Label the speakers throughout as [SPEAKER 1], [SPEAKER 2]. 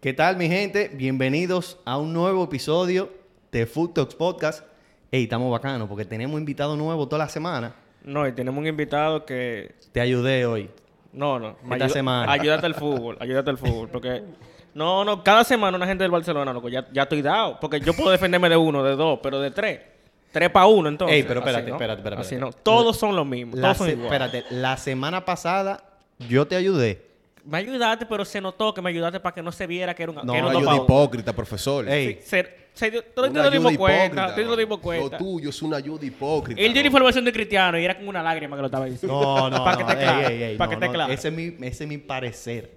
[SPEAKER 1] ¿Qué tal, mi gente? Bienvenidos a un nuevo episodio de Food Talks Podcast. Ey, estamos bacanos porque tenemos invitado nuevo toda la semana.
[SPEAKER 2] No, y tenemos un invitado que.
[SPEAKER 1] Te ayudé hoy.
[SPEAKER 2] No, no. me
[SPEAKER 1] Esta semana.
[SPEAKER 2] Ayúdate al fútbol, ayúdate al fútbol. Porque. No, no, cada semana una gente del Barcelona, loco. Ya, ya estoy dado. Porque yo puedo defenderme de uno, de dos, pero de tres. Tres para uno, entonces.
[SPEAKER 1] Ey, pero
[SPEAKER 2] Así
[SPEAKER 1] espérate,
[SPEAKER 2] no.
[SPEAKER 1] espérate, espérate,
[SPEAKER 2] Así no.
[SPEAKER 1] espérate.
[SPEAKER 2] Todos son los mismos.
[SPEAKER 1] La
[SPEAKER 2] Todos son
[SPEAKER 1] se-
[SPEAKER 2] iguales.
[SPEAKER 1] espérate, la semana pasada yo te ayudé.
[SPEAKER 2] Me ayudaste, pero se notó que me ayudaste para que no se viera que era un.
[SPEAKER 1] No,
[SPEAKER 2] que era
[SPEAKER 1] no
[SPEAKER 2] un
[SPEAKER 1] ayuda
[SPEAKER 3] ayuda
[SPEAKER 2] dopado.
[SPEAKER 3] hipócrita, profesor.
[SPEAKER 1] Ey,
[SPEAKER 2] Sí, se- se dio- Tú
[SPEAKER 3] Una
[SPEAKER 2] no te lo dimos
[SPEAKER 3] ayuda
[SPEAKER 2] cuenta.
[SPEAKER 3] hipócrita,
[SPEAKER 2] Tú no te lo
[SPEAKER 3] bro.
[SPEAKER 2] dimos cuenta.
[SPEAKER 3] Lo tuyo es una ayuda hipócrita.
[SPEAKER 2] Él dio la
[SPEAKER 3] bro.
[SPEAKER 2] información de Cristiano y era como una lágrima que lo estaba diciendo.
[SPEAKER 1] No, no,
[SPEAKER 2] Para que
[SPEAKER 1] no,
[SPEAKER 2] te
[SPEAKER 1] ey,
[SPEAKER 2] claro.
[SPEAKER 1] ey, ey,
[SPEAKER 2] Para que
[SPEAKER 1] no,
[SPEAKER 2] te
[SPEAKER 1] no,
[SPEAKER 2] claro.
[SPEAKER 1] Ese es mi, ese es mi parecer.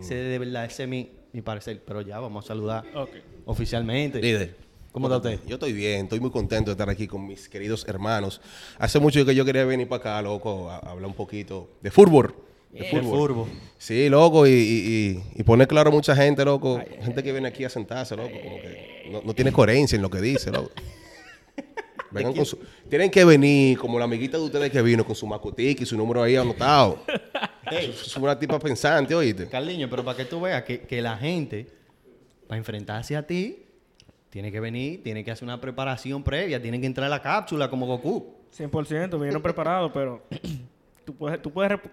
[SPEAKER 1] Ese de verdad, ese es mi, mi parecer. Pero ya, vamos a saludar
[SPEAKER 2] Ok.
[SPEAKER 1] oficialmente.
[SPEAKER 3] Líder.
[SPEAKER 1] ¿Cómo está usted?
[SPEAKER 3] Yo estoy bien, estoy muy contento de estar aquí con mis queridos hermanos. Hace mucho que yo quería venir para acá, loco, a a hablar un poquito de fútbol. De
[SPEAKER 1] El furbo.
[SPEAKER 3] Sí, loco, y, y- y- y poner claro a mucha gente, loco. gente que viene aquí a sentarse, loco. como que no, no tiene coherencia en lo que dice, loco. Vengan con su- tienen que venir como la amiguita de ustedes que vino con su macotique y su número ahí anotado. Es es una tipa pensante, oíste.
[SPEAKER 1] Carliño, pero para que tú veas que, que la gente, para enfrentarse a ti, tiene que venir, tiene que hacer una preparación previa, tiene que entrar a la cápsula como Goku.
[SPEAKER 2] 100%, vinieron preparados, pero tú puedes, tú puedes rep-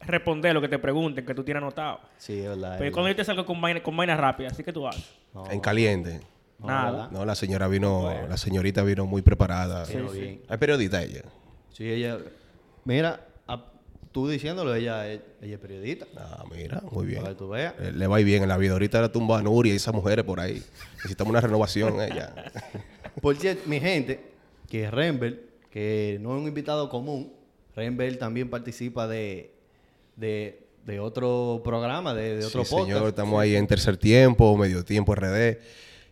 [SPEAKER 2] responder lo que te pregunten, que tú tienes anotado.
[SPEAKER 1] Sí, es verdad.
[SPEAKER 2] Pero
[SPEAKER 1] es
[SPEAKER 2] cuando
[SPEAKER 1] verdad.
[SPEAKER 2] yo te salgo con vaina, con vaina rápida, así que tú haces.
[SPEAKER 1] No,
[SPEAKER 3] En caliente.
[SPEAKER 1] no,
[SPEAKER 2] nada.
[SPEAKER 1] ¿verdad?
[SPEAKER 3] No, la señora vino, la señorita vino muy preparada.
[SPEAKER 1] Sí, sí.
[SPEAKER 3] Es periodista ella.
[SPEAKER 1] Sí, ella. Mira, a- tú diciéndolo, ella, es- ella es periodista.
[SPEAKER 3] Ah, mira, muy bien.
[SPEAKER 1] Para que tú veas.
[SPEAKER 3] Eh, Le va y bien en la vida. Ahorita la tumba a Nuria y esas mujeres por ahí. Necesitamos una renovación ella.
[SPEAKER 1] Por cierto, mi gente, que Rembel, que no es un invitado común, Rembel también participa de, de, de otro programa, de, de otro
[SPEAKER 3] sí,
[SPEAKER 1] podcast.
[SPEAKER 3] señor, estamos ahí en tercer tiempo, medio tiempo RD.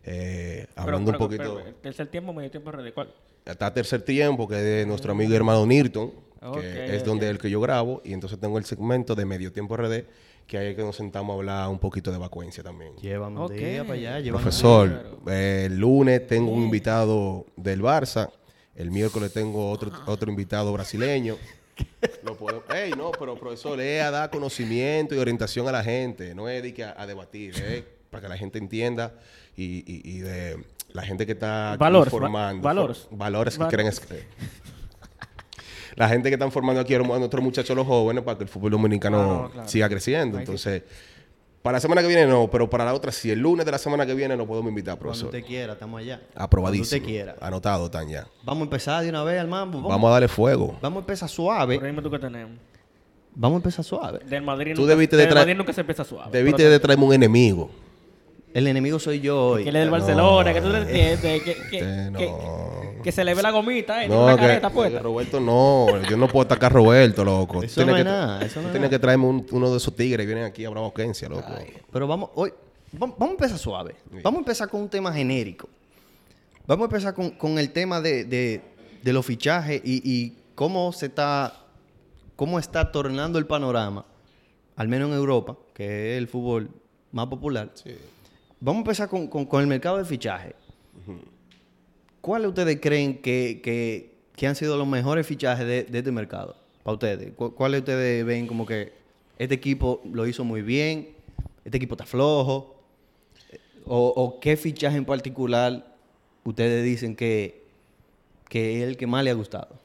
[SPEAKER 3] Eh, hablando un poquito.
[SPEAKER 1] eh.
[SPEAKER 2] el tercer tiempo, medio tiempo, ready. ¿Cuál?
[SPEAKER 3] Hasta tercer tiempo, que es de nuestro amigo y hermano Nirton, que
[SPEAKER 2] Ok,
[SPEAKER 3] es
[SPEAKER 2] ok.
[SPEAKER 3] donde el que yo grabo, y entonces tengo el segmento de Medio Tiempo RD, que ahí es que nos sentamos a hablar un poquito de vacuencia también.
[SPEAKER 1] Llévame un
[SPEAKER 2] Ok.
[SPEAKER 1] día para allá, llévame.
[SPEAKER 3] Profesor, eh, el lunes tengo un invitado del Barça, el miércoles tengo otro, otro invitado brasileño. No puedo. Ey, no, pero profesor, es a dar conocimiento y orientación a la gente, no es de que a, a debatir, es para que la gente entienda y, y- y de la gente que está aquí
[SPEAKER 2] Valores, va-
[SPEAKER 3] formando.
[SPEAKER 2] valores.
[SPEAKER 3] for- valores que
[SPEAKER 2] Val-
[SPEAKER 3] creen. es- eh. La gente que están formando aquí a los- a nuestros muchachos, los jóvenes, para que el fútbol dominicano
[SPEAKER 2] Ah, no, claro.
[SPEAKER 3] siga creciendo.
[SPEAKER 2] Ahí sí.
[SPEAKER 3] Entonces, para la semana que viene no, pero para la otra sí. El lunes de la semana que viene lo podemos invitar,
[SPEAKER 1] Cuando
[SPEAKER 3] profesor.
[SPEAKER 1] usted quiera, estamos allá.
[SPEAKER 3] Aprobadísimo.
[SPEAKER 1] Cuando usted quiera.
[SPEAKER 3] Anotado, tan ya.
[SPEAKER 1] Vamos a empezar de una vez al mambo. Vamos,
[SPEAKER 3] Vamos a darle fuego.
[SPEAKER 1] vamos a empezar suave.
[SPEAKER 2] Por ahí mismo tú que tenemos.
[SPEAKER 1] Vamos a empezar suave.
[SPEAKER 2] Del Madrid,
[SPEAKER 3] Tú
[SPEAKER 2] nunca,
[SPEAKER 3] debiste de
[SPEAKER 2] del
[SPEAKER 3] tra-
[SPEAKER 2] Madrid nunca se empieza suave.
[SPEAKER 3] Debiste
[SPEAKER 2] Pero-
[SPEAKER 3] de traerme un enemigo.
[SPEAKER 1] El enemigo soy yo hoy.
[SPEAKER 2] Que él es del Barcelona, que tú te entiendes, que, que,
[SPEAKER 3] Este, no.
[SPEAKER 2] que- que se le ve la gomita, eh, tiene
[SPEAKER 3] No,
[SPEAKER 2] una
[SPEAKER 3] que-
[SPEAKER 2] careta
[SPEAKER 3] que
[SPEAKER 2] puesta.
[SPEAKER 3] Roberto no. Yo no puedo atacar a Roberto, loco. Tú
[SPEAKER 1] Eso
[SPEAKER 3] tienes
[SPEAKER 1] no es
[SPEAKER 3] que-
[SPEAKER 1] nada, eso
[SPEAKER 3] tú
[SPEAKER 1] no es
[SPEAKER 3] tienes que traerme un- uno de esos tigres que vienen aquí a Bravoquencia, loco.
[SPEAKER 1] Pero vamos, hoy, vam- vamos a empezar suave.
[SPEAKER 3] Sí.
[SPEAKER 1] Vamos a empezar con un tema genérico. Vamos a empezar con, con el tema de, de- de los fichajes y, y cómo se está, cómo está tornando el panorama, al menos en Europa, que es el fútbol más popular. Vamos a empezar con, con- con el mercado de fichajes. ¿Cuáles ustedes creen que, que- que han sido los mejores fichajes de, de este mercado? Para ustedes. ¿Cu- ¿Cuáles ustedes ven como que este equipo lo hizo muy bien? ¿Este equipo está flojo? ¿O, o qué fichaje en particular ustedes dicen que, que es el que más le ha gustado?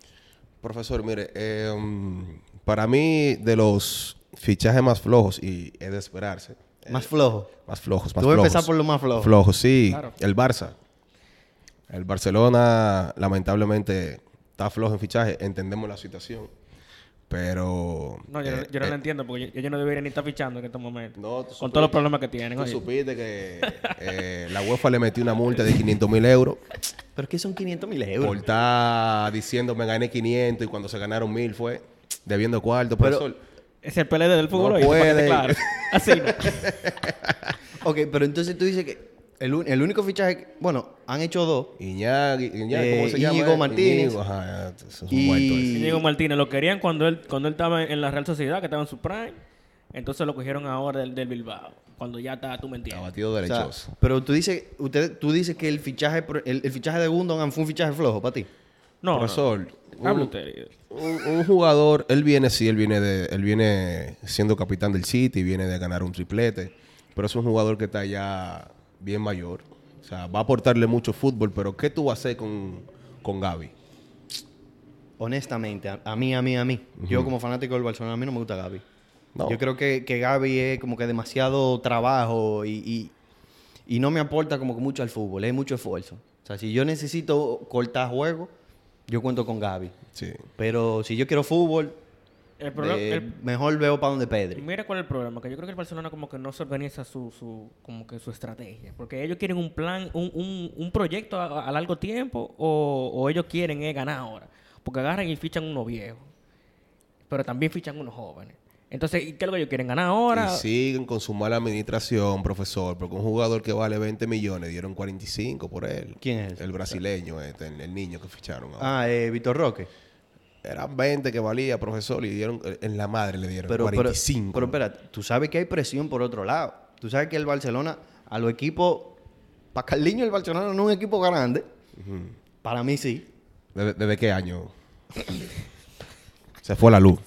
[SPEAKER 3] Profesor, mire, eh, mm, para mí de los fichajes más flojos, y es de esperarse,
[SPEAKER 1] Más flojo.
[SPEAKER 3] Más flojos,
[SPEAKER 1] Tú
[SPEAKER 3] Eh, más
[SPEAKER 1] voy a
[SPEAKER 3] flojos.
[SPEAKER 1] empezar por lo más flojo.
[SPEAKER 3] Flojos, sí.
[SPEAKER 2] Claro.
[SPEAKER 3] El Barça. El Barcelona, lamentablemente, está flojo en fichaje. Entendemos la situación. Pero.
[SPEAKER 2] No, yo, no-
[SPEAKER 3] eh,
[SPEAKER 2] yo no
[SPEAKER 3] eh,
[SPEAKER 2] lo entiendo porque yo, yo no debería ni estar fichando en estos momentos.
[SPEAKER 3] No, tú
[SPEAKER 2] con
[SPEAKER 3] supiste-
[SPEAKER 2] todos los problemas que tienen.
[SPEAKER 3] Tú
[SPEAKER 2] oye.
[SPEAKER 3] supiste que eh, la UEFA le metió una multa de 500 mil euros
[SPEAKER 1] Pero es que son 500 mil
[SPEAKER 3] por
[SPEAKER 1] euros.
[SPEAKER 3] estar diciendo me gané 500 y cuando se ganaron mil fue debiendo cuarto.
[SPEAKER 1] Pero-
[SPEAKER 3] profesor.
[SPEAKER 2] Es el PLD del fútbol hoy,
[SPEAKER 3] No
[SPEAKER 2] para que esté
[SPEAKER 3] puede.
[SPEAKER 2] claro. Así no.
[SPEAKER 1] Ok, pero entonces tú dices que el, un- el único fichaje... que- bueno, han hecho dos.
[SPEAKER 3] Iñaki, Iñaki, ¿cómo
[SPEAKER 1] Eh,
[SPEAKER 3] se llama?
[SPEAKER 1] Íñigo
[SPEAKER 3] él?
[SPEAKER 1] Martínez.
[SPEAKER 3] Íñigo, ajá, es un
[SPEAKER 1] Y-
[SPEAKER 3] muerto ese.
[SPEAKER 2] Y Diego Martínez lo querían cuando él cuando él estaba en la Real Sociedad, que estaba en su prime. Entonces lo cogieron ahora del, del Bilbao. Cuando ya está, tú me entiendes.
[SPEAKER 3] Abatido
[SPEAKER 1] O sea,
[SPEAKER 3] derechoso.
[SPEAKER 1] pero tú dices, usted, tú dices que el fichaje, pro- el, el fichaje de Gundogan fue un fichaje flojo para ti.
[SPEAKER 2] No,
[SPEAKER 3] Profesor, Uh,
[SPEAKER 2] no. Hable
[SPEAKER 3] un-
[SPEAKER 2] usted, líder.
[SPEAKER 3] Un, un jugador, él viene, sí, él viene de, él viene siendo capitán del City, viene de ganar un triplete, pero es un jugador que está ya bien mayor. O sea, va a aportarle mucho fútbol, pero ¿qué tú vas a hacer con, con Gaby?
[SPEAKER 1] Honestamente, a, a mí, a mí, a mí. Yo como fanático del Barcelona, a mí no me gusta Gaby.
[SPEAKER 3] No.
[SPEAKER 1] Yo creo que, que Gaby es como que demasiado trabajo y, y- y no me aporta como que mucho al fútbol, es mucho esfuerzo. O sea, si yo necesito cortar juego, yo cuento con Gaby.
[SPEAKER 3] Sí.
[SPEAKER 1] Pero si yo quiero fútbol,
[SPEAKER 2] El problema,
[SPEAKER 1] eh,
[SPEAKER 2] el-
[SPEAKER 1] mejor veo para donde Pedri.
[SPEAKER 2] Mira cuál es el problema, que yo creo que el Barcelona como que no se organiza su, su como que su estrategia, porque ellos quieren un plan, un, un, un proyecto a, a largo tiempo o, o ellos quieren eh, ganar ahora, porque agarran y fichan unos viejos, pero también fichan unos jóvenes. Entonces, ¿y ¿qué es lo que ellos quieren ganar ahora?
[SPEAKER 3] Y siguen con su mala administración, profesor, porque un jugador que vale 20 millones dieron 45 por él.
[SPEAKER 1] ¿Quién es ese?
[SPEAKER 3] El brasileño, este, el, el niño que ficharon. ahora.
[SPEAKER 1] Ah, eh, Vitor Roque.
[SPEAKER 3] Eran 20 que valía, profesor, y dieron, en la madre le dieron
[SPEAKER 1] Pero, pero-
[SPEAKER 3] 45.
[SPEAKER 1] Pero, espera, tú sabes que hay presión por otro lado. Tú sabes que el Barcelona, a los equipos, para Carliño el Barcelona no es un equipo grande. Para mí sí.
[SPEAKER 3] ¿Desde, desde qué año? Se fue la luz.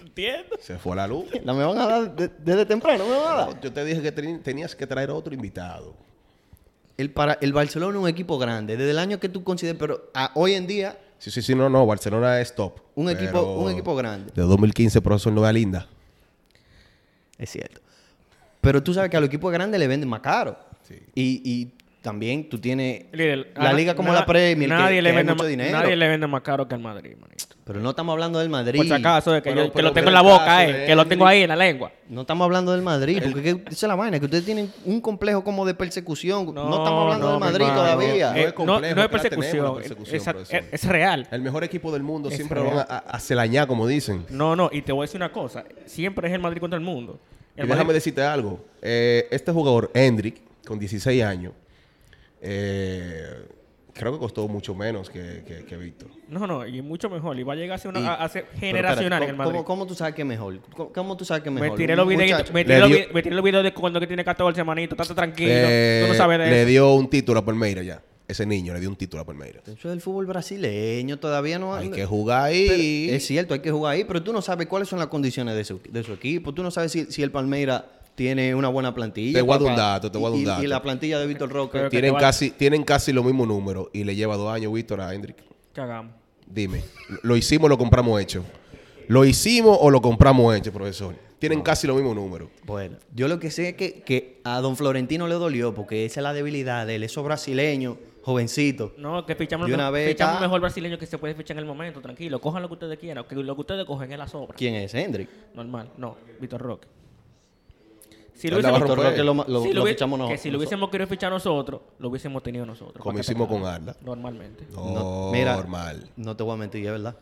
[SPEAKER 2] Entiendo.
[SPEAKER 3] Se fue la luz.
[SPEAKER 1] La me van a dar de- desde temprano, me van a dar.
[SPEAKER 3] Yo te dije que teni- tenías que traer otro invitado.
[SPEAKER 1] El, para, el Barcelona es un equipo grande, desde el año que tú consideres, pero a- hoy en día,
[SPEAKER 3] Sí, sí, sí, no, no. Barcelona es top.
[SPEAKER 1] Un equipo-
[SPEAKER 3] Pero
[SPEAKER 1] un equipo grande.
[SPEAKER 3] De 2015, profesor, no vea linda.
[SPEAKER 1] es cierto. Pero tú sabes que a los equipos grandes le venden más caro.
[SPEAKER 3] Sí.
[SPEAKER 1] Y, y también tú tienes
[SPEAKER 2] Líder,
[SPEAKER 1] la
[SPEAKER 2] a-
[SPEAKER 1] liga como
[SPEAKER 2] na-
[SPEAKER 1] la Premier, que-
[SPEAKER 2] nadie
[SPEAKER 1] que,
[SPEAKER 2] le
[SPEAKER 1] hay
[SPEAKER 2] vende
[SPEAKER 1] mucho
[SPEAKER 2] ma-
[SPEAKER 1] dinero.
[SPEAKER 2] Nadie le vende más caro que al Madrid, manito.
[SPEAKER 1] Pero no estamos hablando del Madrid.
[SPEAKER 2] Por si acaso, es que,
[SPEAKER 3] Pero-
[SPEAKER 2] yo- que
[SPEAKER 3] pero
[SPEAKER 2] lo tengo
[SPEAKER 3] por
[SPEAKER 2] en la
[SPEAKER 3] el
[SPEAKER 2] boca,
[SPEAKER 3] caso
[SPEAKER 2] eh,
[SPEAKER 3] de
[SPEAKER 2] que lo
[SPEAKER 3] Henry.
[SPEAKER 2] tengo ahí en la lengua.
[SPEAKER 1] No estamos hablando del Madrid, porque que- esa es la vaina, que ustedes tienen un complejo como de persecución. No, estamos hablando
[SPEAKER 2] no,
[SPEAKER 1] del
[SPEAKER 2] mi
[SPEAKER 1] Madrid
[SPEAKER 2] hermano.
[SPEAKER 1] todavía.
[SPEAKER 3] No
[SPEAKER 2] Eh,
[SPEAKER 3] es
[SPEAKER 2] no,
[SPEAKER 3] complejo,
[SPEAKER 2] no es
[SPEAKER 3] que la tenemos, la
[SPEAKER 2] persecución.
[SPEAKER 3] persecución,
[SPEAKER 2] es- es-
[SPEAKER 3] profesor.
[SPEAKER 2] es real.
[SPEAKER 3] El mejor equipo del mundo
[SPEAKER 2] Es
[SPEAKER 3] siempre lo van a,
[SPEAKER 2] real.
[SPEAKER 3] a, a celañar, como dicen.
[SPEAKER 2] No, no, y te voy a decir una cosa. Siempre es el Madrid contra el mundo.
[SPEAKER 3] Y
[SPEAKER 2] El
[SPEAKER 3] déjame
[SPEAKER 2] Madrid-
[SPEAKER 3] decirte algo. Eh, este jugador, Hendrik, con 16 años, eh, creo que costó mucho menos que, que, que Víctor.
[SPEAKER 2] No, no, y mucho mejor. Y va a llegar a ser, una,
[SPEAKER 1] Y-
[SPEAKER 2] a- a ser
[SPEAKER 1] Pero
[SPEAKER 2] generacional
[SPEAKER 1] espérate,
[SPEAKER 2] en el
[SPEAKER 1] ¿cómo-
[SPEAKER 2] Madrid.
[SPEAKER 1] ¿cómo, cómo tú sabes que es mejor? ¿Cómo, cómo tú sabes que es
[SPEAKER 2] Me
[SPEAKER 1] mejor?
[SPEAKER 2] tiré los
[SPEAKER 1] Un
[SPEAKER 2] videitos,
[SPEAKER 1] muchacho-
[SPEAKER 2] me tiré
[SPEAKER 3] Le
[SPEAKER 2] los
[SPEAKER 3] dio-
[SPEAKER 2] vi- me tiré los videos de cuando que tiene 14, hermanito. Estate tranquilo.
[SPEAKER 3] Eh,
[SPEAKER 2] Tú no sabes de
[SPEAKER 3] le
[SPEAKER 2] eso.
[SPEAKER 3] dio un título a Palmeira ya. Ese niño le dio un título a Palmeira.
[SPEAKER 1] Eso es el fútbol brasileño, todavía no
[SPEAKER 3] Hay que jugar ahí.
[SPEAKER 1] Pero es cierto, hay que jugar ahí, pero tú no sabes cuáles son las condiciones de su, de su equipo. Tú no sabes si, si el Palmeira tiene una buena plantilla.
[SPEAKER 3] Te voy a dar un
[SPEAKER 1] papá.
[SPEAKER 3] dato, te voy a
[SPEAKER 1] Y-
[SPEAKER 3] dar un
[SPEAKER 1] y- Y,
[SPEAKER 3] dato.
[SPEAKER 1] la plantilla de Víctor Roque.
[SPEAKER 2] Creo que
[SPEAKER 3] tienen,
[SPEAKER 2] te va-
[SPEAKER 3] casi, tienen casi los mismos números y le lleva dos años Víctor a Hendrik.
[SPEAKER 2] Cagamos.
[SPEAKER 3] Dime, ¿lo- ¿lo hicimos o lo compramos hecho? ¿Lo hicimos o lo compramos hecho, profesor? Tienen casi los mismos números.
[SPEAKER 1] Bueno, yo lo que sé es que, que a don Florentino le dolió, porque esa es la debilidad de él, eso brasileño, jovencito.
[SPEAKER 2] No, que fichamos,
[SPEAKER 1] De
[SPEAKER 2] lo
[SPEAKER 1] una vez
[SPEAKER 2] fichamos
[SPEAKER 1] está-
[SPEAKER 2] mejor brasileño que se puede fichar en el momento. Tranquilo, cojan lo que ustedes quieran. Que lo que ustedes cogen es la sobra.
[SPEAKER 1] ¿Quién es? Hendrik.
[SPEAKER 2] Normal. No, Víctor Roque. Si
[SPEAKER 3] Él la va a
[SPEAKER 2] hubiésemos-
[SPEAKER 1] Víctor
[SPEAKER 3] romper.
[SPEAKER 1] Roque lo, ma- lo-
[SPEAKER 2] si
[SPEAKER 1] lo
[SPEAKER 2] lo hubi-
[SPEAKER 1] fichamos
[SPEAKER 2] que
[SPEAKER 1] nosotros.
[SPEAKER 2] si lo hubiésemos querido fichar nosotros, lo hubiésemos tenido nosotros.
[SPEAKER 3] Como
[SPEAKER 2] para que
[SPEAKER 3] hicimos
[SPEAKER 2] te-
[SPEAKER 3] con Arla.
[SPEAKER 2] Normalmente.
[SPEAKER 1] No, mira,
[SPEAKER 3] Oh, Normal.
[SPEAKER 1] no te voy a mentir, es verdad.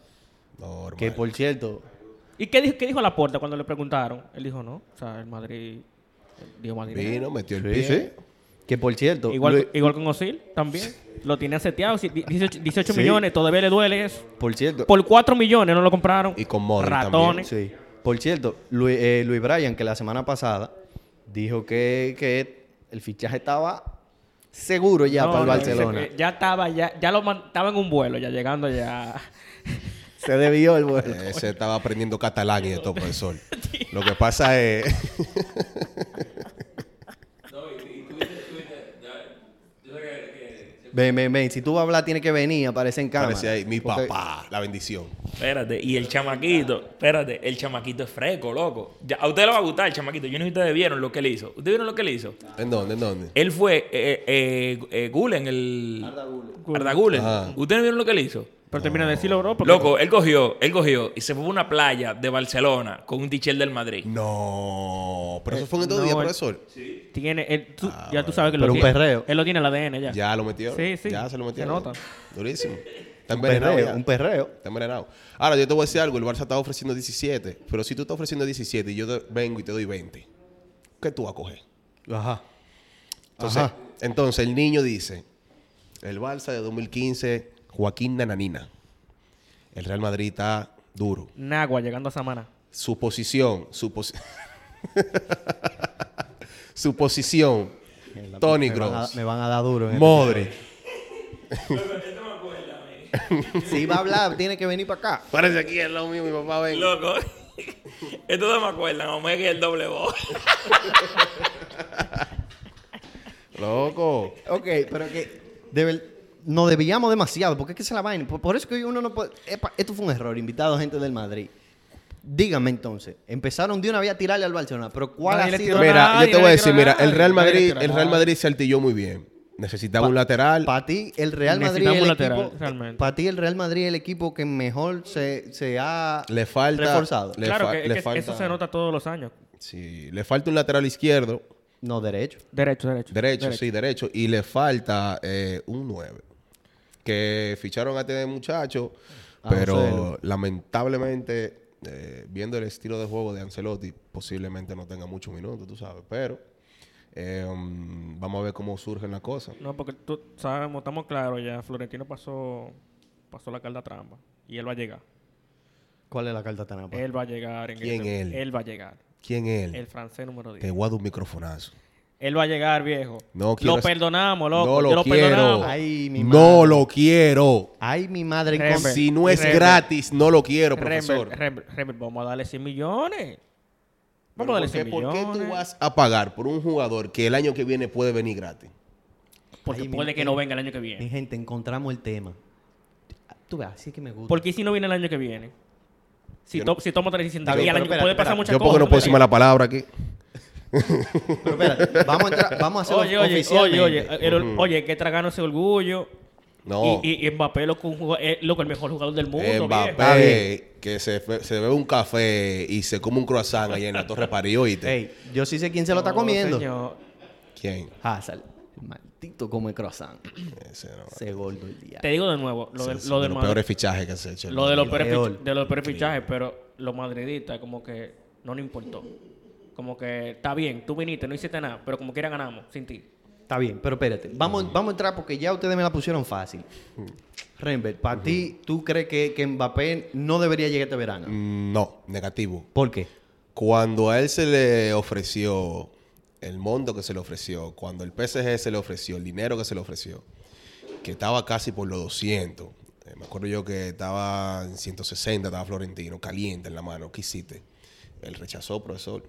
[SPEAKER 3] Normal.
[SPEAKER 1] Que por cierto,
[SPEAKER 2] ¿Y qué dijo, qué dijo Laporta cuando le preguntaron? Él dijo no. O sea, el Madrid eh, dio más dinero.
[SPEAKER 3] Vino, metió el
[SPEAKER 1] Sí,
[SPEAKER 3] pie.
[SPEAKER 1] sí. que por cierto,
[SPEAKER 2] Igual,
[SPEAKER 1] Luis-
[SPEAKER 2] igual con Osil también. Lo tenía seteado. sí, 18, 18
[SPEAKER 1] Sí.
[SPEAKER 2] millones, todavía le duele eso.
[SPEAKER 1] por cierto,
[SPEAKER 2] Por 4 millones no lo compraron.
[SPEAKER 3] Y con Modric
[SPEAKER 2] Ratones.
[SPEAKER 1] Sí. Por cierto, Luis, eh, Luis Bryan, que la semana pasada dijo que, que el fichaje estaba seguro ya
[SPEAKER 2] No,
[SPEAKER 1] para el
[SPEAKER 2] no,
[SPEAKER 1] Barcelona.
[SPEAKER 2] dice que Ya estaba, ya, ya lo man- estaba en un vuelo, ya llegando ya.
[SPEAKER 1] Se debió el vuelo.
[SPEAKER 3] Ese estaba aprendiendo catalán y de todo, profesor. Lo que pasa es.
[SPEAKER 1] Ven, ven, ven. Si tú vas a hablar, tiene que venir, aparece en cámara.
[SPEAKER 3] Parece ahí, mi
[SPEAKER 1] Porque-
[SPEAKER 3] papá, la bendición.
[SPEAKER 4] Espérate, y el chamaquito, espérate, el chamaquito es fresco, loco. Ya, a ustedes les va a gustar el chamaquito. Yo no sé si ustedes vieron lo que él hizo. ¿Ustedes vieron lo que él hizo?
[SPEAKER 3] ¿En dónde? ¿En dónde?
[SPEAKER 4] Él fue eh, eh, eh, Gulen, el. Arda Gulen.
[SPEAKER 3] Ajá.
[SPEAKER 4] ¿Ustedes vieron lo que él hizo?
[SPEAKER 2] Pero termina de decirlo, bro. porque-
[SPEAKER 4] Loco, él cogió, él cogió y se fue a una playa de Barcelona con un tichel del Madrid.
[SPEAKER 3] No. Pero eso fue en estos
[SPEAKER 2] no,
[SPEAKER 3] días,
[SPEAKER 2] el-
[SPEAKER 3] profesor.
[SPEAKER 2] Tiene, él- tú-
[SPEAKER 3] Ah,
[SPEAKER 2] ya tú sabes que
[SPEAKER 1] Pero
[SPEAKER 2] lo
[SPEAKER 1] un
[SPEAKER 2] tiene.
[SPEAKER 1] perreo.
[SPEAKER 2] Él lo tiene en el ADN ya.
[SPEAKER 3] Ya lo metieron.
[SPEAKER 2] Sí, sí.
[SPEAKER 3] Ya se lo
[SPEAKER 2] Se
[SPEAKER 3] metieron.
[SPEAKER 2] nota.
[SPEAKER 3] Durísimo. Está
[SPEAKER 1] Un
[SPEAKER 3] envenenado
[SPEAKER 1] perreo,
[SPEAKER 3] ya.
[SPEAKER 1] un perreo.
[SPEAKER 3] Está envenenado. Ahora, yo te voy a decir algo. El Barça está ofreciendo 17. Pero si tú estás ofreciendo 17 y yo te vengo y te doy 20, ¿qué tú vas a coger?
[SPEAKER 1] Ajá.
[SPEAKER 3] Entonces,
[SPEAKER 1] Ajá.
[SPEAKER 3] entonces el niño dice, el Barça de 2015, Joaquín Nananina. El Real Madrid está duro.
[SPEAKER 2] Nagua llegando a Samana.
[SPEAKER 3] Su posición, su, posi- su posición, Tony
[SPEAKER 1] me, van a,
[SPEAKER 3] Gross,
[SPEAKER 1] me van a dar duro. en este-
[SPEAKER 3] Modre.
[SPEAKER 1] Si va a hablar, tiene que venir para acá.
[SPEAKER 3] Parece aquí el lado mío, mi papá venga.
[SPEAKER 4] Loco, esto no me acuerdan, Omega y el doble voz.
[SPEAKER 3] Loco.
[SPEAKER 1] Ok, pero que nos debíamos demasiado, porque es que esa es la vaina. Por, por eso que uno no puede... Epa, esto fue un error, invitado a gente del Madrid. Dígame entonces, empezaron de una vez a tirarle al Barcelona, pero ¿cuál
[SPEAKER 2] Nadie
[SPEAKER 1] ha
[SPEAKER 2] le
[SPEAKER 1] sido
[SPEAKER 2] tiró
[SPEAKER 1] la-
[SPEAKER 3] Mira,
[SPEAKER 2] nadie,
[SPEAKER 3] yo te voy a
[SPEAKER 2] nadie
[SPEAKER 3] decir,
[SPEAKER 2] quiere
[SPEAKER 3] mira,
[SPEAKER 2] nada,
[SPEAKER 3] el Real
[SPEAKER 2] nadie
[SPEAKER 3] Madrid,
[SPEAKER 2] quiere
[SPEAKER 3] el Real
[SPEAKER 2] nada.
[SPEAKER 3] Madrid se altilló muy bien. Necesitaba
[SPEAKER 1] Pa-
[SPEAKER 3] un lateral.
[SPEAKER 1] Para ti, el Real Madrid
[SPEAKER 2] Necesitamos
[SPEAKER 1] es el
[SPEAKER 2] un lateral,
[SPEAKER 1] equipo.
[SPEAKER 2] realmente.
[SPEAKER 1] Para ti, el Real Madrid es el equipo que mejor se, se ha
[SPEAKER 3] Le falta.
[SPEAKER 1] reforzado.
[SPEAKER 3] Le
[SPEAKER 2] claro
[SPEAKER 3] fa-
[SPEAKER 2] que, es
[SPEAKER 3] le
[SPEAKER 2] que
[SPEAKER 3] falta-
[SPEAKER 2] eso se nota todos los años.
[SPEAKER 3] Sí, le falta un lateral izquierdo.
[SPEAKER 1] No, derecho.
[SPEAKER 2] Derecho, derecho.
[SPEAKER 3] Derecho, sí, derecho. Y le falta eh, un 9. Que ficharon a este muchacho,
[SPEAKER 1] A
[SPEAKER 3] pero
[SPEAKER 1] Marcelo.
[SPEAKER 3] lamentablemente, eh, viendo el estilo de juego de Ancelotti, posiblemente no tenga muchos minutos, tú sabes. Pero eh, mm, vamos a ver cómo surgen las cosas.
[SPEAKER 2] No, porque tú sabemos, estamos claros ya. Florentino pasó, pasó la carta trampa. Y él va a llegar.
[SPEAKER 1] ¿Cuál es la carta tan apa?
[SPEAKER 2] Él va a llegar. En
[SPEAKER 3] ¿Quién
[SPEAKER 2] este-
[SPEAKER 3] él?
[SPEAKER 2] Él va a llegar.
[SPEAKER 3] ¿Quién es él?
[SPEAKER 2] El francés número 10.
[SPEAKER 3] Te guardo un microfonazo.
[SPEAKER 2] Él va a llegar, viejo.
[SPEAKER 3] No quiero-
[SPEAKER 2] lo perdonamos, loco.
[SPEAKER 3] No
[SPEAKER 2] Yo
[SPEAKER 3] lo quiero.
[SPEAKER 2] perdonamos.
[SPEAKER 1] Ay, mi
[SPEAKER 3] No
[SPEAKER 1] madre.
[SPEAKER 3] lo quiero.
[SPEAKER 1] Ay, mi madre.
[SPEAKER 2] Rember.
[SPEAKER 1] con-
[SPEAKER 3] Si no es
[SPEAKER 2] Rember.
[SPEAKER 3] gratis, no lo quiero, profesor.
[SPEAKER 2] Rembert, Rembert, Rembert, vamos a darle 100 millones.
[SPEAKER 3] Pero
[SPEAKER 2] Vamos a darle
[SPEAKER 3] ¿por
[SPEAKER 2] 100
[SPEAKER 3] qué- ¿Por
[SPEAKER 2] millones.
[SPEAKER 3] qué tú vas a pagar por un jugador que el año que viene puede venir gratis?
[SPEAKER 2] Porque
[SPEAKER 1] Ay, mi-
[SPEAKER 2] puede que no venga el año que viene.
[SPEAKER 1] Mi gente, encontramos el tema. Tú ves, así es que me gusta.
[SPEAKER 2] ¿Por qué si no viene el año que viene? Si,
[SPEAKER 3] Yo
[SPEAKER 2] to- si toma 360
[SPEAKER 1] Está bien,
[SPEAKER 2] días, el
[SPEAKER 1] pero
[SPEAKER 2] año-
[SPEAKER 1] espérate,
[SPEAKER 2] puede pasar
[SPEAKER 1] espérate.
[SPEAKER 2] muchas
[SPEAKER 3] Yo
[SPEAKER 2] cosas.
[SPEAKER 3] porque no puedo decir
[SPEAKER 2] ¿verdad?
[SPEAKER 3] mala palabra aquí.
[SPEAKER 1] Pero espérate, vamos a, entrar, vamos a hacerlo
[SPEAKER 2] Oye, oye,
[SPEAKER 1] oficialmente.
[SPEAKER 2] oye, oye, el- oye, hay que tragarnos ese orgullo.
[SPEAKER 3] No.
[SPEAKER 2] Y, y- y Mbappé loco, un jugador- es, loco, el mejor jugador del mundo. viejo.
[SPEAKER 1] Está bien.
[SPEAKER 3] Mbappé, que se, fe- se bebe un café y se come un croissant allá en la Torre París, ¿oíste?
[SPEAKER 1] Ey, yo sí sé quién se lo está
[SPEAKER 2] No,
[SPEAKER 1] comiendo.
[SPEAKER 2] señor.
[SPEAKER 3] ¿Quién?
[SPEAKER 1] Hazard. Maldito come croissant.
[SPEAKER 3] Ese no.
[SPEAKER 1] Se gordo el día.
[SPEAKER 2] Te digo de nuevo, lo, de,
[SPEAKER 3] Ese es
[SPEAKER 2] lo
[SPEAKER 3] de
[SPEAKER 2] del
[SPEAKER 3] los
[SPEAKER 2] Madrid-
[SPEAKER 3] peores fichajes que se ha hecho.
[SPEAKER 2] lo de los
[SPEAKER 1] El
[SPEAKER 2] peores
[SPEAKER 1] peor.
[SPEAKER 2] fich- de los peores fichajes, pero los madridistas como que no nos importó. Como que está bien, tú viniste, no hiciste nada, pero como quiera ganamos sin ti.
[SPEAKER 1] Está bien, pero espérate.
[SPEAKER 2] Mm.
[SPEAKER 1] Vamos, vamos a entrar porque ya ustedes me la pusieron fácil. Rembert, para ti, ¿tú crees que, que Mbappé no debería llegar este verano?
[SPEAKER 3] Mm, No, negativo.
[SPEAKER 1] ¿Por qué?
[SPEAKER 3] Cuando a él se le ofreció el monto que se le ofreció, cuando el PSG se le ofreció, el dinero que se le ofreció, que estaba casi por los 200. eh, me acuerdo yo que estaba en 160, estaba Florentino, caliente en la mano. ¿Qué hiciste? Él rechazó, profesor.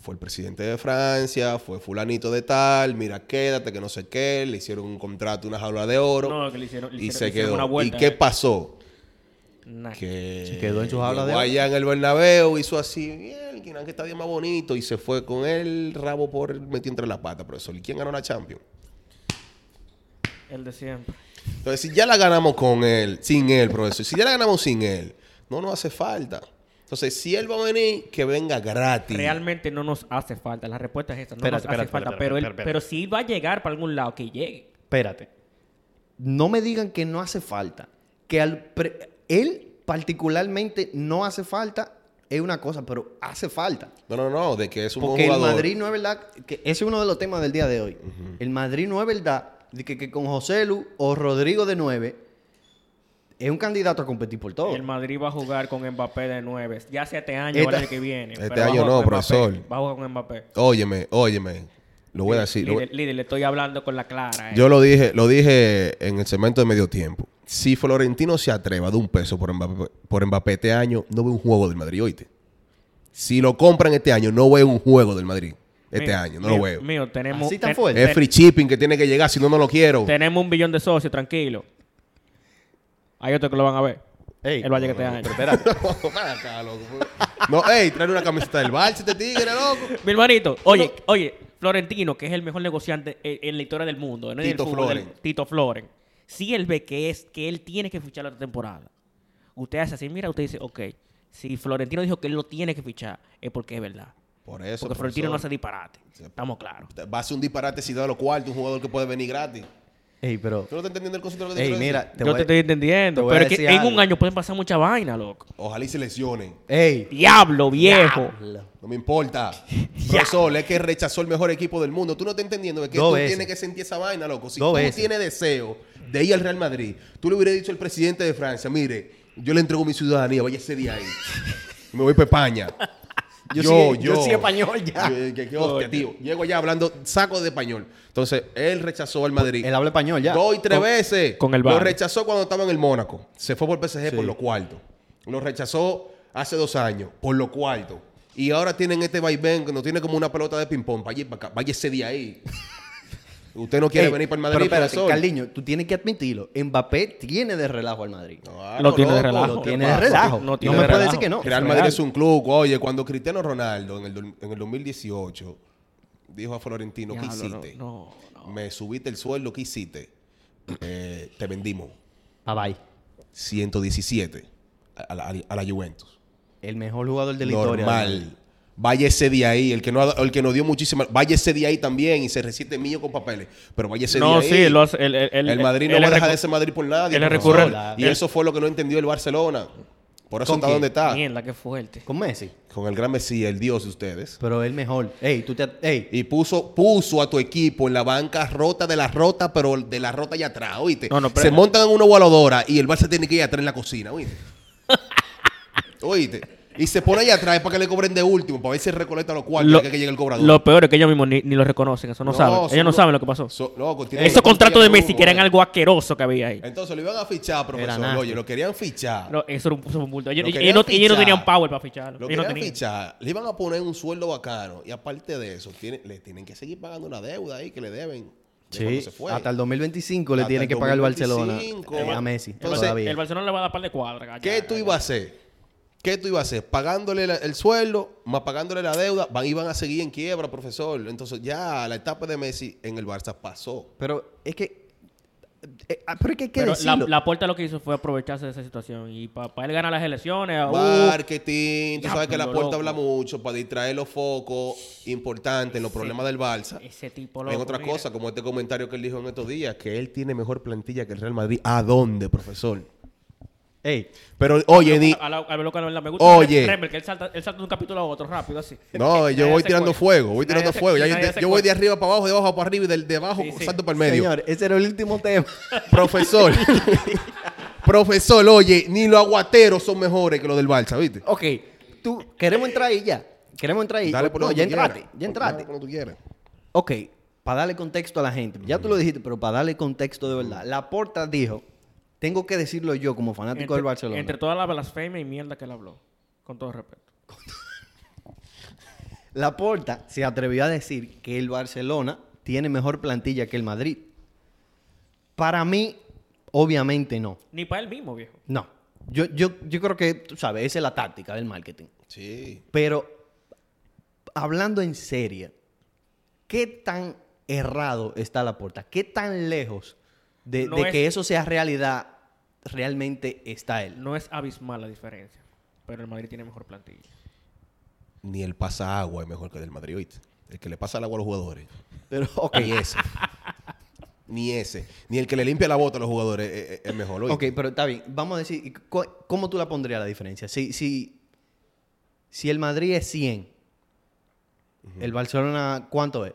[SPEAKER 3] Fue el presidente de Francia, fue fulanito de tal, mira, quédate, que no sé qué. Le hicieron un contrato, una jaula de oro.
[SPEAKER 2] No, que le hicieron, le
[SPEAKER 3] y
[SPEAKER 2] hicieron-
[SPEAKER 3] se
[SPEAKER 2] le hicieron
[SPEAKER 3] quedó.
[SPEAKER 2] una vuelta. eh.
[SPEAKER 3] ¿Y qué pasó?
[SPEAKER 2] Nah.
[SPEAKER 3] que
[SPEAKER 1] Se quedó en su jaula de
[SPEAKER 3] llegó
[SPEAKER 1] oro.
[SPEAKER 3] allá en el Bernabéu hizo así bien que está bien más bonito y se fue con el rabo por metido entre las patas profesor y quién ganó la Champions
[SPEAKER 2] El de siempre.
[SPEAKER 3] entonces si ya la ganamos con él sin él profesor si ya la ganamos sin él no nos hace falta entonces si él va a venir que venga gratis
[SPEAKER 2] Realmente no nos hace falta. La respuesta es esta. No
[SPEAKER 1] Espérate,
[SPEAKER 2] nos hace
[SPEAKER 1] espérate,
[SPEAKER 2] falta.
[SPEAKER 1] espérate,
[SPEAKER 2] pero, él,
[SPEAKER 1] espérate,
[SPEAKER 2] pero sí va a llegar para algún lado, que llegue.
[SPEAKER 1] Espérate. No me digan que no hace falta. Que al pre- él particularmente no hace falta es una cosa, pero hace falta.
[SPEAKER 3] no no no de que es un buen
[SPEAKER 1] Porque el
[SPEAKER 3] jugador.
[SPEAKER 1] Madrid no es verdad, que ese es uno de los temas del día de hoy. El Madrid no es verdad de que, que con José Lu o Rodrigo de 9 es un candidato a competir por
[SPEAKER 3] Oh.
[SPEAKER 1] todo.
[SPEAKER 2] El Madrid va a jugar con Mbappé de 9. Ya sea este año o
[SPEAKER 1] Esta-
[SPEAKER 2] el año que viene.
[SPEAKER 3] Este
[SPEAKER 2] pero va a
[SPEAKER 3] año
[SPEAKER 2] jugar
[SPEAKER 3] no,
[SPEAKER 2] con Mbappé.
[SPEAKER 3] profesor.
[SPEAKER 2] Va a jugar con Mbappé.
[SPEAKER 3] óyeme óyeme lo voy a decir lo voy-
[SPEAKER 2] líder, líder, le estoy hablando con la clara. eh.
[SPEAKER 3] Yo lo dije, lo dije en el segmento de medio tiempo. Si Florentino se atreva de un peso por Mbappé, por Mbappé este año, no ve un juego del Madrid, oíste. Si lo compran este año, no veo un juego del Madrid. Este
[SPEAKER 2] Mío,
[SPEAKER 3] año, no
[SPEAKER 2] mío,
[SPEAKER 3] lo veo.
[SPEAKER 2] Mío, tenemos,
[SPEAKER 1] Así tan
[SPEAKER 2] ten-
[SPEAKER 1] fuerte.
[SPEAKER 3] Es free shipping que tiene que llegar, si no, no lo quiero.
[SPEAKER 2] tenemos un billón de socios, tranquilo. Hay otros que lo van a ver.
[SPEAKER 1] Ey,
[SPEAKER 2] Él va a llegar este año.
[SPEAKER 3] Para acá, loco. pues. No, ey, trae una camiseta del Barça este tigre, loco.
[SPEAKER 2] Mi hermanito, oye, oye, Florentino, que es el mejor negociante en, en la historia del mundo, no en el
[SPEAKER 3] Tito
[SPEAKER 2] fútbol,
[SPEAKER 3] Floren.
[SPEAKER 2] del- Tito Floren, si él ve que es que él tiene que fichar la otra temporada, usted hace así, mira, usted dice, ok, si Florentino dijo que él lo tiene que fichar, es porque es verdad.
[SPEAKER 3] Por eso.
[SPEAKER 2] porque Florentino no hace
[SPEAKER 3] profesor,
[SPEAKER 2] disparate. Estamos claros.
[SPEAKER 3] Va a ser un disparate si da los cuartos un jugador que puede venir gratis.
[SPEAKER 1] Ey, pero.
[SPEAKER 3] ¿Tú no estás entendiendo el concepto de lo que te
[SPEAKER 1] Ey,
[SPEAKER 3] quiero
[SPEAKER 1] mira,
[SPEAKER 3] decir?
[SPEAKER 1] te
[SPEAKER 2] Yo
[SPEAKER 1] voy-
[SPEAKER 2] te estoy entendiendo.
[SPEAKER 1] te voy a
[SPEAKER 2] pero es que
[SPEAKER 1] decir
[SPEAKER 2] en un
[SPEAKER 1] algo.
[SPEAKER 2] año pueden pasar mucha vaina, loco.
[SPEAKER 3] Ojalá y se lesionen.
[SPEAKER 1] Ey.
[SPEAKER 2] Diablo, viejo.
[SPEAKER 3] No me importa. Profesor, es que rechazó el mejor equipo del mundo. Tú no estás entendiendo. Es que
[SPEAKER 1] Dos
[SPEAKER 3] tú
[SPEAKER 1] veces.
[SPEAKER 3] tienes que sentir esa vaina, loco. Si
[SPEAKER 1] Dos
[SPEAKER 3] tú
[SPEAKER 1] veces.
[SPEAKER 3] tienes deseo de ir al Real Madrid, tú le hubieras dicho al presidente de Francia, mire, yo le entrego mi ciudadanía, vaya ese día ahí. Me voy para España.
[SPEAKER 1] Yo sí- yo sí español ya.
[SPEAKER 3] Yo- que- que hostia, tío. Llego allá hablando, saco de español. Entonces, él rechazó al Madrid.
[SPEAKER 1] Él habla español ya.
[SPEAKER 3] Dos y tres
[SPEAKER 2] Con-
[SPEAKER 3] veces.
[SPEAKER 2] con el
[SPEAKER 3] Lo
[SPEAKER 2] VAR.
[SPEAKER 3] rechazó cuando estaba en el Mónaco. Se fue por PSG
[SPEAKER 1] Sí.
[SPEAKER 3] por los cuartos. Lo rechazó hace dos años por los cuartos. Y ahora tienen este vaivén que nos tiene como una pelota de ping-pong. Vaya, pa' acá, váyase de ahí. Usted no quiere
[SPEAKER 1] Ey,
[SPEAKER 3] venir para el
[SPEAKER 1] Pero
[SPEAKER 3] Madrid.
[SPEAKER 1] espérate,
[SPEAKER 3] profesor.
[SPEAKER 1] Carliño, tú tienes que admitirlo. Mbappé tiene de relajo al Madrid.
[SPEAKER 3] Claro,
[SPEAKER 2] Lo tiene de
[SPEAKER 3] loco,
[SPEAKER 2] relajo.
[SPEAKER 3] lo
[SPEAKER 1] Lo
[SPEAKER 2] ¿qué
[SPEAKER 1] tiene de
[SPEAKER 2] pasa?
[SPEAKER 1] relajo.
[SPEAKER 2] No
[SPEAKER 1] No,
[SPEAKER 2] tiene
[SPEAKER 1] me
[SPEAKER 2] de
[SPEAKER 1] puede
[SPEAKER 2] relajo.
[SPEAKER 1] decir que no.
[SPEAKER 3] Real Madrid es un club. Oye, cuando Cristiano Ronaldo en el, do- en el 2018 dijo a Florentino, ¿qué
[SPEAKER 2] Diablo,
[SPEAKER 3] hiciste?
[SPEAKER 2] No, no, no.
[SPEAKER 3] Me subiste el sueldo, ¿qué hiciste? Eh, te vendimos
[SPEAKER 1] Bye bye.
[SPEAKER 3] 117 a, a la, a la Juventus.
[SPEAKER 1] El mejor jugador de la historia.
[SPEAKER 3] Normal. Váyese de ahí. El que, no, ha- el que nos dio muchísima... Váyese de ahí también y se resiste mío con papeles. Pero váyese de
[SPEAKER 2] No,
[SPEAKER 3] ahí.
[SPEAKER 2] sí, lo hace- el, el, el-
[SPEAKER 3] El Madrid no
[SPEAKER 2] él
[SPEAKER 3] va a
[SPEAKER 2] es
[SPEAKER 3] dejar
[SPEAKER 2] recu-
[SPEAKER 3] de ser Madrid por nadie.
[SPEAKER 2] él es
[SPEAKER 3] profesor.
[SPEAKER 2] recurrente.
[SPEAKER 3] Y
[SPEAKER 2] Él-
[SPEAKER 3] eso fue lo que no entendió el Barcelona. Por eso
[SPEAKER 1] ¿Con
[SPEAKER 3] está
[SPEAKER 1] quién?
[SPEAKER 3] donde está.
[SPEAKER 2] Mierda, qué fuerte.
[SPEAKER 1] Con Messi.
[SPEAKER 3] Con el gran Mesías, el Dios de ustedes.
[SPEAKER 1] Pero el mejor. Ey, tú te. Ey.
[SPEAKER 3] Y puso, puso a tu equipo en la banca rota de la rota, pero de la rota allá atrás, oíste.
[SPEAKER 2] No, no, pero-
[SPEAKER 3] Se montan en una voladora y el Barça tiene que ir atrás en la cocina, oíste. oíste. Y se pone allá atrás para que le cobren de último, para ver si recolecta los cuartos
[SPEAKER 2] Lo-
[SPEAKER 3] que, que llegue el cobrador.
[SPEAKER 2] Lo peor es que ellos mismos ni, ni lo reconocen, eso no, saben.
[SPEAKER 3] son
[SPEAKER 2] Ellos no
[SPEAKER 3] lo-
[SPEAKER 2] saben lo que pasó.
[SPEAKER 3] son- loco, tienen
[SPEAKER 2] Esos
[SPEAKER 3] una
[SPEAKER 2] contratos
[SPEAKER 3] tortilla
[SPEAKER 2] de Messi que eran
[SPEAKER 3] humo,
[SPEAKER 2] algo asqueroso que había ahí.
[SPEAKER 3] Entonces lo iban a fichar, profesor.
[SPEAKER 1] nasty.
[SPEAKER 3] Oye, lo querían fichar.
[SPEAKER 2] No, eso era un, eso era un bulto. Ellos,
[SPEAKER 3] Lo
[SPEAKER 2] ellos
[SPEAKER 3] querían
[SPEAKER 2] no, ellos no
[SPEAKER 3] fichar.
[SPEAKER 2] tenían power para ficharlo.
[SPEAKER 3] Lo
[SPEAKER 2] Ellos no
[SPEAKER 3] querían
[SPEAKER 2] tenían.
[SPEAKER 3] fichar, le iban a poner un sueldo bacano. Y aparte de eso, tiene- le tienen que seguir pagando una deuda ahí que le deben. de cuando
[SPEAKER 1] Sí,
[SPEAKER 3] se fue.
[SPEAKER 1] hasta el 2025 le
[SPEAKER 3] Hasta
[SPEAKER 1] tiene
[SPEAKER 3] el
[SPEAKER 1] que pagar el
[SPEAKER 3] 2025.
[SPEAKER 1] Barcelona a Messi.
[SPEAKER 2] El, Bar-
[SPEAKER 3] Entonces,
[SPEAKER 1] todavía.
[SPEAKER 2] el Barcelona le va a dar par de cuadras.
[SPEAKER 3] ¿Qué tú ibas a hacer? ¿Qué tú ibas a hacer? Pagándole la- el sueldo, más pagándole la deuda, van, iban a seguir en quiebra, profesor. Entonces ya la etapa de Messi en el Barça pasó.
[SPEAKER 1] Pero es que. eh, ah, pero es que hay que
[SPEAKER 2] Pero la,
[SPEAKER 1] decirlo.
[SPEAKER 2] la puerta lo que hizo fue aprovecharse de esa situación. Y para él ganar las elecciones, ah, uh,
[SPEAKER 3] Marketing, tú sabes que la
[SPEAKER 2] diablo,
[SPEAKER 3] puerta
[SPEAKER 2] loco.
[SPEAKER 3] habla mucho para distraer los focos importantes en los problemas del Barça.
[SPEAKER 2] uh, ese tipo loco.
[SPEAKER 3] En otra
[SPEAKER 2] mira.
[SPEAKER 3] cosa, como este comentario que él dijo en estos días, que él tiene mejor plantilla que el Real Madrid. ¿A dónde, profesor?
[SPEAKER 1] Ey,
[SPEAKER 3] Pero, oye, ni,
[SPEAKER 2] A la- a la loca no le- me gusta
[SPEAKER 3] Oye.
[SPEAKER 2] Remember que él salta, él salta de un capítulo a otro rápido, así.
[SPEAKER 3] No, yo
[SPEAKER 2] Nadie
[SPEAKER 3] voy
[SPEAKER 2] se
[SPEAKER 3] tirando
[SPEAKER 2] cuela.
[SPEAKER 3] fuego, voy
[SPEAKER 2] Nadie
[SPEAKER 3] tirando
[SPEAKER 2] se-
[SPEAKER 3] fuego. Ya yo,
[SPEAKER 2] nadie
[SPEAKER 3] te-
[SPEAKER 2] se
[SPEAKER 3] yo voy de
[SPEAKER 2] cuela.
[SPEAKER 3] arriba para abajo, de abajo para arriba y del- de abajo
[SPEAKER 2] Sí, sí.
[SPEAKER 3] salto para el medio.
[SPEAKER 1] señor, ese era el último tema.
[SPEAKER 3] Profesor, profesor, oye, ni los aguateros son mejores que los del Barça, ¿viste?
[SPEAKER 1] ok, tú. Queremos entrar ahí ya. Queremos entrar ahí.
[SPEAKER 3] Dale
[SPEAKER 1] O-
[SPEAKER 3] por
[SPEAKER 1] no,
[SPEAKER 3] donde
[SPEAKER 1] ya
[SPEAKER 3] tú
[SPEAKER 1] entraste.
[SPEAKER 3] quieras.
[SPEAKER 1] Ya entraste.
[SPEAKER 3] Dale por donde tú quieras.
[SPEAKER 1] Ok, para darle contexto a la gente. Ya tú lo dijiste, pero para darle contexto de verdad. Laporta dijo, tengo que decirlo yo como fanático
[SPEAKER 2] Entre,
[SPEAKER 1] del Barcelona.
[SPEAKER 2] entre toda la blasfemia y mierda que él habló. Con todo respeto.
[SPEAKER 1] Laporta se atrevió a decir que el Barcelona tiene mejor plantilla que el Madrid. Para mí, obviamente no.
[SPEAKER 2] Ni para él mismo, viejo.
[SPEAKER 1] No. Yo, yo, yo creo que, tú sabes, esa es la táctica del marketing.
[SPEAKER 3] Sí.
[SPEAKER 1] Pero, hablando en serio, ¿qué tan errado está la puerta? ¿Qué tan lejos de,
[SPEAKER 2] No
[SPEAKER 1] de
[SPEAKER 2] es-
[SPEAKER 1] que eso sea realidad realmente está él?
[SPEAKER 2] No es abismal la diferencia. Pero el Madrid tiene mejor plantilla.
[SPEAKER 3] Ni el pasa agua es mejor que el del Madrid, ¿viste? El que le pasa el agua a los jugadores.
[SPEAKER 1] Pero, ok.
[SPEAKER 3] Ni ese. Ni ese. Ni el que le limpia la bota a los jugadores es, es- es mejor, ¿oíste?
[SPEAKER 1] Ok, pero está bien. Vamos a decir, ¿y cu- ¿cómo tú la pondrías la diferencia? Si, si, si el Madrid es 100, ¿el Barcelona cuánto es?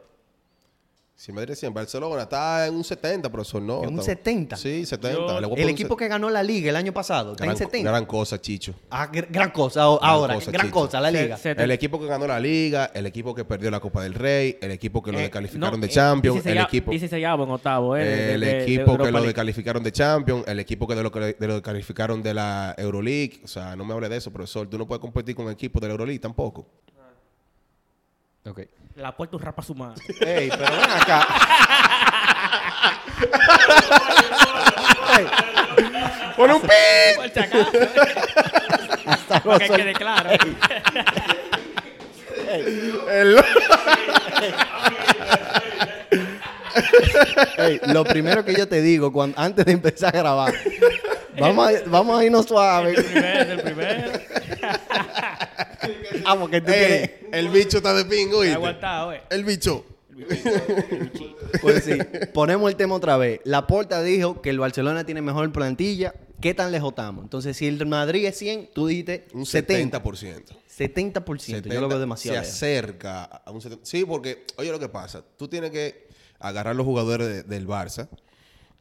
[SPEAKER 3] Si Madrid es 100, Barcelona está en un 70, profesor, ¿no?
[SPEAKER 1] ¿En un
[SPEAKER 3] está-
[SPEAKER 1] 70?
[SPEAKER 3] Sí, 70.
[SPEAKER 2] Yo-
[SPEAKER 3] Le voy a
[SPEAKER 1] El
[SPEAKER 3] poner un
[SPEAKER 1] equipo
[SPEAKER 3] set-
[SPEAKER 1] que ganó la liga el año pasado, ¿está en
[SPEAKER 3] gran,
[SPEAKER 1] 70?
[SPEAKER 3] gran cosa, Chicho.
[SPEAKER 1] Ah, gr- gran cosa, o- ahora, gran,
[SPEAKER 3] cosa, Chicho.
[SPEAKER 1] cosa, la
[SPEAKER 2] Se-
[SPEAKER 1] liga.
[SPEAKER 2] se-
[SPEAKER 3] El equipo que ganó la liga, el equipo que perdió la Copa del Rey, el equipo que lo
[SPEAKER 2] Eh,
[SPEAKER 3] descalificaron
[SPEAKER 2] no,
[SPEAKER 3] de
[SPEAKER 2] eh,
[SPEAKER 3] Champions, el
[SPEAKER 2] 16avo
[SPEAKER 3] equipo,
[SPEAKER 2] 16avo en octavo, eh, de-
[SPEAKER 3] el
[SPEAKER 2] de- de
[SPEAKER 3] equipo que
[SPEAKER 2] Europa
[SPEAKER 3] lo
[SPEAKER 2] League.
[SPEAKER 3] descalificaron de Champions, el equipo que de lo, que de lo descalificaron de la Euroleague. O sea, no me hable de eso, profesor. Tú no puedes competir con equipos de la Euroleague tampoco.
[SPEAKER 2] La puerta un rapa su madre.
[SPEAKER 1] Ey, pero ven acá. Ey,
[SPEAKER 3] ¡Con un pin!
[SPEAKER 2] Por si acaso,
[SPEAKER 1] hasta
[SPEAKER 2] para que
[SPEAKER 1] gozó el-
[SPEAKER 2] quede claro.
[SPEAKER 1] Ey, lo primero que yo te digo cuando, antes de empezar a grabar, vamos a, vamos a irnos
[SPEAKER 2] El
[SPEAKER 1] suave.
[SPEAKER 2] primero, el primero.
[SPEAKER 1] Ah, porque tú tienes-
[SPEAKER 3] Ey, el bicho está de pingo,
[SPEAKER 2] Está Aguantado, eh.
[SPEAKER 3] El bicho.
[SPEAKER 1] Pues sí, ponemos el tema otra vez. La Porta dijo que el Barcelona tiene mejor plantilla. ¿Qué tan lejos estamos? Entonces, si el Madrid es 100, tú dijiste
[SPEAKER 3] Un
[SPEAKER 1] 70.
[SPEAKER 3] 70%.
[SPEAKER 1] 70%. Yo lo
[SPEAKER 3] 70
[SPEAKER 1] veo demasiado.
[SPEAKER 3] Se
[SPEAKER 1] lejos.
[SPEAKER 3] acerca a un 70. Sí, porque, oye, lo que pasa, tú tienes que agarrar los jugadores de- del Barça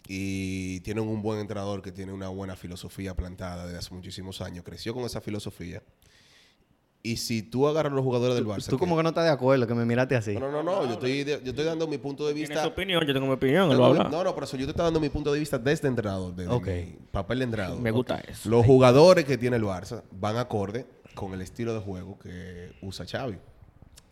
[SPEAKER 3] y tienen un buen entrenador que tiene una buena filosofía plantada desde hace muchísimos años, creció con esa filosofía. Y si tú agarras los jugadores del Barça.
[SPEAKER 1] Tú como que no estás de acuerdo, que me miraste así.
[SPEAKER 3] No, no, no, no, yo, estoy, de- yo estoy dando mi punto de
[SPEAKER 2] Tiene su
[SPEAKER 3] vista.
[SPEAKER 2] opinión, yo tengo mi opinión. él lo
[SPEAKER 3] No,
[SPEAKER 2] habla.
[SPEAKER 3] no, no, pero eso yo te estoy dando mi punto de vista desde entrenador, desde
[SPEAKER 1] Ok.
[SPEAKER 3] mi papel de entrenador.
[SPEAKER 2] Me gusta eso.
[SPEAKER 3] Los jugadores que tiene el Barça van acorde con el estilo de juego que usa Xavi.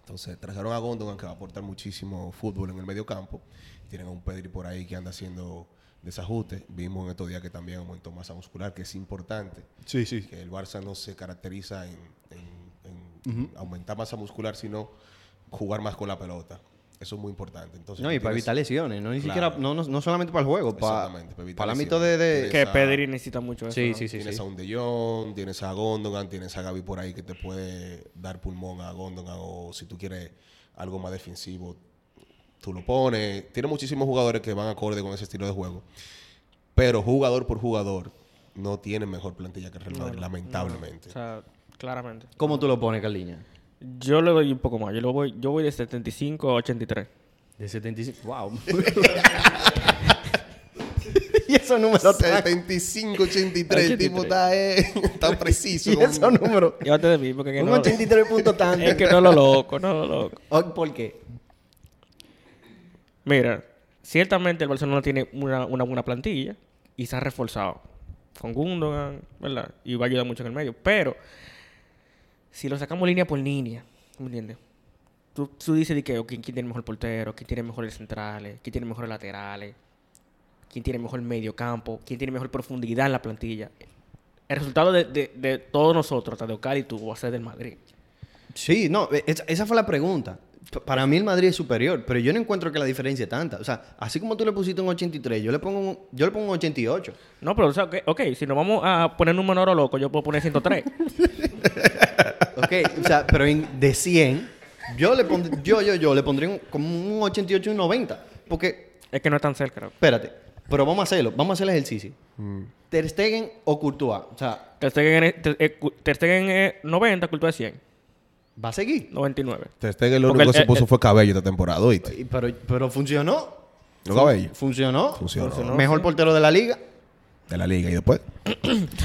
[SPEAKER 3] Entonces trajeron a Gondon, que va a aportar muchísimo fútbol en el medio campo. Tienen a un Pedri por ahí que anda haciendo desajustes. Vimos en estos días que también aumentó masa muscular, que es importante.
[SPEAKER 5] Sí, sí.
[SPEAKER 3] Que el Barça no se caracteriza en, en- en aumentar masa muscular, sino jugar más con la pelota. Eso es muy importante. Entonces,
[SPEAKER 1] No, y para
[SPEAKER 3] tienes-
[SPEAKER 1] evitar lesiones, no ni
[SPEAKER 3] Claro.
[SPEAKER 1] siquiera, no, no, no solamente para el juego, para,
[SPEAKER 3] Exactamente, para evitar
[SPEAKER 1] para el ámbito de,
[SPEAKER 3] lesiones.
[SPEAKER 1] de-
[SPEAKER 3] Que
[SPEAKER 2] Que
[SPEAKER 3] esa-
[SPEAKER 2] Pedri necesita mucho eso.
[SPEAKER 1] Sí,
[SPEAKER 2] ¿no?
[SPEAKER 1] sí, sí,
[SPEAKER 3] tienes
[SPEAKER 1] sí.
[SPEAKER 3] a un De Jong, tienes a Gondogan, tienes a Gaby por ahí que te puede dar pulmón a Gondogan o si tú quieres algo más defensivo, tú lo pones. Tiene muchísimos jugadores que van acorde con ese estilo de juego. Pero jugador por jugador no tiene mejor plantilla que el Real Madrid, lamentablemente.
[SPEAKER 2] O sea, claramente.
[SPEAKER 1] ¿Cómo tú lo pones, Carliña?
[SPEAKER 2] Yo le doy un poco más. Yo, lo voy, yo voy de 75 a 83.
[SPEAKER 1] De 75. Wow. y esos números tan,
[SPEAKER 3] 75, 83, el tipo está, eh, tan preciso.
[SPEAKER 1] y
[SPEAKER 3] como-
[SPEAKER 1] esos números.
[SPEAKER 2] Llévate de mí, porque que
[SPEAKER 1] Un
[SPEAKER 2] no,
[SPEAKER 1] 83 puntos tanto.
[SPEAKER 2] es que no lo loco, no lo loco.
[SPEAKER 1] Oh, ¿Por qué?
[SPEAKER 2] Mira, ciertamente el Barcelona tiene una, una buena plantilla y se ha reforzado con Gundogan, ¿verdad? Y va a ayudar mucho en el medio. Pero si lo sacamos línea por línea, ¿me entiendes? Tú, tú dices de que ok, quién tiene mejor portero, quién tiene mejores centrales, quién tiene mejores laterales, quién tiene mejor medio campo, quién tiene mejor profundidad en la plantilla. El resultado de, de- de todos nosotros, tanto Cali y tú, va a ser del Madrid.
[SPEAKER 1] Sí, no, e, esa, esa fue la pregunta. P- Para mí el Madrid es superior, pero yo no encuentro que la diferencia es tanta. O sea, así como tú le pusiste un 83, yo le pongo un, yo le pongo un 88.
[SPEAKER 2] No, pero o sea, ok, ok, si nos vamos a poner un menor loco, yo puedo poner 103.
[SPEAKER 1] Ok, o sea, pero en- de 100, yo le pondría, yo, yo, yo le pondría un- como un 88 y un 90. Porque,
[SPEAKER 2] es que no es tan cerca, creo.
[SPEAKER 1] espérate, pero vamos a hacerlo, vamos a hacer el ejercicio. Ter Stegen o Courtois, o sea,
[SPEAKER 2] Ter Stegen es, Ter- eh, Cu- Ter Stegen es 90, Courtois es 100.
[SPEAKER 1] ¿va a seguir?
[SPEAKER 2] 99.
[SPEAKER 3] Ter Stegen lo
[SPEAKER 2] Porque
[SPEAKER 3] único
[SPEAKER 2] el-
[SPEAKER 3] que se
[SPEAKER 2] el-
[SPEAKER 3] puso fue cabello esta temporada, ¿oíste?
[SPEAKER 1] Y- Pero, pero funcionó,
[SPEAKER 3] No cabello.
[SPEAKER 1] funcionó.
[SPEAKER 3] Funcionó.
[SPEAKER 2] Funcionó.
[SPEAKER 1] Mejor portero de la liga,
[SPEAKER 3] De la liga y después.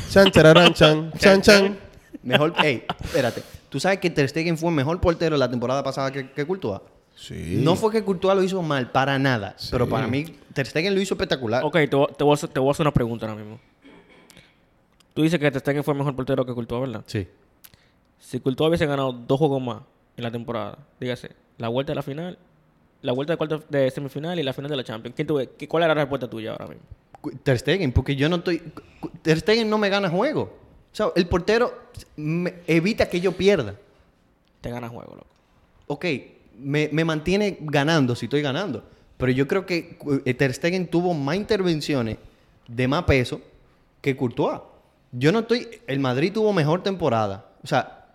[SPEAKER 3] chan, chararán, chan, chan, chan.
[SPEAKER 1] mejor, ey, espérate. ¿Tú sabes que Ter Stegen fue mejor portero la temporada pasada que, que Courtois?
[SPEAKER 3] Sí.
[SPEAKER 1] No fue que Courtois lo hizo mal, para nada. Pero para mí, Ter Stegen lo hizo
[SPEAKER 3] Ah.
[SPEAKER 1] espectacular.
[SPEAKER 2] Ok, te, voy- te voy a, hacer- te voy a hacer una pregunta ahora mismo. Tú dices que Ter Stegen fue mejor portero que Courtois, ¿verdad?
[SPEAKER 1] Sí.
[SPEAKER 2] Si Courtois hubiese ganado dos juegos más en la temporada, dígase, la vuelta de la final, la vuelta de, cuarto de semifinal y la final de la Champions, ¿quién tuve, qué- ¿cuál era la respuesta tuya ahora mismo?
[SPEAKER 1] Cu- Ter Stegen, porque yo no estoy... cu- Ter Stegen no me gana juego. O sea, el portero me- evita que yo pierda.
[SPEAKER 2] Te ganas juego, loco.
[SPEAKER 1] Ok, me, me mantiene ganando si estoy ganando. Pero yo creo que cu- eh, Ter Stegen tuvo más intervenciones de más peso que Courtois. Yo no estoy... El Madrid tuvo mejor temporada. O sea,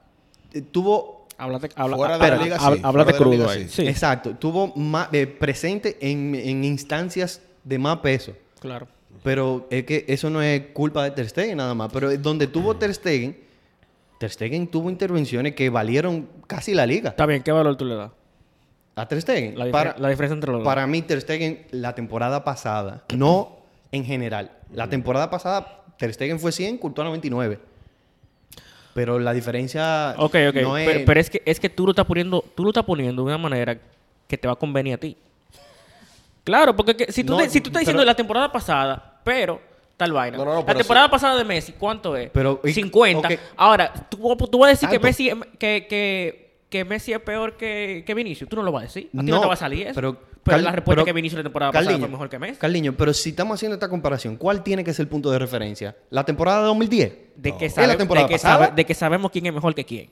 [SPEAKER 1] eh, tuvo...
[SPEAKER 2] Háblate, habla,
[SPEAKER 3] Fuera de
[SPEAKER 2] espera,
[SPEAKER 3] la liga, sí.
[SPEAKER 2] hab-
[SPEAKER 3] Fuera
[SPEAKER 2] háblate
[SPEAKER 3] de la
[SPEAKER 2] crudo
[SPEAKER 3] liga,
[SPEAKER 2] ahí.
[SPEAKER 3] sí.
[SPEAKER 2] Sí,
[SPEAKER 1] Exacto. Tuvo más, eh, presente en, en instancias de más peso.
[SPEAKER 2] claro.
[SPEAKER 1] Pero es que eso no es culpa de Ter Stegen nada más. Pero es donde tuvo Ter Stegen, Ter Stegen tuvo intervenciones que valieron casi la liga.
[SPEAKER 2] Está bien, ¿qué valor tú le das?
[SPEAKER 1] A Ter Stegen.
[SPEAKER 2] La, difer-
[SPEAKER 1] para,
[SPEAKER 2] la diferencia entre los dos.
[SPEAKER 1] para mí Ter Stegen la temporada pasada, no en general. La temporada pasada Ter Stegen fue 100, Courtois 99. Pero la diferencia
[SPEAKER 2] Ok, ok.
[SPEAKER 1] no es...
[SPEAKER 2] pero, pero es que es que tú lo estás poniendo, tú lo estás poniendo de una manera que te va a convenir a ti. Claro, porque que- si tú,
[SPEAKER 1] No,
[SPEAKER 2] te- si tú
[SPEAKER 1] pero-
[SPEAKER 2] estás diciendo la temporada pasada, pero tal vaina.
[SPEAKER 3] No, no, no,
[SPEAKER 2] la
[SPEAKER 3] pero
[SPEAKER 2] temporada pasada de Messi, ¿cuánto es?
[SPEAKER 1] Pero, y-
[SPEAKER 2] 50.
[SPEAKER 1] ok.
[SPEAKER 2] Ahora, tú, tú vas a decir que
[SPEAKER 1] Tanto.
[SPEAKER 2] Messi, es- que, que, que Messi es peor que, que Vinicius. Tú no lo vas a decir. A ti no,
[SPEAKER 1] No,
[SPEAKER 2] te va a salir eso. Pero,
[SPEAKER 1] pero- Carl-
[SPEAKER 2] la respuesta
[SPEAKER 1] pero-
[SPEAKER 2] que Vinicius la temporada pasada
[SPEAKER 1] Carliño,
[SPEAKER 2] fue mejor que Messi.
[SPEAKER 1] Carliño, pero si estamos haciendo esta comparación, ¿cuál tiene que ser el punto de referencia? ¿La temporada de 2010?
[SPEAKER 2] De que,
[SPEAKER 1] Es
[SPEAKER 2] sabe-
[SPEAKER 1] la temporada
[SPEAKER 2] de, que
[SPEAKER 1] pasada.
[SPEAKER 2] sabe- de que sabemos quién es mejor que quién.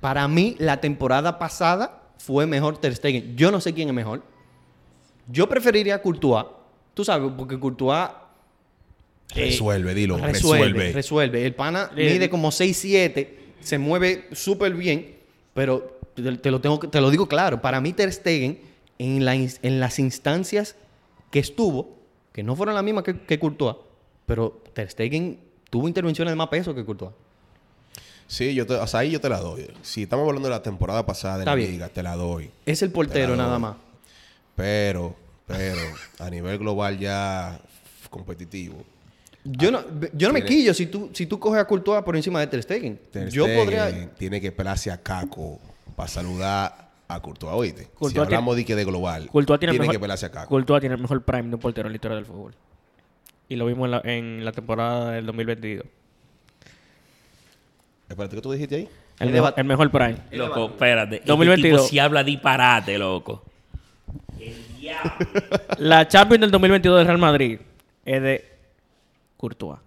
[SPEAKER 1] Para mí, la temporada pasada fue mejor Ter Stegen. Yo no sé quién es mejor. Yo preferiría a Courtois. Tú sabes, porque Courtois eh,
[SPEAKER 3] Resuelve, dilo.
[SPEAKER 1] resuelve,
[SPEAKER 3] Resuelve.
[SPEAKER 1] resuelve. El pana
[SPEAKER 2] Eh,
[SPEAKER 1] mide como 6-7, se mueve súper bien, pero te, te lo tengo, que- te lo digo claro. Para mí, Ter Stegen, en, la ins- en las instancias que estuvo, que no fueron las mismas que, que Courtois, pero Ter Stegen tuvo intervenciones de más peso que Courtois.
[SPEAKER 3] Sí, yo te, o sea, ahí yo te la doy. Si estamos hablando de la temporada pasada de
[SPEAKER 1] Está
[SPEAKER 3] la
[SPEAKER 1] bien.
[SPEAKER 3] liga, te la doy.
[SPEAKER 1] Es el portero
[SPEAKER 3] doy.
[SPEAKER 1] nada más.
[SPEAKER 3] Pero, pero, a nivel global ya f- competitivo.
[SPEAKER 1] Yo no, yo no me
[SPEAKER 3] tiene-
[SPEAKER 1] quillo si tú, si tú coges a Courtois por encima de Ter Stegen.
[SPEAKER 3] Ter
[SPEAKER 1] yo
[SPEAKER 3] Stegen
[SPEAKER 1] podría...
[SPEAKER 3] Tiene que esperarse a Caco para saludar a Courtois, ¿oíste? si
[SPEAKER 2] Courtois
[SPEAKER 3] hablamos de, que de global,
[SPEAKER 2] Courtois tiene, el
[SPEAKER 3] tiene
[SPEAKER 2] mejor,
[SPEAKER 3] que pelarse a Caco.
[SPEAKER 2] Courtois tiene el mejor prime de un portero en la historia del fútbol. Y lo vimos en la, en la temporada del 2022.
[SPEAKER 3] Espérate, ¿qué tú dijiste ahí?
[SPEAKER 2] El,
[SPEAKER 1] El
[SPEAKER 2] mejor-
[SPEAKER 1] debate.
[SPEAKER 2] el mejor prime.
[SPEAKER 4] Loco, espérate. Este
[SPEAKER 2] 2022.
[SPEAKER 4] tipo sí habla disparate, loco.
[SPEAKER 2] La Champions del 2022 del Real Madrid es de Courtois.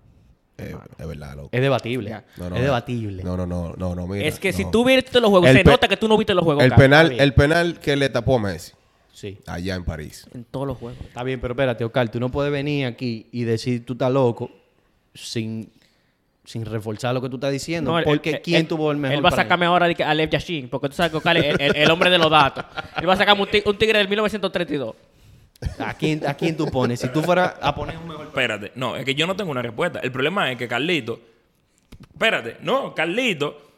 [SPEAKER 3] Eh, es verdad, loco.
[SPEAKER 1] Es debatible.
[SPEAKER 2] Ya.
[SPEAKER 3] No, no,
[SPEAKER 1] es debatible.
[SPEAKER 3] No, no, no, no, no, mira,
[SPEAKER 2] es que si
[SPEAKER 3] no.
[SPEAKER 2] tú viste los juegos,
[SPEAKER 3] El
[SPEAKER 2] se
[SPEAKER 3] pe-
[SPEAKER 2] nota que tú no viste los juegos.
[SPEAKER 3] El
[SPEAKER 2] Carlos.
[SPEAKER 3] penal,
[SPEAKER 1] bien.
[SPEAKER 3] el penal que le tapó a Messi
[SPEAKER 1] Sí.
[SPEAKER 3] allá en París.
[SPEAKER 2] En todos los juegos.
[SPEAKER 1] Está bien, pero espérate, Oscar, tú no puedes venir aquí y decir tú estás loco sin, sin reforzar lo que tú estás diciendo.
[SPEAKER 2] No, él-
[SPEAKER 1] porque
[SPEAKER 2] él-
[SPEAKER 1] ¿quién
[SPEAKER 2] él-
[SPEAKER 1] tuvo el mejor
[SPEAKER 2] Él va a
[SPEAKER 1] premio?
[SPEAKER 2] sacarme ahora de que- a Lev Yashin, porque tú sabes que Oscar es el, el- el hombre de los datos. Él va a sacarme un, ti- un tigre del 1932.
[SPEAKER 1] ¿A quién, ¿A quién tú pones? Si tú fueras a poner un mejor...
[SPEAKER 4] Espérate. No, es que yo no tengo una respuesta. El problema es que Carlito. Espérate. No, Carlito.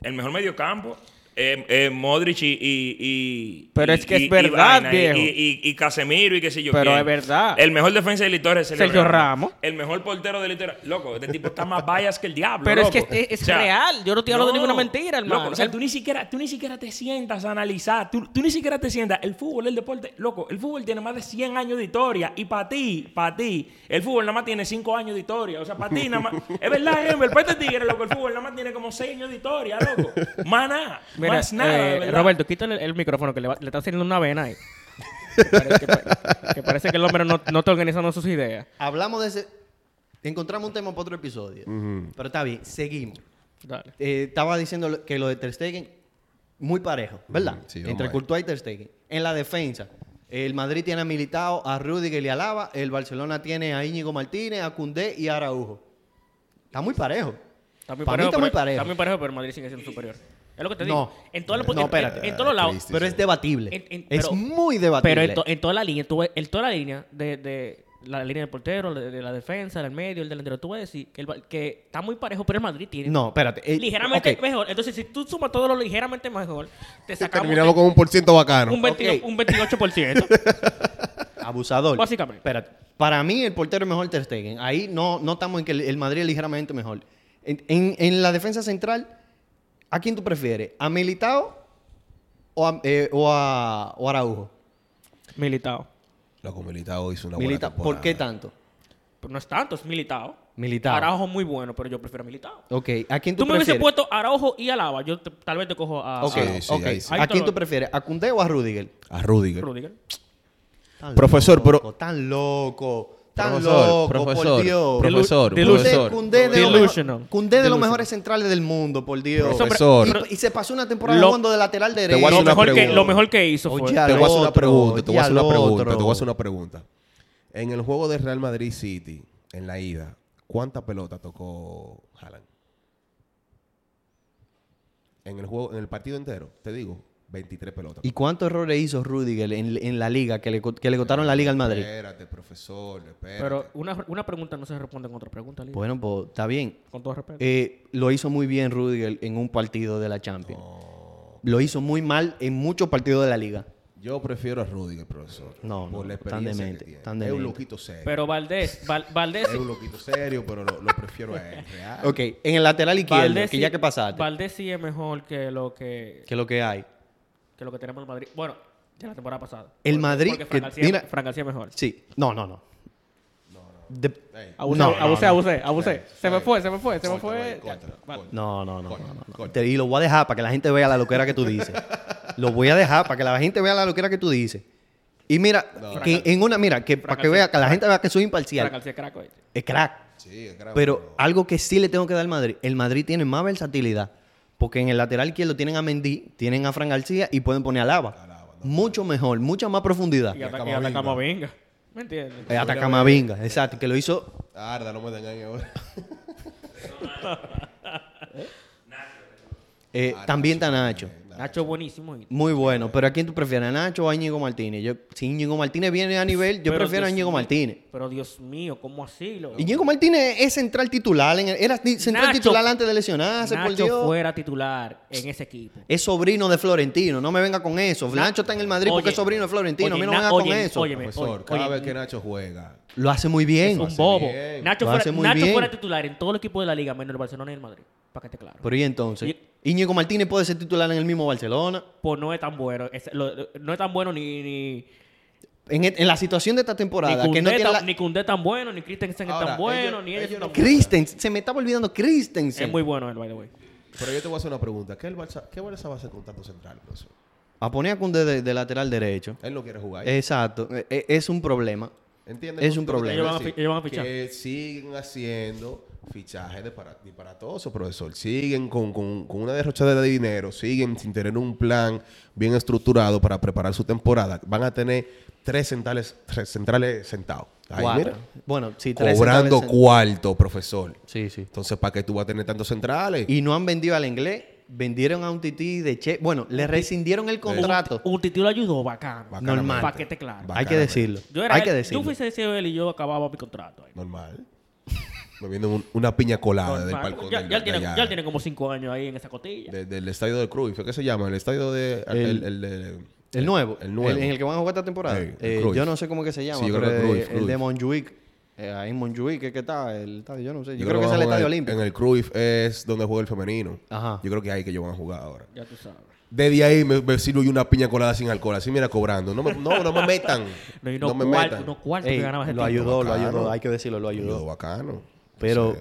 [SPEAKER 4] El mejor mediocampo. Eh, eh, Modric y, y- y-
[SPEAKER 2] Pero
[SPEAKER 4] y-
[SPEAKER 2] es que es
[SPEAKER 4] y- y
[SPEAKER 2] verdad,
[SPEAKER 4] Vaina, y,
[SPEAKER 2] viejo.
[SPEAKER 4] Y, y- y Casemiro y qué sé yo.
[SPEAKER 2] Pero
[SPEAKER 4] quién.
[SPEAKER 2] es verdad.
[SPEAKER 4] El mejor defensa de la historia es Sergio,
[SPEAKER 2] Sergio
[SPEAKER 4] Ramos.
[SPEAKER 2] Ramos.
[SPEAKER 4] El mejor portero de la historia. Loco, este tipo está más vallas que el diablo.
[SPEAKER 2] Pero es
[SPEAKER 4] loco.
[SPEAKER 2] que es- es real. Yo no estoy hablando de ninguna mentira, hermano.
[SPEAKER 4] Loco, o sea, tú ni siquiera, tú ni siquiera te sientas a analizar. Tú, tú ni siquiera te sientas. El fútbol, el deporte, loco, el fútbol tiene más de 100 años de historia. Y para ti, para ti, el fútbol nada más tiene 5 años de historia. O sea, para ti nada más. Es verdad, Ember, para este tigre, loco, el fútbol nada más tiene como 6 años de historia, loco. Más nada.
[SPEAKER 2] Mira,
[SPEAKER 4] más nada.
[SPEAKER 2] eh,
[SPEAKER 4] de verdad.
[SPEAKER 2] Roberto, quítale el, el micrófono que le, va- le está saliendo una vena ahí. Que pare- que, pa- que parece que el hombre no, no está organizando sus ideas.
[SPEAKER 1] Hablamos de ese... Encontramos un tema para otro episodio. Pero está bien, seguimos.
[SPEAKER 2] Dale.
[SPEAKER 1] Eh, estaba diciendo lo- que lo de Ter Stegen, muy parejo, ¿verdad?
[SPEAKER 3] Sí, vamos
[SPEAKER 1] Entre
[SPEAKER 3] ahí.
[SPEAKER 1] Courtois y Ter Stegen. En la defensa, el Madrid tiene a Militao, a Rudiger y a Lava. El Barcelona tiene a Íñigo Martínez, a Cundé y a Araujo. Está muy parejo.
[SPEAKER 2] Está muy
[SPEAKER 1] Para mí
[SPEAKER 2] parejo,
[SPEAKER 1] está
[SPEAKER 2] pero-
[SPEAKER 1] muy parejo.
[SPEAKER 2] Está muy parejo, pero el Madrid sigue siendo superior. Es lo que te
[SPEAKER 1] No.
[SPEAKER 2] digo. En todas las-
[SPEAKER 1] No,
[SPEAKER 2] en-
[SPEAKER 1] espérate.
[SPEAKER 2] en- en todos los lados.
[SPEAKER 3] Cristi.
[SPEAKER 1] Pero es debatible.
[SPEAKER 2] En- en-
[SPEAKER 1] es
[SPEAKER 2] pero-
[SPEAKER 1] muy debatible.
[SPEAKER 2] Pero en, to- en toda la línea, tú ves- en toda la línea de, de la línea del portero, de, de la defensa, del medio, el delantero, tú vas a decir que, el Bar- que está muy parejo, pero el Madrid tiene
[SPEAKER 1] No, espérate. eh,
[SPEAKER 2] ligeramente
[SPEAKER 1] ok.
[SPEAKER 2] mejor. Entonces, si tú sumas todo lo ligeramente mejor, te sacamos
[SPEAKER 3] Terminamos con un por ciento bacano.
[SPEAKER 2] un, 20
[SPEAKER 1] ok.
[SPEAKER 2] un 28%.
[SPEAKER 1] Abusador.
[SPEAKER 2] Básicamente.
[SPEAKER 1] Espérate. Para mí, el portero es mejor Ter Stegen. Ahí no, no estamos en que el, el Madrid es ligeramente mejor. En, en- en la defensa central, ¿a quién tú prefieres? ¿A Militao o a, eh, o a- o a Araujo?
[SPEAKER 2] militado.
[SPEAKER 3] Loco, Militao hizo una
[SPEAKER 1] Militao.
[SPEAKER 3] buena
[SPEAKER 1] ¿Por qué
[SPEAKER 3] temporada.
[SPEAKER 1] tanto?
[SPEAKER 2] Pero Pues no es tanto, es militado.
[SPEAKER 1] Militao.
[SPEAKER 2] Araujo es muy bueno, pero yo prefiero militado.
[SPEAKER 1] Ok. ¿A quién tú,
[SPEAKER 2] Tú me hubieses
[SPEAKER 1] prefieres?
[SPEAKER 2] puesto Araujo y Alaba. Yo te- tal vez te cojo a,
[SPEAKER 1] Ok,
[SPEAKER 3] Sí, sí,
[SPEAKER 1] ok.
[SPEAKER 3] ahí sí.
[SPEAKER 1] ¿A quién tú prefieres? ¿A Cundé o a Rudiger?
[SPEAKER 3] A Rudiger.
[SPEAKER 2] a Rudiger.
[SPEAKER 1] Tan
[SPEAKER 3] Profesor,
[SPEAKER 1] loco,
[SPEAKER 3] pero-
[SPEAKER 1] Tan loco. Tan
[SPEAKER 3] Profesor,
[SPEAKER 1] loco,
[SPEAKER 3] profesor,
[SPEAKER 1] por Dios.
[SPEAKER 3] profesor,
[SPEAKER 1] Cundé-
[SPEAKER 3] profesor.
[SPEAKER 1] Cundé de, los
[SPEAKER 2] Delusional.
[SPEAKER 1] mejor- Cundé de los
[SPEAKER 2] Delusional.
[SPEAKER 1] mejores centrales del mundo, por Dios.
[SPEAKER 2] Eso, pero-
[SPEAKER 3] Profesor.
[SPEAKER 2] pero-
[SPEAKER 1] Y, y se pasó una temporada
[SPEAKER 2] Lo-
[SPEAKER 1] jugando de lateral derecho.
[SPEAKER 3] voy a
[SPEAKER 2] lo,
[SPEAKER 3] hacer una
[SPEAKER 2] mejor que,
[SPEAKER 3] pregunta.
[SPEAKER 2] lo mejor que hizo fue...
[SPEAKER 1] Oye,
[SPEAKER 3] Te voy a hacer una
[SPEAKER 1] otro,
[SPEAKER 3] pregunta, te voy a hacer
[SPEAKER 1] y
[SPEAKER 3] una
[SPEAKER 1] al
[SPEAKER 3] pregunta, te
[SPEAKER 1] otro.
[SPEAKER 3] voy a hacer una pregunta. En el juego de Real Madrid City, en la ida, ¿cuántas pelotas tocó Haaland? En el juego, en el partido entero, te digo, 23 pelotas.
[SPEAKER 1] ¿Y cuántos errores hizo Rudiger en, en la liga que le, co- que le cotaron la liga al Madrid?
[SPEAKER 3] Espérate, profesor, espérate.
[SPEAKER 2] Pero una, una pregunta no se responde con otra pregunta, Lidia.
[SPEAKER 1] Bueno, pues está bien.
[SPEAKER 2] con todo respeto.
[SPEAKER 1] Eh, lo hizo muy bien Rudiger en un partido de la Champions.
[SPEAKER 3] Oh.
[SPEAKER 1] Lo hizo muy mal en muchos partidos de la liga.
[SPEAKER 3] Yo prefiero a Rudiger, profesor.
[SPEAKER 1] No,
[SPEAKER 3] por
[SPEAKER 1] no,
[SPEAKER 3] la
[SPEAKER 1] tan
[SPEAKER 3] experiencia que
[SPEAKER 1] demente,
[SPEAKER 3] tiene.
[SPEAKER 1] tan
[SPEAKER 3] Es un
[SPEAKER 1] demente.
[SPEAKER 3] loquito serio.
[SPEAKER 2] Pero Valdés, Val- Valdés,
[SPEAKER 3] es un loquito serio, pero lo, lo prefiero a él. real.
[SPEAKER 1] Ok, en el lateral izquierdo,
[SPEAKER 2] Valdés
[SPEAKER 1] que
[SPEAKER 2] sí-
[SPEAKER 1] ya que pasaste,
[SPEAKER 2] Valdés sí es mejor que lo que,
[SPEAKER 1] que lo que hay.
[SPEAKER 2] que lo que tenemos en Madrid. Bueno, de la temporada pasada.
[SPEAKER 1] El Madrid,
[SPEAKER 2] Porque
[SPEAKER 1] que-
[SPEAKER 2] Fran García,
[SPEAKER 1] mira-
[SPEAKER 2] Fran García es mejor.
[SPEAKER 1] Sí, no, no, no. De-
[SPEAKER 3] Ey,
[SPEAKER 2] Abusé,
[SPEAKER 1] No, no,
[SPEAKER 2] abusé,
[SPEAKER 1] no.
[SPEAKER 2] abusé, abusé. Ah, pues Se me
[SPEAKER 3] Ey,
[SPEAKER 2] fue, se me fue, se me
[SPEAKER 3] corta,
[SPEAKER 2] fue.
[SPEAKER 3] güey, corta, corta.
[SPEAKER 1] No, no, no,
[SPEAKER 3] Corta,
[SPEAKER 1] no, no.
[SPEAKER 3] corta.
[SPEAKER 1] Te- y lo voy a dejar para que la gente vea la loquera que tú dices. lo voy a dejar para que la gente vea la loquera que tú dices. Y mira, que en una, mira, que para que
[SPEAKER 2] Fracaso.
[SPEAKER 1] vea, que la gente vea que soy
[SPEAKER 2] Fran
[SPEAKER 1] imparcial.
[SPEAKER 2] García es crack, güey.
[SPEAKER 1] Es crack.
[SPEAKER 3] Sí, es grave,
[SPEAKER 1] Pero algo que sí le tengo que dar al Madrid, el Madrid tiene más versatilidad. Porque en el lateral izquierdo tienen a Mendy, tienen a Fran García y pueden poner a Lava. Mucho mejor, mucha más profundidad.
[SPEAKER 2] Y ataca- y
[SPEAKER 3] Camavinga.
[SPEAKER 2] ataca Camavinga. ¿Me entiendes?
[SPEAKER 1] Eh, Hasta Camavinga, exacto, que lo hizo
[SPEAKER 3] Arda, no me tengan ahora.
[SPEAKER 1] eh, también tan Nacho.
[SPEAKER 2] Nacho es buenísimo. y-
[SPEAKER 1] Muy bueno, pero ¿a quién tú prefieres, a Nacho o a Íñigo Martínez? Yo, si Íñigo Martínez viene a nivel, yo
[SPEAKER 2] Pero
[SPEAKER 1] prefiero a
[SPEAKER 2] Dios
[SPEAKER 1] Íñigo
[SPEAKER 2] mío,
[SPEAKER 1] Martínez.
[SPEAKER 2] Pero Dios mío, ¿cómo así? Lo...
[SPEAKER 1] Íñigo Martínez es central titular, en el- era ti- central
[SPEAKER 2] Nacho-
[SPEAKER 1] titular antes de lesionarse, por
[SPEAKER 2] Nacho
[SPEAKER 1] Dios.
[SPEAKER 2] fuera titular en ese equipo.
[SPEAKER 1] Es sobrino de Florentino, no me venga con eso. Nacho está en el Madrid porque
[SPEAKER 2] Oye,
[SPEAKER 1] es sobrino de Florentino, a mí
[SPEAKER 2] oye,
[SPEAKER 1] no me
[SPEAKER 2] na-
[SPEAKER 1] venga con
[SPEAKER 2] oye,
[SPEAKER 1] eso.
[SPEAKER 2] oye,
[SPEAKER 3] Profesor,
[SPEAKER 2] oye,
[SPEAKER 3] cada
[SPEAKER 2] oye,
[SPEAKER 3] vez que Nacho juega,
[SPEAKER 1] Lo hace muy bien.
[SPEAKER 2] un
[SPEAKER 3] hace
[SPEAKER 2] bobo.
[SPEAKER 3] bien.
[SPEAKER 2] Nacho,
[SPEAKER 1] Lo
[SPEAKER 2] fuera,
[SPEAKER 1] hace muy
[SPEAKER 2] Nacho
[SPEAKER 1] bien.
[SPEAKER 2] fuera titular en todo el equipo de la liga, menos el Barcelona y el Madrid. Para que esté claro.
[SPEAKER 1] Pero y entonces, Íñigo Martínez puede ser titular en el mismo Barcelona.
[SPEAKER 2] Pues no es tan bueno. es- lo- lo- no es tan bueno ni. ni
[SPEAKER 1] en, e- en la situación de esta temporada,
[SPEAKER 2] ni
[SPEAKER 1] que no
[SPEAKER 2] Koundé
[SPEAKER 1] tiene
[SPEAKER 2] tan-
[SPEAKER 1] la-
[SPEAKER 2] ni Koundé tan bueno, ni Christensen
[SPEAKER 3] Ahora,
[SPEAKER 2] tan bueno,
[SPEAKER 3] ellos-
[SPEAKER 2] ni ellos
[SPEAKER 3] ellos
[SPEAKER 2] tan
[SPEAKER 3] no-
[SPEAKER 2] buenos.
[SPEAKER 1] Christensen, se me está volviendo Christensen.
[SPEAKER 2] Es muy bueno él, by the way.
[SPEAKER 3] Pero yo te voy a hacer una pregunta. ¿Qué el Barça, qué Barça va a hacer con tanto central, profesor?
[SPEAKER 1] A poner a Koundé de, de lateral derecho.
[SPEAKER 3] Él no quiere jugar.
[SPEAKER 1] Exacto, e- e- es un problema.
[SPEAKER 3] ¿Entiendes?
[SPEAKER 1] es un
[SPEAKER 3] Lo que te
[SPEAKER 1] problema.
[SPEAKER 3] quiero
[SPEAKER 2] Ellos van a
[SPEAKER 3] decir?
[SPEAKER 2] fi- ellos van a fichar.
[SPEAKER 3] Que siguen haciendo fichajes dispara- disparatosos, profesor. Siguen con, con- con una derrochada de dinero. Siguen sin tener un plan bien estructurado para preparar su temporada. Van a tener tres centrales, tres centrales sentados. Ahí,
[SPEAKER 1] Cuatro.
[SPEAKER 3] mira.
[SPEAKER 1] Bueno, sí, tres
[SPEAKER 3] Cobrando
[SPEAKER 1] centrales-
[SPEAKER 3] cuarto, profesor.
[SPEAKER 1] Sí, sí.
[SPEAKER 3] Entonces, ¿para qué tú vas a tener tantos centrales?
[SPEAKER 1] Y no han vendido al inglés, vendieron a un tití de Che. Bueno, le rescindieron el contrato.
[SPEAKER 2] Un título ayudó bacán.
[SPEAKER 3] Bacano,
[SPEAKER 1] normal.
[SPEAKER 2] Para que esté claro.
[SPEAKER 3] Bacano.
[SPEAKER 1] Hay que decirlo.
[SPEAKER 2] Yo era
[SPEAKER 1] Hay
[SPEAKER 2] él-
[SPEAKER 1] que
[SPEAKER 2] Yo
[SPEAKER 1] decirlo.
[SPEAKER 2] fui CSO él y yo acababa mi contrato. ahí.
[SPEAKER 3] Normal. Bebiendo un- una piña colada del
[SPEAKER 2] Normal.
[SPEAKER 3] palco.
[SPEAKER 2] ya,
[SPEAKER 3] del-
[SPEAKER 2] ya él
[SPEAKER 3] de
[SPEAKER 2] tiene,
[SPEAKER 3] allá.
[SPEAKER 2] ya él tiene como cinco años ahí en esa cotilla.
[SPEAKER 3] De- del estadio de Cruyff, ¿qué se llama? El estadio de... El,
[SPEAKER 1] El-
[SPEAKER 3] el- el-
[SPEAKER 1] El nuevo.
[SPEAKER 3] El nuevo.
[SPEAKER 1] en el que van a jugar esta temporada.
[SPEAKER 3] Sí, el
[SPEAKER 1] Eh,
[SPEAKER 3] Cruyff.
[SPEAKER 1] yo no sé cómo que se llama,
[SPEAKER 3] Sí, yo
[SPEAKER 1] pero
[SPEAKER 3] creo que
[SPEAKER 1] eh,
[SPEAKER 3] Cruyff,
[SPEAKER 1] el de
[SPEAKER 3] Cruyff.
[SPEAKER 1] Montjuic. eh, ahí en Montjuic es que está el estadio. Yo no sé. Yo, creo, que
[SPEAKER 3] van
[SPEAKER 1] es el
[SPEAKER 3] a jugar
[SPEAKER 1] estadio
[SPEAKER 3] en-
[SPEAKER 1] olímpico.
[SPEAKER 3] En el Cruyff es donde juega el femenino.
[SPEAKER 1] Ajá.
[SPEAKER 3] Yo creo que ahí que ellos van a jugar ahora.
[SPEAKER 2] Ya tú sabes.
[SPEAKER 3] Desde ahí me, me sirvo yo una piña colada sin alcohol. Así mira, cobrando. No me, no, no me metan.
[SPEAKER 2] No, y
[SPEAKER 3] no
[SPEAKER 2] no,
[SPEAKER 3] me
[SPEAKER 2] cuarto,
[SPEAKER 3] metan.
[SPEAKER 2] no cuarto
[SPEAKER 1] Ey,
[SPEAKER 2] que ganaba ese
[SPEAKER 1] lo
[SPEAKER 2] tipo.
[SPEAKER 1] ayudó, lo
[SPEAKER 3] bacano.
[SPEAKER 1] ayudó. Hay que decirlo, lo
[SPEAKER 3] Menudo
[SPEAKER 1] ayudó.
[SPEAKER 3] bacano.
[SPEAKER 1] Pero
[SPEAKER 3] Sí.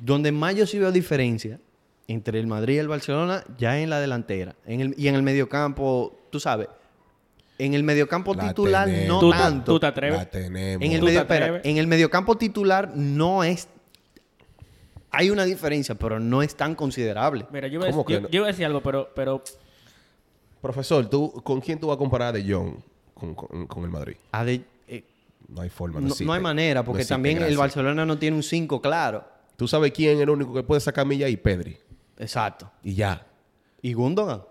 [SPEAKER 1] donde más yo sí veo diferencia entre el Madrid y el Barcelona, ya en la delantera. En el- y en el mediocampo, tú sabes, en el mediocampo
[SPEAKER 3] La
[SPEAKER 1] titular no
[SPEAKER 3] tenemos.
[SPEAKER 2] Tú, te-
[SPEAKER 1] tanto.
[SPEAKER 2] tú te atreves.
[SPEAKER 3] La tenemos.
[SPEAKER 1] en, el
[SPEAKER 2] ¿Tú te
[SPEAKER 1] medio, espera,
[SPEAKER 2] atreves?
[SPEAKER 1] en el mediocampo titular no es... Hay una diferencia, pero no es tan considerable.
[SPEAKER 2] Mira, yo iba, a decir,
[SPEAKER 3] ¿Cómo que
[SPEAKER 2] yo,
[SPEAKER 3] no?
[SPEAKER 2] yo iba a decir algo, pero, pero
[SPEAKER 3] Profesor, ¿tú, ¿con quién tú vas a comparar a De Jong con, con- con el Madrid?
[SPEAKER 1] A de- eh,
[SPEAKER 3] No hay forma.
[SPEAKER 1] no,
[SPEAKER 3] existe.
[SPEAKER 1] no hay manera,
[SPEAKER 3] No
[SPEAKER 1] porque
[SPEAKER 3] existe,
[SPEAKER 1] también el
[SPEAKER 3] gracias.
[SPEAKER 1] Barcelona no tiene un 5 claro.
[SPEAKER 3] ¿Tú sabes quién es el único que puede sacar milla? Y Pedri.
[SPEAKER 1] Exacto.
[SPEAKER 3] Y ya.
[SPEAKER 1] ¿Y Gundogan?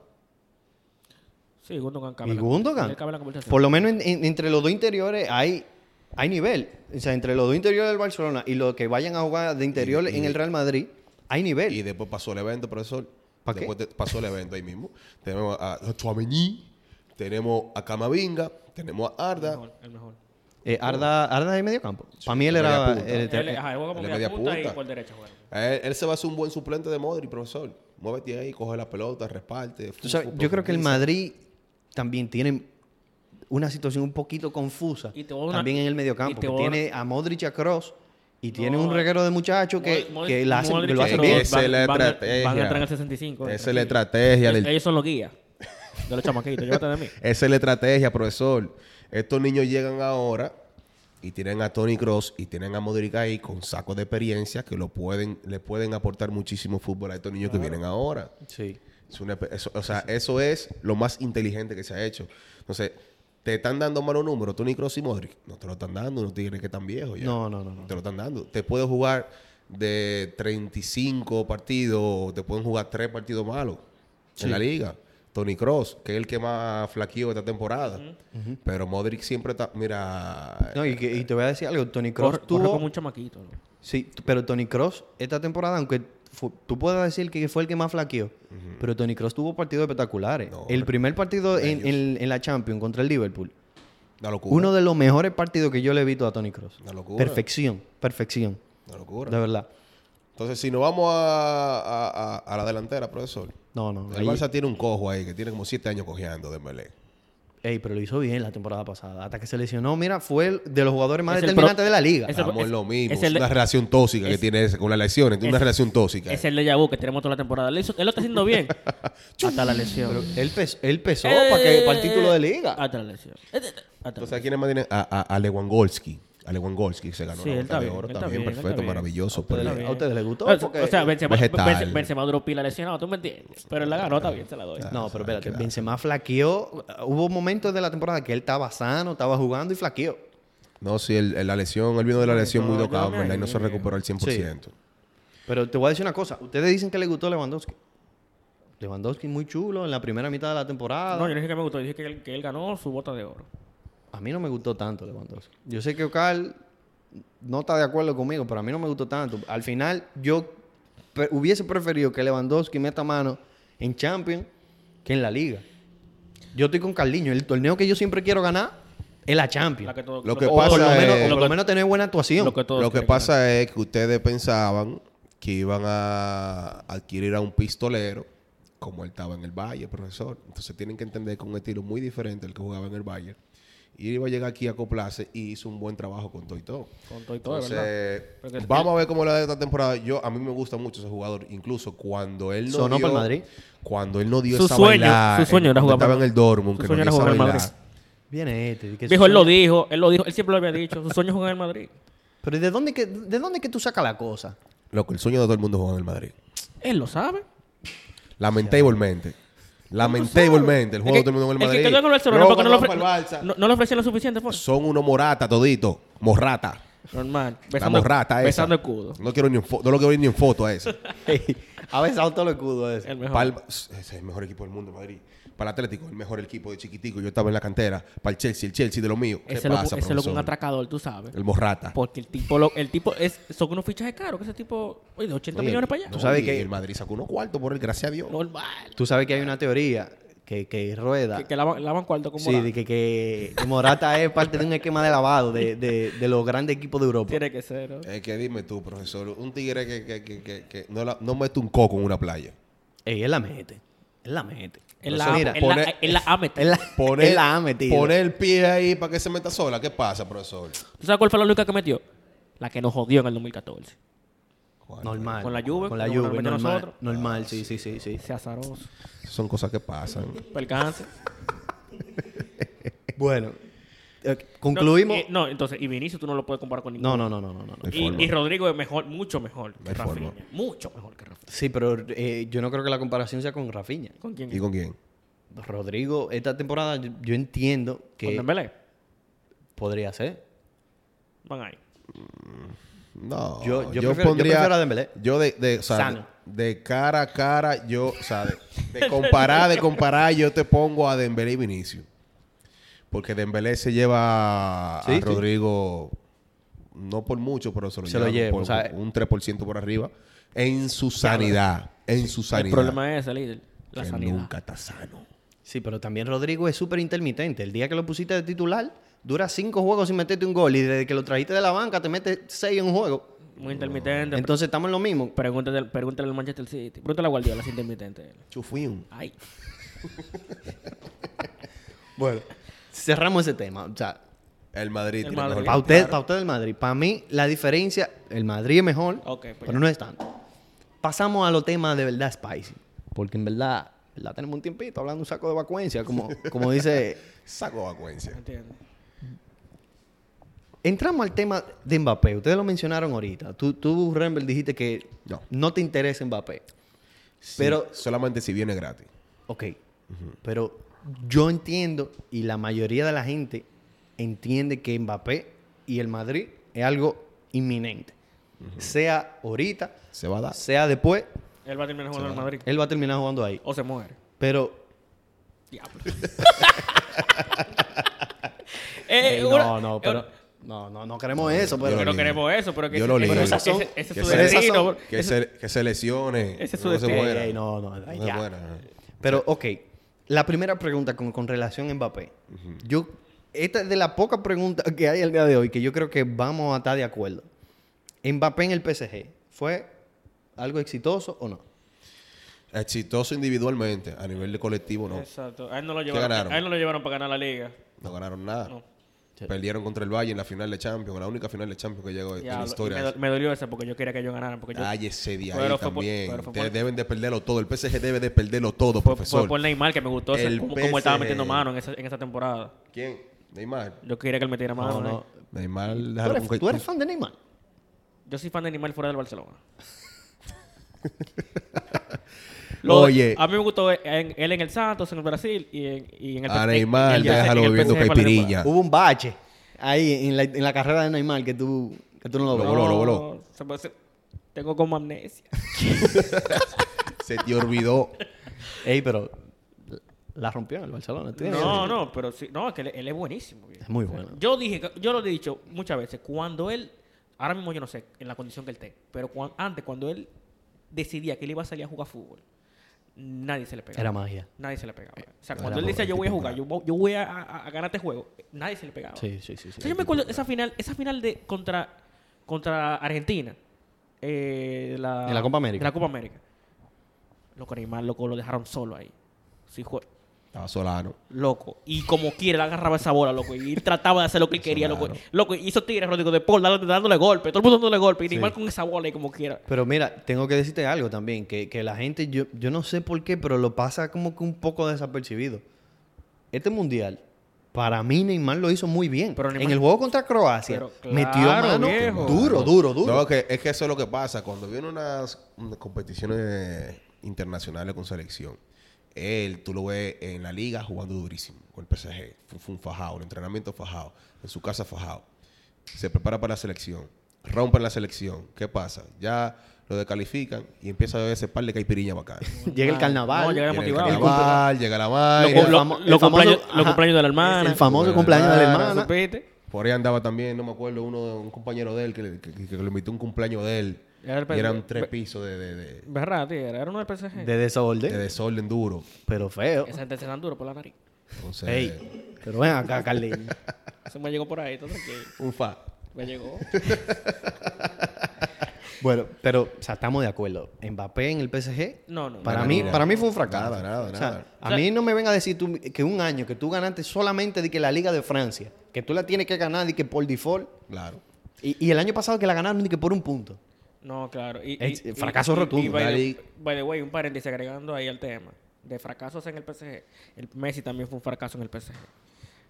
[SPEAKER 2] sí, Gundogan cabe
[SPEAKER 1] Y
[SPEAKER 2] la-
[SPEAKER 1] Gundogan.
[SPEAKER 2] le cabe la conversación.
[SPEAKER 1] Por lo menos en- en- entre los dos interiores hay, hay nivel. O sea, entre los dos interiores del Barcelona y los que vayan a jugar de interior
[SPEAKER 3] Y- y-
[SPEAKER 1] en el Real Madrid, hay nivel.
[SPEAKER 3] Y después pasó el evento, profesor.
[SPEAKER 1] ¿Pa qué?
[SPEAKER 3] después te- pasó el evento ahí mismo. Tenemos a Chuamení, tenemos a Camavinga, tenemos a
[SPEAKER 2] El
[SPEAKER 3] Arda.
[SPEAKER 2] mejor, el mejor.
[SPEAKER 1] Eh, Arda, Arda de medio campo. Para mí él
[SPEAKER 3] media
[SPEAKER 1] era... eh,
[SPEAKER 3] punta.
[SPEAKER 1] el-
[SPEAKER 2] Él, ajá, él juega como
[SPEAKER 3] él es
[SPEAKER 2] media
[SPEAKER 3] media
[SPEAKER 2] punta,
[SPEAKER 3] punta.
[SPEAKER 2] y por derecha juega.
[SPEAKER 3] Él, él se va a hacer un buen suplente de Modric, profesor. Muévete ahí, coge la pelota, reparte.
[SPEAKER 1] tú sabes, yo creo que el Madrid también tiene una situación un poquito confusa.
[SPEAKER 2] Y te voy a una-
[SPEAKER 1] también en el medio
[SPEAKER 2] y
[SPEAKER 1] campo.
[SPEAKER 2] te
[SPEAKER 1] que
[SPEAKER 2] voy a-
[SPEAKER 1] Tiene a Modric y a Kroos. Y tiene
[SPEAKER 2] No,
[SPEAKER 1] un reguero de muchachos que,
[SPEAKER 2] Mod- Mod-
[SPEAKER 1] que la hacen-
[SPEAKER 2] Modric
[SPEAKER 1] lo
[SPEAKER 2] y
[SPEAKER 1] hacen
[SPEAKER 2] Kroos
[SPEAKER 1] bien.
[SPEAKER 3] Esa es la
[SPEAKER 2] van- van a-
[SPEAKER 3] estrategia.
[SPEAKER 2] Van a entrar en el 65.
[SPEAKER 3] Esa es la estrategia del-
[SPEAKER 2] Ellos son los guías de los chamaquitos. Llévate de mí.
[SPEAKER 3] Esa es la estrategia, profesor. Estos niños llegan ahora y tienen a Tony Cross y tienen a Modric ahí con sacos de experiencia que lo pueden, le pueden aportar muchísimo fútbol a estos niños que vienen ahora.
[SPEAKER 1] Sí.
[SPEAKER 3] Es una espe- eso- o sea, eso es lo más inteligente que se ha hecho. Entonces, te están dando malos números, Tony Cross y Modric. No te lo están dando, no tienes que tan viejo ya.
[SPEAKER 1] No, no, no, no.
[SPEAKER 3] Te lo están dando. Te puedes jugar de 35 partidos, o te pueden jugar 3 partidos malos en la liga. Tony Cross, que es el que más flaqueó esta temporada. Pero Modric siempre está. Mira.
[SPEAKER 1] No, y, que- y te voy a decir algo. Tony
[SPEAKER 2] Corre,
[SPEAKER 1] Kroos
[SPEAKER 2] corre
[SPEAKER 1] tuvo...
[SPEAKER 2] como un chamaquito. ¿no?
[SPEAKER 1] Sí, t- pero Tony Cross esta temporada, aunque fu- tú puedas decir que fue el que más flaqueó, pero Tony Cross tuvo partidos espectaculares.
[SPEAKER 3] No,
[SPEAKER 1] el
[SPEAKER 3] hombre,
[SPEAKER 1] primer partido en,
[SPEAKER 3] ellos.
[SPEAKER 1] en- en la Champions contra el Liverpool,
[SPEAKER 3] una locura.
[SPEAKER 1] uno de los mejores partidos que yo le he visto a Tony Cross.
[SPEAKER 3] Una locura.
[SPEAKER 1] Perfección, perfección,
[SPEAKER 3] Una
[SPEAKER 1] de
[SPEAKER 3] locura.
[SPEAKER 1] verdad.
[SPEAKER 3] Entonces, si nos vamos a, a- a- a la delantera, profesor.
[SPEAKER 1] No, no.
[SPEAKER 3] El
[SPEAKER 1] ahí-
[SPEAKER 3] Barça tiene un cojo ahí que tiene como 7 años cojeando de Melé.
[SPEAKER 1] Ey, pero lo hizo bien la temporada pasada. Hasta que se lesionó, mira, fue el de los jugadores más
[SPEAKER 2] Es el
[SPEAKER 1] determinantes
[SPEAKER 2] pro-
[SPEAKER 1] de la liga.
[SPEAKER 2] es-
[SPEAKER 3] Vamos, es lo mismo.
[SPEAKER 2] es
[SPEAKER 3] Es,
[SPEAKER 2] el-
[SPEAKER 3] una relación tóxica que
[SPEAKER 2] es-
[SPEAKER 3] tiene ese con las lesiones. Tiene una
[SPEAKER 2] es-
[SPEAKER 3] relación tóxica.
[SPEAKER 2] Es el déjà vu que tenemos toda la temporada. Él, hizo- él lo está haciendo bien. hasta la lesión.
[SPEAKER 1] Pero él, pes- él pesó
[SPEAKER 2] Eh,
[SPEAKER 1] para, que, para el
[SPEAKER 2] eh,
[SPEAKER 1] título de
[SPEAKER 2] eh,
[SPEAKER 1] liga.
[SPEAKER 2] Hasta la lesión. Eh, eh, hasta la
[SPEAKER 3] Entonces, ¿a quiénes más tienen? A, a, a Lewandowski. A Lewandowski se ganó
[SPEAKER 2] Sí,
[SPEAKER 3] la
[SPEAKER 2] él
[SPEAKER 3] bota
[SPEAKER 2] está
[SPEAKER 3] de
[SPEAKER 2] bien,
[SPEAKER 3] oro
[SPEAKER 2] él está
[SPEAKER 3] también.
[SPEAKER 2] bien, él está
[SPEAKER 3] Perfecto,
[SPEAKER 2] bien.
[SPEAKER 3] maravilloso. pues.
[SPEAKER 1] ustedes
[SPEAKER 3] pero-
[SPEAKER 1] le- Pues, a ustedes les gustó
[SPEAKER 2] O-
[SPEAKER 1] porque-
[SPEAKER 2] Eh, O sea, Benzema,
[SPEAKER 3] Vegetal.
[SPEAKER 2] Benze- Benzema duró pila lesionado, ¿tú me entiendes? Pero él la ganó, está bien, se la doy.
[SPEAKER 1] No, pero espérate, Benzema flaqueó. Hubo momentos de la temporada que él estaba sano, estaba jugando y flaqueó.
[SPEAKER 3] No, sí, el- el- la lesión, él vino de la lesión muy
[SPEAKER 2] no,
[SPEAKER 3] tocado,
[SPEAKER 2] yo me
[SPEAKER 3] ¿verdad? Y no se
[SPEAKER 2] alegro.
[SPEAKER 3] recuperó al 100%.
[SPEAKER 1] Pero te voy a decir una cosa. Ustedes dicen que le gustó Lewandowski. Lewandowski muy chulo en la primera mitad de la temporada.
[SPEAKER 2] No, yo no dije que me gustó, yo dije que él, que él ganó su bota de oro.
[SPEAKER 1] A mí no me gustó tanto Lewandowski. Yo sé que Ocal no está de acuerdo conmigo, pero a mí no me gustó tanto. Al final, yo pre- hubiese preferido que Lewandowski meta mano en Champions que en la Liga. Yo estoy con Carliño. El torneo que yo siempre quiero ganar es la Champions.
[SPEAKER 2] La que todo-
[SPEAKER 3] Lo que
[SPEAKER 1] O
[SPEAKER 3] pasa
[SPEAKER 1] por lo,
[SPEAKER 3] es-
[SPEAKER 1] menos, o
[SPEAKER 3] lo
[SPEAKER 1] por lo menos tener buena actuación.
[SPEAKER 2] lo que todos
[SPEAKER 3] Lo que
[SPEAKER 2] quieren
[SPEAKER 3] pasa es que ustedes pensaban que iban a adquirir a un pistolero como él estaba en el Bayern, profesor. Entonces tienen que entender que es un estilo muy diferente al que jugaba en el Bayern. y iba a llegar aquí a acoplarse y hizo un buen trabajo con todo y todo.
[SPEAKER 2] Con todo y todo, ¿verdad?
[SPEAKER 3] Entonces,
[SPEAKER 2] Porque el-
[SPEAKER 3] vamos a ver cómo le va a esta temporada. Yo, a mí me gusta mucho ese jugador. Incluso cuando él no
[SPEAKER 1] Sonó
[SPEAKER 3] dio...
[SPEAKER 1] para el Madrid.
[SPEAKER 3] Cuando él no dio
[SPEAKER 2] Su
[SPEAKER 3] esa
[SPEAKER 2] sueño-
[SPEAKER 3] bailada,
[SPEAKER 2] su sueño
[SPEAKER 3] en-
[SPEAKER 2] era jugar
[SPEAKER 3] cuando
[SPEAKER 2] para-
[SPEAKER 3] Estaba en el Dortmund,
[SPEAKER 2] su
[SPEAKER 3] que
[SPEAKER 2] sueño
[SPEAKER 3] no
[SPEAKER 2] era
[SPEAKER 3] dio esa
[SPEAKER 2] jugar para el
[SPEAKER 3] bailada.
[SPEAKER 1] Viene este. que
[SPEAKER 2] Dijo, él lo
[SPEAKER 1] suena-
[SPEAKER 2] dijo, él lo dijo, él siempre lo había dicho. Su sueño es jugar en el Madrid.
[SPEAKER 1] Pero ¿y ¿de dónde, que, ¿de dónde que tú sacas la cosa?
[SPEAKER 3] Loco, el sueño de todo el mundo es jugar en el Madrid.
[SPEAKER 2] Él lo sabe.
[SPEAKER 3] Lamentablemente. Lamentablemente, el juego de todo el mundo
[SPEAKER 2] Es
[SPEAKER 3] en el
[SPEAKER 2] que
[SPEAKER 3] Madrid.
[SPEAKER 2] quedó con el Barcelona
[SPEAKER 3] Luego
[SPEAKER 2] porque no le,
[SPEAKER 3] cuando van
[SPEAKER 2] ofre-
[SPEAKER 3] para el Barça,
[SPEAKER 2] no- no le ofrecían lo suficiente. fue.
[SPEAKER 3] Son unos morata todito. Morrata.
[SPEAKER 2] Normal.
[SPEAKER 3] La
[SPEAKER 2] Besando,
[SPEAKER 3] morrata esa.
[SPEAKER 2] besando escudo.
[SPEAKER 3] No, quiero ni en fo- no lo quiero ver ni en foto a ese.
[SPEAKER 1] ha besado todo el escudo ese.
[SPEAKER 2] El mejor.
[SPEAKER 3] Palma, ese es el mejor equipo del mundo, Madrid. Para el Atlético, el mejor equipo de chiquitico. Yo estaba en la cantera. Para el Chelsea, el Chelsea de lo mío. ¿Qué
[SPEAKER 2] ese loco,
[SPEAKER 3] pasa,
[SPEAKER 2] ese loco
[SPEAKER 3] profesor?
[SPEAKER 2] un atracador, tú sabes.
[SPEAKER 3] El Morrata.
[SPEAKER 2] Porque el tipo, lo- el tipo es, son unos fichajes caros, que ese tipo, oye, de 80
[SPEAKER 3] Oye,
[SPEAKER 2] millones para allá.
[SPEAKER 3] no,
[SPEAKER 1] Tú sabes
[SPEAKER 3] y
[SPEAKER 1] que-
[SPEAKER 3] el Madrid sacó unos cuartos por él, gracias a Dios.
[SPEAKER 2] Normal.
[SPEAKER 1] Tú sabes que hay una teoría que, que rueda.
[SPEAKER 2] Que, que lavan, lavan cuarto como
[SPEAKER 1] sí, de que, que Morata es parte de un esquema de lavado de, de- de los grandes equipos de Europa.
[SPEAKER 2] tiene que ser. ¿no?
[SPEAKER 3] Es que dime tú, profesor, un tigre que, que, que, que, que no, la- no mete un coco en una playa.
[SPEAKER 1] Ey, él la mete. Él la mete.
[SPEAKER 2] Él
[SPEAKER 1] O
[SPEAKER 2] la,
[SPEAKER 1] sea, mira,
[SPEAKER 2] él la-
[SPEAKER 3] pone-
[SPEAKER 2] él la ama, tío.
[SPEAKER 1] él la-
[SPEAKER 3] Poner,
[SPEAKER 1] él la ha metido.
[SPEAKER 3] poner el pie ahí para que se meta sola. ¿Qué pasa, profesor?
[SPEAKER 2] ¿Tú sabes cuál fue la única que metió? La que nos jodió en el 2014.
[SPEAKER 3] Juan,
[SPEAKER 1] normal.
[SPEAKER 2] Con la Juve,
[SPEAKER 1] Con la
[SPEAKER 2] como
[SPEAKER 1] Juve,
[SPEAKER 2] normalmente
[SPEAKER 1] normal.
[SPEAKER 2] nosotros.
[SPEAKER 1] Normal, sí, sí, sí, sí.
[SPEAKER 2] Ese azaroso.
[SPEAKER 3] Son cosas que pasan.
[SPEAKER 2] Percance.
[SPEAKER 1] Bueno, eh, concluimos.
[SPEAKER 2] No, y- no, entonces, y Vinicius tú no lo puedes comparar con ninguno.
[SPEAKER 1] No, no, no, no, no, no. no.
[SPEAKER 3] hay
[SPEAKER 2] Y,
[SPEAKER 3] forma.
[SPEAKER 2] y Rodrigo es mejor, mucho mejor que
[SPEAKER 3] hay
[SPEAKER 2] Rafinha.
[SPEAKER 3] forma.
[SPEAKER 2] Mucho mejor que Rafinha.
[SPEAKER 1] Sí, pero eh, yo no creo que la comparación sea con Rafinha.
[SPEAKER 2] ¿Con quién?
[SPEAKER 3] ¿Y con quién?
[SPEAKER 1] Rodrigo, esta temporada yo, yo entiendo
[SPEAKER 2] ¿Con
[SPEAKER 1] que
[SPEAKER 2] Dembélé?
[SPEAKER 1] podría ser.
[SPEAKER 2] Van ahí.
[SPEAKER 3] No,
[SPEAKER 1] Yo- Ah, yo prefiero- yo prefiero a Dembélé.
[SPEAKER 3] yo de, de, o sea,
[SPEAKER 1] Sano.
[SPEAKER 3] de, de cara a cara, yo, o sea, de, de comparar, de comparar, yo te pongo a Dembélé y Vinicius. Porque Dembélé se lleva
[SPEAKER 1] Sí,
[SPEAKER 3] a
[SPEAKER 1] sí.
[SPEAKER 3] Rodrigo, no por mucho, pero se lo
[SPEAKER 1] Se
[SPEAKER 3] lleva,
[SPEAKER 1] lo lleva,
[SPEAKER 3] por
[SPEAKER 1] o sea,
[SPEAKER 3] un 3% por arriba, en su sanidad, en su sanidad.
[SPEAKER 2] El problema es ese, líder. La
[SPEAKER 3] que
[SPEAKER 2] sanidad.
[SPEAKER 3] nunca está sano.
[SPEAKER 1] Sí, pero también Rodrigo es súper intermitente. El día que lo pusiste de titular, dura cinco juegos sin meterte un gol. Y desde que lo trajiste de la banca, te metes seis en un juego.
[SPEAKER 2] Muy intermitente.
[SPEAKER 1] Entonces estamos en lo mismo.
[SPEAKER 2] Pregúntale, pregúntale al Manchester City. Pregúntale a Guardiola si es intermitente.
[SPEAKER 3] Chufium.
[SPEAKER 2] Ay.
[SPEAKER 1] Bueno, cerramos ese tema. O sea,
[SPEAKER 3] El Madrid.
[SPEAKER 2] El
[SPEAKER 3] tiene
[SPEAKER 2] Madrid.
[SPEAKER 3] mejor
[SPEAKER 1] para usted,
[SPEAKER 3] claro.
[SPEAKER 1] pa' usted el Madrid. Para mí, la diferencia, el Madrid es mejor,
[SPEAKER 2] Ok, pues
[SPEAKER 1] pero
[SPEAKER 2] ya.
[SPEAKER 1] no es tanto. Pasamos a los temas de verdad spicy. Porque en verdad, la tenemos un tiempito hablando un saco de vacuencia, como, como dice
[SPEAKER 3] Saco vacuencia.
[SPEAKER 2] ¿Entiendes?
[SPEAKER 1] Entramos al tema de Mbappé. Ustedes lo mencionaron ahorita. Tú, tú Rembel, dijiste que no.
[SPEAKER 3] No.
[SPEAKER 1] te interesa Mbappé.
[SPEAKER 3] Sí,
[SPEAKER 1] Pero-
[SPEAKER 3] solamente si viene gratis.
[SPEAKER 1] Ok. Pero yo entiendo y la mayoría de la gente entiende que Mbappé y el Madrid es algo inminente. Sea ahorita,
[SPEAKER 3] Se va a dar.
[SPEAKER 1] sea después,
[SPEAKER 2] Él va a terminar jugando en el Madrid.
[SPEAKER 1] él va a terminar jugando ahí.
[SPEAKER 2] O se muere.
[SPEAKER 1] Pero
[SPEAKER 2] Diablo. Eh,
[SPEAKER 1] Ey,
[SPEAKER 2] una- eh,
[SPEAKER 1] no, no, pero no, no, no queremos eso, pero
[SPEAKER 3] Yo
[SPEAKER 2] Pero
[SPEAKER 3] lo
[SPEAKER 2] no
[SPEAKER 3] ligo.
[SPEAKER 2] queremos eso, pero que
[SPEAKER 3] Yo lo
[SPEAKER 2] ese,
[SPEAKER 3] ligo.
[SPEAKER 2] ese-
[SPEAKER 1] Pero esas
[SPEAKER 2] ese- ese
[SPEAKER 3] son-
[SPEAKER 2] es su
[SPEAKER 3] que esas
[SPEAKER 2] destino.
[SPEAKER 1] son-
[SPEAKER 2] bro.
[SPEAKER 3] Que, se, que se lesione.
[SPEAKER 2] Ese es su
[SPEAKER 3] no se
[SPEAKER 2] destino.
[SPEAKER 3] muera.
[SPEAKER 1] Ey, Eh, no, no,
[SPEAKER 3] No
[SPEAKER 1] ay,
[SPEAKER 3] se
[SPEAKER 1] ya.
[SPEAKER 3] muera.
[SPEAKER 1] Pero, ok. La primera pregunta con, con relación a Mbappé. Yo, esta es de las pocas preguntas que hay el día de hoy que yo creo que vamos a estar de acuerdo. Mbappé en el PSG, ¿fue algo exitoso o no?
[SPEAKER 3] Exitoso individualmente, a nivel de colectivo no.
[SPEAKER 2] Exacto. A él no lo llevaron,
[SPEAKER 3] ganaron?
[SPEAKER 2] a él no lo llevaron para ganar la liga.
[SPEAKER 3] No ganaron nada.
[SPEAKER 2] No.
[SPEAKER 1] Sí.
[SPEAKER 3] Perdieron contra el Valle en la final de Champions, la única final de Champions que llegó en
[SPEAKER 2] Diablo.
[SPEAKER 3] la
[SPEAKER 2] Y
[SPEAKER 3] historia. Ah,
[SPEAKER 2] me, do- me dolió esa porque yo quería que ellos ganaran. Porque yo,
[SPEAKER 3] Cállese de ahí
[SPEAKER 2] Pero fue por-
[SPEAKER 3] también.
[SPEAKER 2] pero fue
[SPEAKER 3] Ustedes
[SPEAKER 2] por-
[SPEAKER 3] deben de perderlo todo. El PSG debe de perderlo todo,
[SPEAKER 2] fue,
[SPEAKER 3] profesor.
[SPEAKER 2] fue por Neymar que me gustó ese-
[SPEAKER 3] El
[SPEAKER 2] cómo, cómo estaba
[SPEAKER 3] PSG.
[SPEAKER 2] metiendo mano en esa, en esa temporada.
[SPEAKER 3] ¿Quién? Neymar.
[SPEAKER 2] Yo quería que él metiera mano. ¿no?
[SPEAKER 3] Neymar,
[SPEAKER 1] ¿Tú
[SPEAKER 3] déjalo
[SPEAKER 1] eres,
[SPEAKER 3] con que-
[SPEAKER 1] tú eres fan de Neymar?
[SPEAKER 2] Yo soy fan de Neymar fuera del Barcelona.
[SPEAKER 3] Oye.
[SPEAKER 2] A mí me gustó en- él en el Santos, en el Brasil y en, y en el
[SPEAKER 3] A
[SPEAKER 2] en-
[SPEAKER 3] Neymar,
[SPEAKER 2] en el-
[SPEAKER 3] déjalo
[SPEAKER 2] en el
[SPEAKER 3] bebiendo
[SPEAKER 2] PSG para
[SPEAKER 3] caipirinha.
[SPEAKER 1] Hubo un bache ahí en la, en la carrera de Neymar que tú, que tú no lo
[SPEAKER 3] Lo
[SPEAKER 1] ves.
[SPEAKER 3] voló, lo voló.
[SPEAKER 2] No, se puede ser- Tengo como amnesia.
[SPEAKER 3] Se te olvidó.
[SPEAKER 1] Ey, pero la rompió en el Barcelona. ¿tú tienes
[SPEAKER 2] No,
[SPEAKER 1] idea?
[SPEAKER 2] no, pero sí. No, es que él, él es buenísimo. viejo.
[SPEAKER 1] Es muy bueno.
[SPEAKER 2] Yo dije, que- yo lo he dicho muchas veces, cuando él, ahora mismo yo no sé en la condición que él esté, pero cuan- antes, cuando él decidía que él iba a salir a jugar fútbol, nadie se le pegaba.
[SPEAKER 1] Era magia. Eh,
[SPEAKER 2] Nadie se le pegaba. O sea,
[SPEAKER 1] Era
[SPEAKER 2] cuando él
[SPEAKER 1] magia.
[SPEAKER 2] decía yo voy a jugar, yo, vo- yo voy a, a- a ganar este juego, nadie se le pegaba.
[SPEAKER 1] Sí, sí, sí. sí.
[SPEAKER 2] O sea, yo me acuerdo esa final, esa final de contra, contra Argentina. eh, la,
[SPEAKER 1] En la Copa América.
[SPEAKER 2] de la Copa América. Loco, Neymar, loco, lo dejaron solo ahí. Sí, jue-
[SPEAKER 3] Estaba Solano.
[SPEAKER 2] loco. Y como quiera, le agarraba esa bola, loco. Y él trataba de hacer lo que él quería, loco. Loco, hizo tigres, Rodrigo de Paul, dándole, dándole golpe, todo el mundo dándole golpe. Y Neymar con esa bola y como quiera.
[SPEAKER 1] Pero mira, tengo que decirte algo también, que, que la gente, yo, yo no sé por qué, pero lo pasa como que un poco desapercibido. Este mundial, para mí Neymar lo hizo muy bien.
[SPEAKER 2] Pero Neymar-
[SPEAKER 1] en el juego contra Croacia,
[SPEAKER 2] Pero
[SPEAKER 1] metió
[SPEAKER 2] claro,
[SPEAKER 1] mano
[SPEAKER 2] viejo.
[SPEAKER 1] duro, duro, duro.
[SPEAKER 3] No, que, es que eso es lo que pasa. Cuando vienen unas, unas competiciones internacionales con selección, él, tú lo ves en la liga jugando durísimo con el PSG. Fue, fue un fajado, el entrenamiento fajado, en su casa fajado. Se prepara para la selección, rompen la selección. ¿Qué pasa? Ya lo descalifican y empieza a ver ese par de caipiriña bacana.
[SPEAKER 1] Llega el carnaval.
[SPEAKER 2] No, llega el
[SPEAKER 3] Llega el
[SPEAKER 2] motivado.
[SPEAKER 3] carnaval, llega la vaina.
[SPEAKER 2] Lo- lo- los cumpleaños- los cumpleaños de la hermana.
[SPEAKER 1] El famoso
[SPEAKER 3] Bueno,
[SPEAKER 1] cumpleaños de la
[SPEAKER 3] claro,
[SPEAKER 1] hermana.
[SPEAKER 2] ¿Supiste?
[SPEAKER 3] Por ahí andaba también, no me acuerdo, uno un compañero de él que, le- que, que- que lo invitó a un cumpleaños de él.
[SPEAKER 2] Era el pe-
[SPEAKER 3] Y eran tres
[SPEAKER 2] pe-
[SPEAKER 3] pisos de, de- de-
[SPEAKER 2] ¿Verdad, tío? Era uno del PSG.
[SPEAKER 1] De desorden,
[SPEAKER 3] de desorden duro.
[SPEAKER 1] pero feo.
[SPEAKER 2] Esa gente se dan duro por la nariz.
[SPEAKER 3] Entonces,
[SPEAKER 1] Ey, pero ven acá, Carliño.
[SPEAKER 2] Eso me llegó por ahí, todo tranquilo.
[SPEAKER 3] un fa.
[SPEAKER 2] Me llegó.
[SPEAKER 1] bueno, pero o sea, estamos de acuerdo. Mbappé en el PSG,
[SPEAKER 2] No, no.
[SPEAKER 1] para
[SPEAKER 3] Nada,
[SPEAKER 1] mí,
[SPEAKER 3] nada.
[SPEAKER 1] para mí fue un fracaso.
[SPEAKER 3] Nada, nada,
[SPEAKER 1] O sea,
[SPEAKER 3] nada.
[SPEAKER 1] a mí no me venga a decir tú que un año que tú ganaste solamente de que la Liga de Francia, que tú la tienes que ganar de que por default,
[SPEAKER 3] Claro.
[SPEAKER 1] y, y el año pasado que la ganaron de que por un punto.
[SPEAKER 2] No, claro. Y,
[SPEAKER 1] Es-
[SPEAKER 2] y-
[SPEAKER 1] fracaso
[SPEAKER 2] y- y-
[SPEAKER 1] rotundo.
[SPEAKER 2] Y, by,
[SPEAKER 3] Dale.
[SPEAKER 2] the, by the way, un paréntesis agregando ahí al tema de fracasos en el PSG. El Messi también fue un fracaso en el PSG.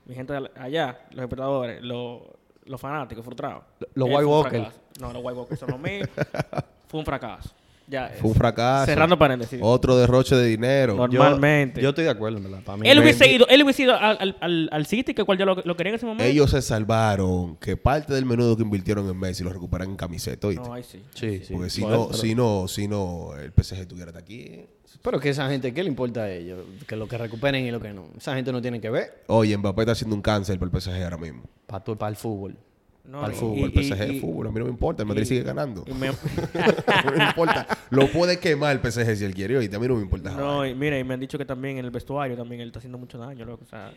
[SPEAKER 2] Mi gente de allá, los espectadores, los, los fanáticos frustrados.
[SPEAKER 1] Lo- los
[SPEAKER 2] Eh,
[SPEAKER 1] White
[SPEAKER 2] fue un
[SPEAKER 1] Walker.
[SPEAKER 2] fracaso. No, los White Walkers son los míos. fue un fracaso. Ya,
[SPEAKER 3] Fue un
[SPEAKER 2] eh,
[SPEAKER 3] fracaso.
[SPEAKER 2] Cerrando paréntesis.
[SPEAKER 3] Otro derroche de dinero.
[SPEAKER 2] Normal.
[SPEAKER 1] Yo-
[SPEAKER 2] Normalmente.
[SPEAKER 1] Yo, estoy de acuerdo, en ¿verdad? Para mí.
[SPEAKER 2] él
[SPEAKER 1] me-
[SPEAKER 2] hubiese ido, él hubiese ido al, al, al, al City, que cual ya lo, lo quería en ese momento.
[SPEAKER 3] Ellos se salvaron que parte del menudo que invirtieron en Messi lo recuperan en camiseta, ¿oíste?
[SPEAKER 2] No, ahí sí.
[SPEAKER 1] Sí, sí.
[SPEAKER 3] Porque si,
[SPEAKER 1] Bueno,
[SPEAKER 3] no,
[SPEAKER 1] pero,
[SPEAKER 3] si no, si no, el PSG estuviera hasta aquí. ¿eh?
[SPEAKER 1] pero que esa gente, ¿qué le importa a ellos? Que lo que recuperen y lo que no. Esa gente no tiene que ver
[SPEAKER 3] Oye, Mbappé está haciendo un cáncer para el PSG ahora mismo.
[SPEAKER 1] para el fútbol.
[SPEAKER 2] No,
[SPEAKER 3] Para
[SPEAKER 2] y-
[SPEAKER 3] el fútbol,
[SPEAKER 2] y-
[SPEAKER 3] el PSG
[SPEAKER 2] y-
[SPEAKER 3] es fútbol, a mí no me importa, el Madrid
[SPEAKER 2] y-
[SPEAKER 3] sigue ganando.
[SPEAKER 2] y me-
[SPEAKER 3] no me importa. Lo puede quemar el PSG si él quiere, oíste, a mí no me importa. esa
[SPEAKER 2] no,
[SPEAKER 3] vaina.
[SPEAKER 2] y mira, y me han dicho que también en el vestuario también él está haciendo mucho daño, loco. O sea,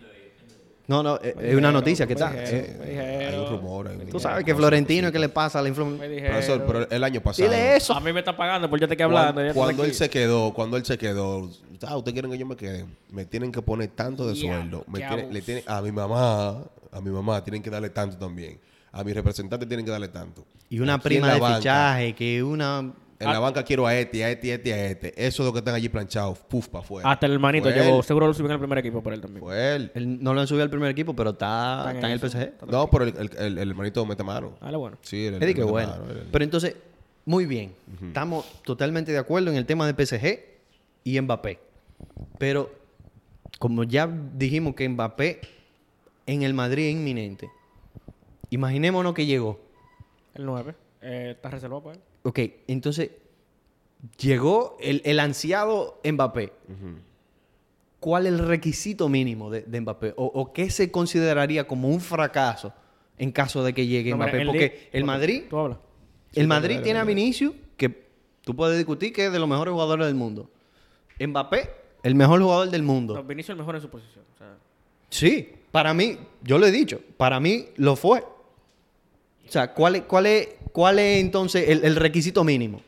[SPEAKER 1] No, no, eh, es una noticia que está.
[SPEAKER 2] Me
[SPEAKER 1] Eh,
[SPEAKER 2] dijeron, me
[SPEAKER 3] Hay
[SPEAKER 2] dijeron,
[SPEAKER 3] un rumor, hay un
[SPEAKER 1] Tú
[SPEAKER 2] eh,
[SPEAKER 3] rumor.
[SPEAKER 1] sabes que Florentino es que le pasa a la
[SPEAKER 2] me
[SPEAKER 1] influencia.
[SPEAKER 2] dijeron.
[SPEAKER 3] Pero, eso- pero el año pasado.
[SPEAKER 1] Dile eso.
[SPEAKER 2] A mí me está pagando por yo te que hablando.
[SPEAKER 3] Cuando,
[SPEAKER 2] ya
[SPEAKER 3] cuando él
[SPEAKER 2] tranquilo.
[SPEAKER 3] se quedó, cuando él se quedó, ah, ustedes quieren que yo me quede, me tienen que poner tanto de
[SPEAKER 2] Diablo,
[SPEAKER 3] sueldo, me
[SPEAKER 2] qué
[SPEAKER 3] tiene-
[SPEAKER 2] abuso.
[SPEAKER 3] le tiene- a mi mamá, a mi mamá tienen que darle tanto también, a mi representante tienen que darle tanto.
[SPEAKER 1] Y una
[SPEAKER 3] Aquí en
[SPEAKER 1] prima
[SPEAKER 3] la
[SPEAKER 1] de
[SPEAKER 3] banca,
[SPEAKER 1] fichaje, que una.
[SPEAKER 3] En
[SPEAKER 2] Ah.
[SPEAKER 3] la banca quiero a este, a este, a este, a este. Eso es lo que están allí planchados, puf, para afuera.
[SPEAKER 2] Hasta el hermanito
[SPEAKER 3] Fue
[SPEAKER 2] llegó.
[SPEAKER 3] él,
[SPEAKER 2] Seguro lo subió en el primer equipo por él también.
[SPEAKER 3] fue él.
[SPEAKER 1] él no lo han subido al primer equipo, pero está,
[SPEAKER 2] Está en
[SPEAKER 1] está en el
[SPEAKER 2] eso.
[SPEAKER 1] PSG.
[SPEAKER 3] No, pero el, el, el- el hermanito mete mano.
[SPEAKER 2] Ah, lo bueno.
[SPEAKER 3] Sí, el,
[SPEAKER 1] Es de que
[SPEAKER 3] mete
[SPEAKER 1] bueno.
[SPEAKER 3] mano, el- el-
[SPEAKER 1] Pero entonces, muy bien. Estamos totalmente de acuerdo en el tema de PSG y Mbappé. Pero, como ya dijimos que Mbappé en el Madrid es inminente, imaginémonos que llegó.
[SPEAKER 2] El 9. está reservado para él.
[SPEAKER 1] Ok, entonces llegó el, el ansiado Mbappé. ¿Cuál es el requisito mínimo de, de Mbappé? O, o qué se consideraría como un fracaso en caso de que llegue
[SPEAKER 2] No, mira,
[SPEAKER 1] Mbappé?
[SPEAKER 2] el
[SPEAKER 1] Porque
[SPEAKER 2] li-
[SPEAKER 1] el Madrid,
[SPEAKER 2] Tú hablas.
[SPEAKER 1] el Madrid tiene a Vinicius, que tú puedes discutir que es de los mejores jugadores del mundo. Mbappé, el mejor jugador del mundo.
[SPEAKER 2] No, Vinicius es el mejor en su posición. O sea,
[SPEAKER 1] Sí, para mí, yo lo he dicho, para mí lo fue. O sea, ¿cuál es, cuál es, cuál es entonces el, el requisito mínimo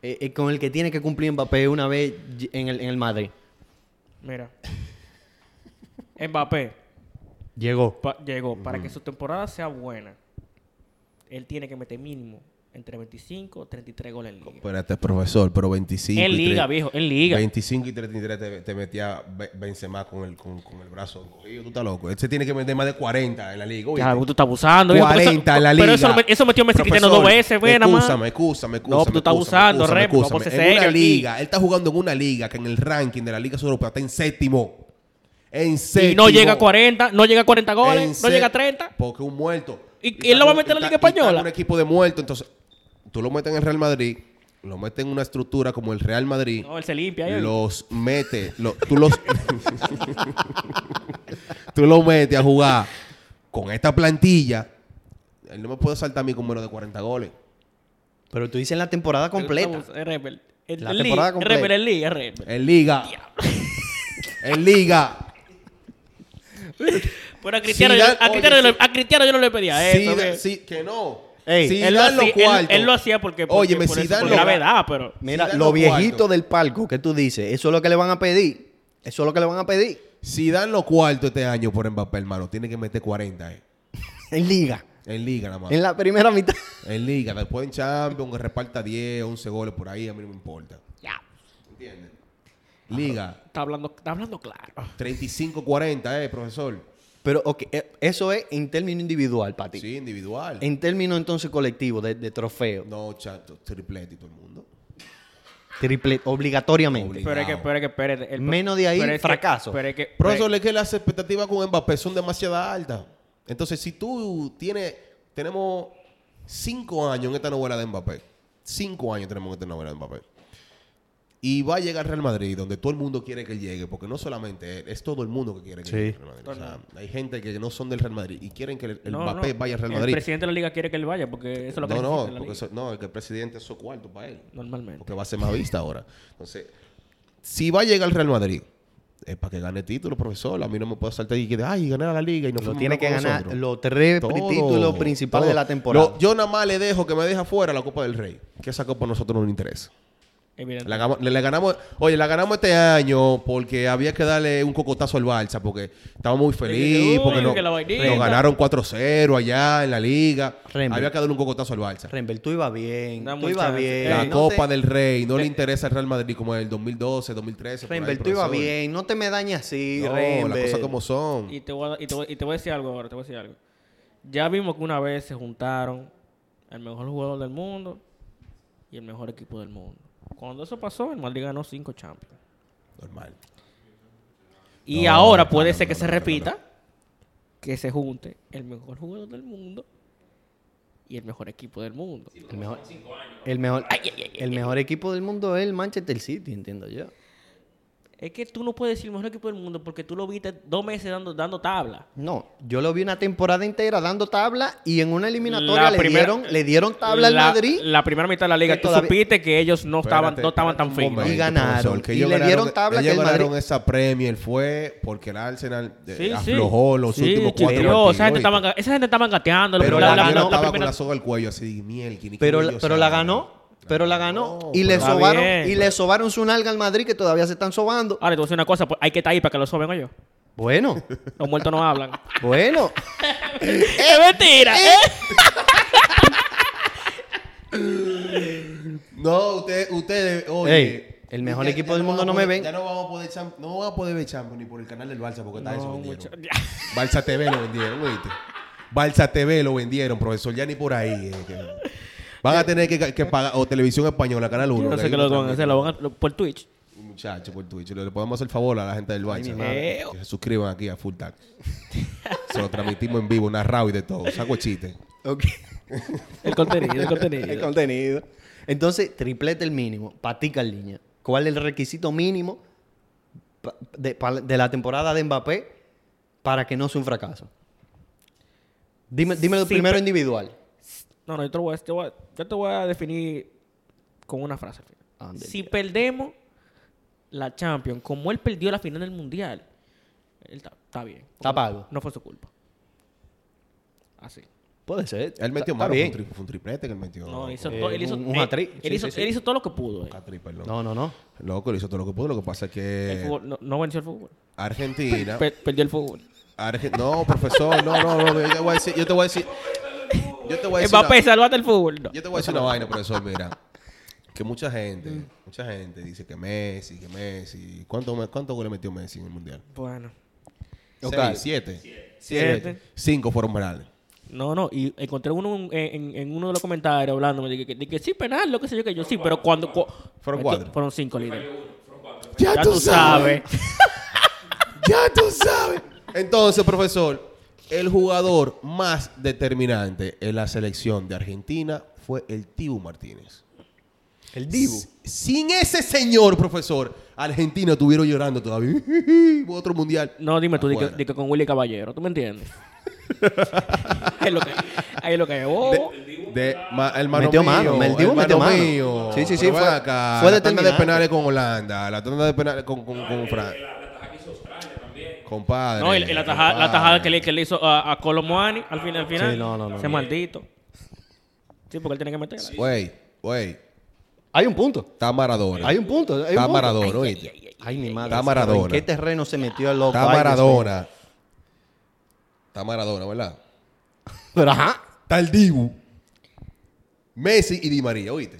[SPEAKER 1] eh, eh, con el que tiene que cumplir Mbappé una vez ll- en el, en el Madrid?
[SPEAKER 2] mira. Mbappé
[SPEAKER 1] Llegó.
[SPEAKER 2] pa- llegó. Para que su temporada sea buena, él tiene que meter mínimo entre 25 y 33 goles en liga.
[SPEAKER 3] Espérate, este profesor, pero 25.
[SPEAKER 2] En
[SPEAKER 3] y
[SPEAKER 2] liga,
[SPEAKER 3] tre-
[SPEAKER 2] viejo, en liga.
[SPEAKER 3] 25 y 33 te, te metía Be- Benzema con el, con, con el brazo encogido. Tú estás loco. Él se tiene que meter más de 40 en la liga. ¿oíste?
[SPEAKER 2] Ya, tú estás abusando. viejo, porque
[SPEAKER 3] 40 en la
[SPEAKER 2] eso-
[SPEAKER 3] liga.
[SPEAKER 2] Pero eso, lo met- eso metió Messi Cristiano
[SPEAKER 3] Profesor,
[SPEAKER 2] dos veces, güey, nada más.
[SPEAKER 3] Excúsame, excúsame, excúsame.
[SPEAKER 2] No, tú estás
[SPEAKER 3] excúsame,
[SPEAKER 2] abusando,
[SPEAKER 3] excúsame,
[SPEAKER 2] Rep, no,
[SPEAKER 3] excúsame.
[SPEAKER 2] pues,
[SPEAKER 3] En una
[SPEAKER 2] serio aquí.
[SPEAKER 3] liga. Él está jugando en una liga que en el ranking de la Liga Europea está en séptimo. En séptimo.
[SPEAKER 2] Y no llega a 40, no llega a 40
[SPEAKER 3] En
[SPEAKER 2] goles, no
[SPEAKER 3] sé-
[SPEAKER 2] llega a 30.
[SPEAKER 3] Porque un muerto.
[SPEAKER 2] ¿Y- y
[SPEAKER 3] está
[SPEAKER 2] él lo va a
[SPEAKER 3] con-
[SPEAKER 2] meter en la
[SPEAKER 3] y
[SPEAKER 2] Liga
[SPEAKER 3] está- y está con
[SPEAKER 2] Española?
[SPEAKER 3] Un equipo de muertos. Entonces, tú lo metes en el Real Madrid, lo metes en una estructura como el Real Madrid.
[SPEAKER 2] No, él se limpia. ahí.
[SPEAKER 3] Los mete, lo- tú los tú los metes a jugar con esta plantilla. Él no me puede saltar a mí con menos de 40 goles.
[SPEAKER 1] Pero tú dices la temporada completa.
[SPEAKER 2] Estamos- es Rebel. El,
[SPEAKER 1] La
[SPEAKER 2] el
[SPEAKER 1] temporada
[SPEAKER 2] Lee,
[SPEAKER 1] completa.
[SPEAKER 2] Rebel, el Lee, es Rebel.
[SPEAKER 3] En liga. En liga.
[SPEAKER 2] Pero a Cristiano,
[SPEAKER 3] Zidane,
[SPEAKER 2] yo, a,
[SPEAKER 3] oye,
[SPEAKER 2] Cristiano yo,
[SPEAKER 3] sí.
[SPEAKER 2] le- a Cristiano yo no le pedía
[SPEAKER 3] Sí,
[SPEAKER 2] eso.
[SPEAKER 3] da-
[SPEAKER 2] que-
[SPEAKER 3] sí, que no.
[SPEAKER 1] Ey,
[SPEAKER 3] Sí,
[SPEAKER 2] él, lo
[SPEAKER 3] dan los
[SPEAKER 2] hacía, él- él,
[SPEAKER 3] cuartos.
[SPEAKER 2] lo hacía porque, porque
[SPEAKER 3] Óyeme,
[SPEAKER 2] por,
[SPEAKER 3] si
[SPEAKER 2] eso,
[SPEAKER 3] dan
[SPEAKER 2] por
[SPEAKER 3] los-
[SPEAKER 2] gravedad, pero
[SPEAKER 1] Mira,
[SPEAKER 3] dan
[SPEAKER 1] los
[SPEAKER 3] los
[SPEAKER 1] viejitos
[SPEAKER 3] cuartos.
[SPEAKER 1] del palco que tú dices, eso es lo que le van a pedir. Eso es lo que le van a pedir.
[SPEAKER 3] si dan los cuartos este año por Mbappé, hermano, tiene que meter 40 eh.
[SPEAKER 1] En liga.
[SPEAKER 3] en liga nada más.
[SPEAKER 1] En la primera mitad.
[SPEAKER 3] En liga, después en Champions, que reparta 10, 11 goles por ahí, a mí no me importa.
[SPEAKER 2] Ya.
[SPEAKER 3] ¿Entiendes? Liga,
[SPEAKER 2] Está hablando, está hablando claro.
[SPEAKER 3] 35-40, eh, profesor.
[SPEAKER 1] Pero, ok, eh, eso es en término individual, Pati.
[SPEAKER 3] Sí, individual.
[SPEAKER 1] En término entonces colectivo, de, de trofeo.
[SPEAKER 3] No, chato, triplete y todo el mundo.
[SPEAKER 1] Triple, obligatoriamente.
[SPEAKER 3] Obli-
[SPEAKER 2] Pero es que,
[SPEAKER 3] Cuidado.
[SPEAKER 2] pero es que, espérate. el-
[SPEAKER 1] Menos de ahí,
[SPEAKER 2] pero es que-
[SPEAKER 1] fracaso.
[SPEAKER 2] pero es que,
[SPEAKER 3] Profesor, es que las expectativas con Mbappé son demasiado altas. Entonces, si tú tienes, tenemos cinco años en esta novela de Mbappé. Cinco años tenemos en esta novela de Mbappé. Y va a llegar Real Madrid, donde todo el mundo quiere que él llegue, porque no solamente él, es todo el mundo que quiere que
[SPEAKER 1] Sí.
[SPEAKER 3] llegue. al Real Madrid. O sea, hay gente que no son del Real Madrid y quieren que el, el
[SPEAKER 2] No,
[SPEAKER 3] Mbappé
[SPEAKER 2] no,
[SPEAKER 3] vaya al Real
[SPEAKER 2] El
[SPEAKER 3] Madrid.
[SPEAKER 2] presidente de la liga quiere que él vaya porque eso es lo que
[SPEAKER 3] No,
[SPEAKER 2] le
[SPEAKER 3] no,
[SPEAKER 2] exige la
[SPEAKER 3] porque
[SPEAKER 2] liga.
[SPEAKER 3] eso- no, que el presidente es su cuarto para él.
[SPEAKER 2] Normalmente.
[SPEAKER 3] Porque va a ser más vista ahora. Entonces, si va a llegar al Real Madrid, es para que gane título, profesor. A mí no me puedo saltar y que, ay, gané a la liga y no
[SPEAKER 1] Lo tiene que ganar los tres títulos principales de la temporada.
[SPEAKER 3] yo nada más le dejo que me deje afuera la Copa del Rey. Que esa copa a nosotros no nos interesa.
[SPEAKER 2] Evidente.
[SPEAKER 3] La gama- le, le ganamos, oye, la ganamos este año porque había que darle un cocotazo al Barça porque estábamos muy
[SPEAKER 2] que,
[SPEAKER 3] felices,
[SPEAKER 2] uy,
[SPEAKER 3] porque no-
[SPEAKER 2] que la vainita.
[SPEAKER 3] nos ganaron 4-0 allá en la liga.
[SPEAKER 1] Rembe.
[SPEAKER 3] Había que darle un cocotazo al Barça.
[SPEAKER 1] Rembel, tú ibas bien.
[SPEAKER 2] Da
[SPEAKER 1] tú
[SPEAKER 2] mucha
[SPEAKER 1] ibas
[SPEAKER 2] chance.
[SPEAKER 1] bien.
[SPEAKER 3] La
[SPEAKER 2] Ey,
[SPEAKER 1] Eh, no
[SPEAKER 3] Copa
[SPEAKER 1] te-
[SPEAKER 3] del Rey no le interesa al Real Madrid como el 2012, 2013. por ahí,
[SPEAKER 1] Rembel, tú ibas
[SPEAKER 3] profesor.
[SPEAKER 1] bien. No te me dañes así,
[SPEAKER 3] No, las
[SPEAKER 1] Rembel.
[SPEAKER 3] cosas como son.
[SPEAKER 2] Y te, voy a, y, te voy, y te voy a decir algo ahora, te voy a decir algo. Ya vimos que una vez se juntaron el mejor jugador del mundo y el mejor equipo del mundo. Cuando eso pasó, el Madrid ganó cinco Champions.
[SPEAKER 3] Normal.
[SPEAKER 2] Y
[SPEAKER 3] No,
[SPEAKER 2] ahora
[SPEAKER 3] no,
[SPEAKER 2] puede
[SPEAKER 3] no,
[SPEAKER 2] ser
[SPEAKER 3] no,
[SPEAKER 2] que
[SPEAKER 3] no,
[SPEAKER 2] se
[SPEAKER 3] no, no,
[SPEAKER 2] repita que se junte el mejor jugador del mundo y el mejor equipo del mundo.
[SPEAKER 1] El mejor, el mejor, el mejor equipo del mundo es el Manchester City, entiendo yo.
[SPEAKER 2] Es que tú no puedes decir el mejor equipo del mundo porque tú lo viste dos meses dando, dando tabla.
[SPEAKER 1] No, yo lo vi una temporada entera dando tabla y en una eliminatoria
[SPEAKER 2] La
[SPEAKER 1] le,
[SPEAKER 2] primera-
[SPEAKER 1] dieron, le dieron tabla al
[SPEAKER 2] La-
[SPEAKER 1] Madrid
[SPEAKER 2] La primera mitad de la liga.
[SPEAKER 1] Que
[SPEAKER 2] Tú
[SPEAKER 1] todavía-
[SPEAKER 2] supiste que ellos no estaban,
[SPEAKER 3] Espérate,
[SPEAKER 2] no estaban tan
[SPEAKER 3] espérate un
[SPEAKER 2] finos.
[SPEAKER 3] momento,
[SPEAKER 1] Y ganaron.
[SPEAKER 3] profesor, que
[SPEAKER 1] Y
[SPEAKER 3] ellos
[SPEAKER 1] le dieron
[SPEAKER 3] ganaron-
[SPEAKER 1] tabla que
[SPEAKER 3] Ellos
[SPEAKER 1] el Madrid-
[SPEAKER 3] ganaron esa Premier fue porque el Arsenal eh,
[SPEAKER 2] Sí, sí.
[SPEAKER 3] aflojó los
[SPEAKER 2] Sí,
[SPEAKER 3] últimos cuatro
[SPEAKER 2] chitrió,
[SPEAKER 3] partidos.
[SPEAKER 2] esa, gente
[SPEAKER 3] ¿oíste?
[SPEAKER 2] estaba, esa gente estaba gateando.
[SPEAKER 3] pero
[SPEAKER 1] la
[SPEAKER 3] la,
[SPEAKER 1] ganó,
[SPEAKER 3] ganó,
[SPEAKER 1] la
[SPEAKER 3] estaba con
[SPEAKER 2] primera-
[SPEAKER 3] la soga al cuello así, miel, que ni
[SPEAKER 1] pero,
[SPEAKER 3] que
[SPEAKER 1] la-
[SPEAKER 3] Dios
[SPEAKER 1] pero la
[SPEAKER 3] sabe.
[SPEAKER 1] ganó, pero pues. la ganó
[SPEAKER 3] No,
[SPEAKER 1] y le
[SPEAKER 2] pero-
[SPEAKER 1] sobaron
[SPEAKER 2] Está bien,
[SPEAKER 1] y le
[SPEAKER 2] pero-
[SPEAKER 1] sobaron su nalga al Madrid que todavía se están sobando.
[SPEAKER 2] Ahora, te voy a decir una cosa. pues, hay que estar ahí para que lo soben yo.
[SPEAKER 1] Bueno,
[SPEAKER 2] Los muertos no hablan.
[SPEAKER 1] bueno.
[SPEAKER 2] ¡Es mentira! Eh,
[SPEAKER 3] No, usted- ustedes, oye.
[SPEAKER 1] Ey, el mejor equipo del mundo
[SPEAKER 3] vamos
[SPEAKER 1] no
[SPEAKER 3] a
[SPEAKER 1] me
[SPEAKER 3] poder-
[SPEAKER 1] ven.
[SPEAKER 3] Ya no vamos a poder, champ- no vamos a poder ver Champions ni por el canal del Balsa porque está eso
[SPEAKER 2] No,
[SPEAKER 3] vendieron.
[SPEAKER 2] muchacho.
[SPEAKER 3] Balsa TV lo vendieron, oíste. Balsa TV lo vendieron, profesor, ya ni por ahí. eh, que- Van a tener que, que pagar, o Televisión Española, Canal 1.
[SPEAKER 2] Yo no sé qué lo van a hacer. Lo van a, lo- por Twitch.
[SPEAKER 3] Muchachos, por Twitch, le le podemos hacer favor a la gente del Balsa.
[SPEAKER 2] madre.
[SPEAKER 3] Que se suscriban aquí a Full Tag. se lo transmitimos en vivo, narrado y de todo. Saco chiste.
[SPEAKER 1] Ok.
[SPEAKER 2] El contenido, el
[SPEAKER 1] El
[SPEAKER 2] contenido.
[SPEAKER 1] contenido. Entonces, triplete el mínimo, patica en línea. ¿Cuál es el requisito mínimo pa- de, pa- de la temporada de Mbappé para que no sea un fracaso? Dime, dímelo
[SPEAKER 2] Sí,
[SPEAKER 1] primero
[SPEAKER 2] pe-
[SPEAKER 1] individual.
[SPEAKER 2] No, no, yo te, lo voy a, te voy a- yo te voy a definir con una frase. al final.
[SPEAKER 1] Ande.
[SPEAKER 2] si perdemos la Champions, como él perdió la final del Mundial, él está, está bien.
[SPEAKER 1] Está pago.
[SPEAKER 2] No fue su culpa. Así.
[SPEAKER 1] Puede ser.
[SPEAKER 3] Él
[SPEAKER 1] Está-
[SPEAKER 3] metió malo,
[SPEAKER 1] está
[SPEAKER 3] fue un,
[SPEAKER 1] bien.
[SPEAKER 3] tri- fue un triplete que él metió.
[SPEAKER 2] No, hizo
[SPEAKER 1] eh,
[SPEAKER 2] todo. Él hizo,
[SPEAKER 1] un- un
[SPEAKER 2] él-
[SPEAKER 1] hat-trick.
[SPEAKER 2] él
[SPEAKER 1] Sí,
[SPEAKER 2] hizo-
[SPEAKER 1] sí, sí.
[SPEAKER 2] él hizo todo lo que pudo. eh.
[SPEAKER 3] Ah, triple, loco.
[SPEAKER 1] No, no, no.
[SPEAKER 3] Loco, él hizo todo lo que pudo. Lo que pasa es
[SPEAKER 2] El
[SPEAKER 3] que
[SPEAKER 2] fútbol- no, no venció el fútbol.
[SPEAKER 3] Argentina.
[SPEAKER 2] Per- perdió el fútbol.
[SPEAKER 3] Arge- no, profesor, no, no, no. Yo te voy a decir, yo te voy a decir, yo te voy a decir,
[SPEAKER 2] Mbappé,
[SPEAKER 3] una,
[SPEAKER 2] salvate el fútbol. No.
[SPEAKER 3] yo te voy a decir una vaina, profesor. Mira, que mucha gente, mucha gente dice que Messi, que Messi. ¿Cuántos me- cuántos goles metió Messi en el mundial?
[SPEAKER 2] Bueno.
[SPEAKER 1] Ok.
[SPEAKER 3] Seis, siete,
[SPEAKER 2] Siete.
[SPEAKER 3] Cinco fueron penales.
[SPEAKER 2] No, no, y encontré uno en, en- en uno de los comentarios hablándome de que, de que sí, penal, lo que sé yo que yo sí, pero cuando. cu-
[SPEAKER 3] Fueron
[SPEAKER 2] Esto-
[SPEAKER 3] cuatro.
[SPEAKER 2] Fueron cinco líderes. Ya, tú sabes.
[SPEAKER 3] Ya tú sabes. Entonces, profesor, el jugador más determinante en la selección de Argentina fue el Tibu Martínez.
[SPEAKER 1] El Dibu.
[SPEAKER 3] S- Sin ese señor, profesor, Argentina estuvieron llorando todavía. Otro mundial.
[SPEAKER 2] No, dime tú, di que,
[SPEAKER 3] Afuera.
[SPEAKER 2] di que con Willy Caballero, ¿tú me entiendes? ahí es lo que ahí es lo que es Oh. bobo.
[SPEAKER 3] De, ma- hermano
[SPEAKER 1] Metió
[SPEAKER 3] mío,
[SPEAKER 1] mano, el Dibu
[SPEAKER 3] hermano
[SPEAKER 1] metió mano.
[SPEAKER 3] mío.
[SPEAKER 1] Sí, sí, sí,
[SPEAKER 3] Pero ven
[SPEAKER 1] fue-
[SPEAKER 3] acá,
[SPEAKER 1] fue
[SPEAKER 3] la tanda de
[SPEAKER 1] determinante.
[SPEAKER 3] penales con Holanda, la tanda de penales con, con, con Fran- Compadre.
[SPEAKER 2] No, y la, y la tajada, la tajada
[SPEAKER 3] compadre.
[SPEAKER 2] que, le, que le hizo a, a Colomoani al final, al final.
[SPEAKER 1] Sí, no, no, no,
[SPEAKER 2] Ese
[SPEAKER 1] no.
[SPEAKER 2] maldito. Sí, porque él tiene que meterla.
[SPEAKER 3] Güey, güey,
[SPEAKER 1] Hay un punto.
[SPEAKER 3] está Maradona.
[SPEAKER 1] Hay un punto. Hay un
[SPEAKER 3] Está
[SPEAKER 1] punto.
[SPEAKER 3] Maradona, oíste.
[SPEAKER 1] Ay, mi madre.
[SPEAKER 3] Está Maradona.
[SPEAKER 1] ¿En qué terreno se metió el loco?
[SPEAKER 3] Está
[SPEAKER 1] Ay, Dios
[SPEAKER 3] Maradona. Está Maradona, ¿verdad?
[SPEAKER 1] mío. Pero ajá.
[SPEAKER 3] Está el Dibu. Messi y Di María, ¿oíste?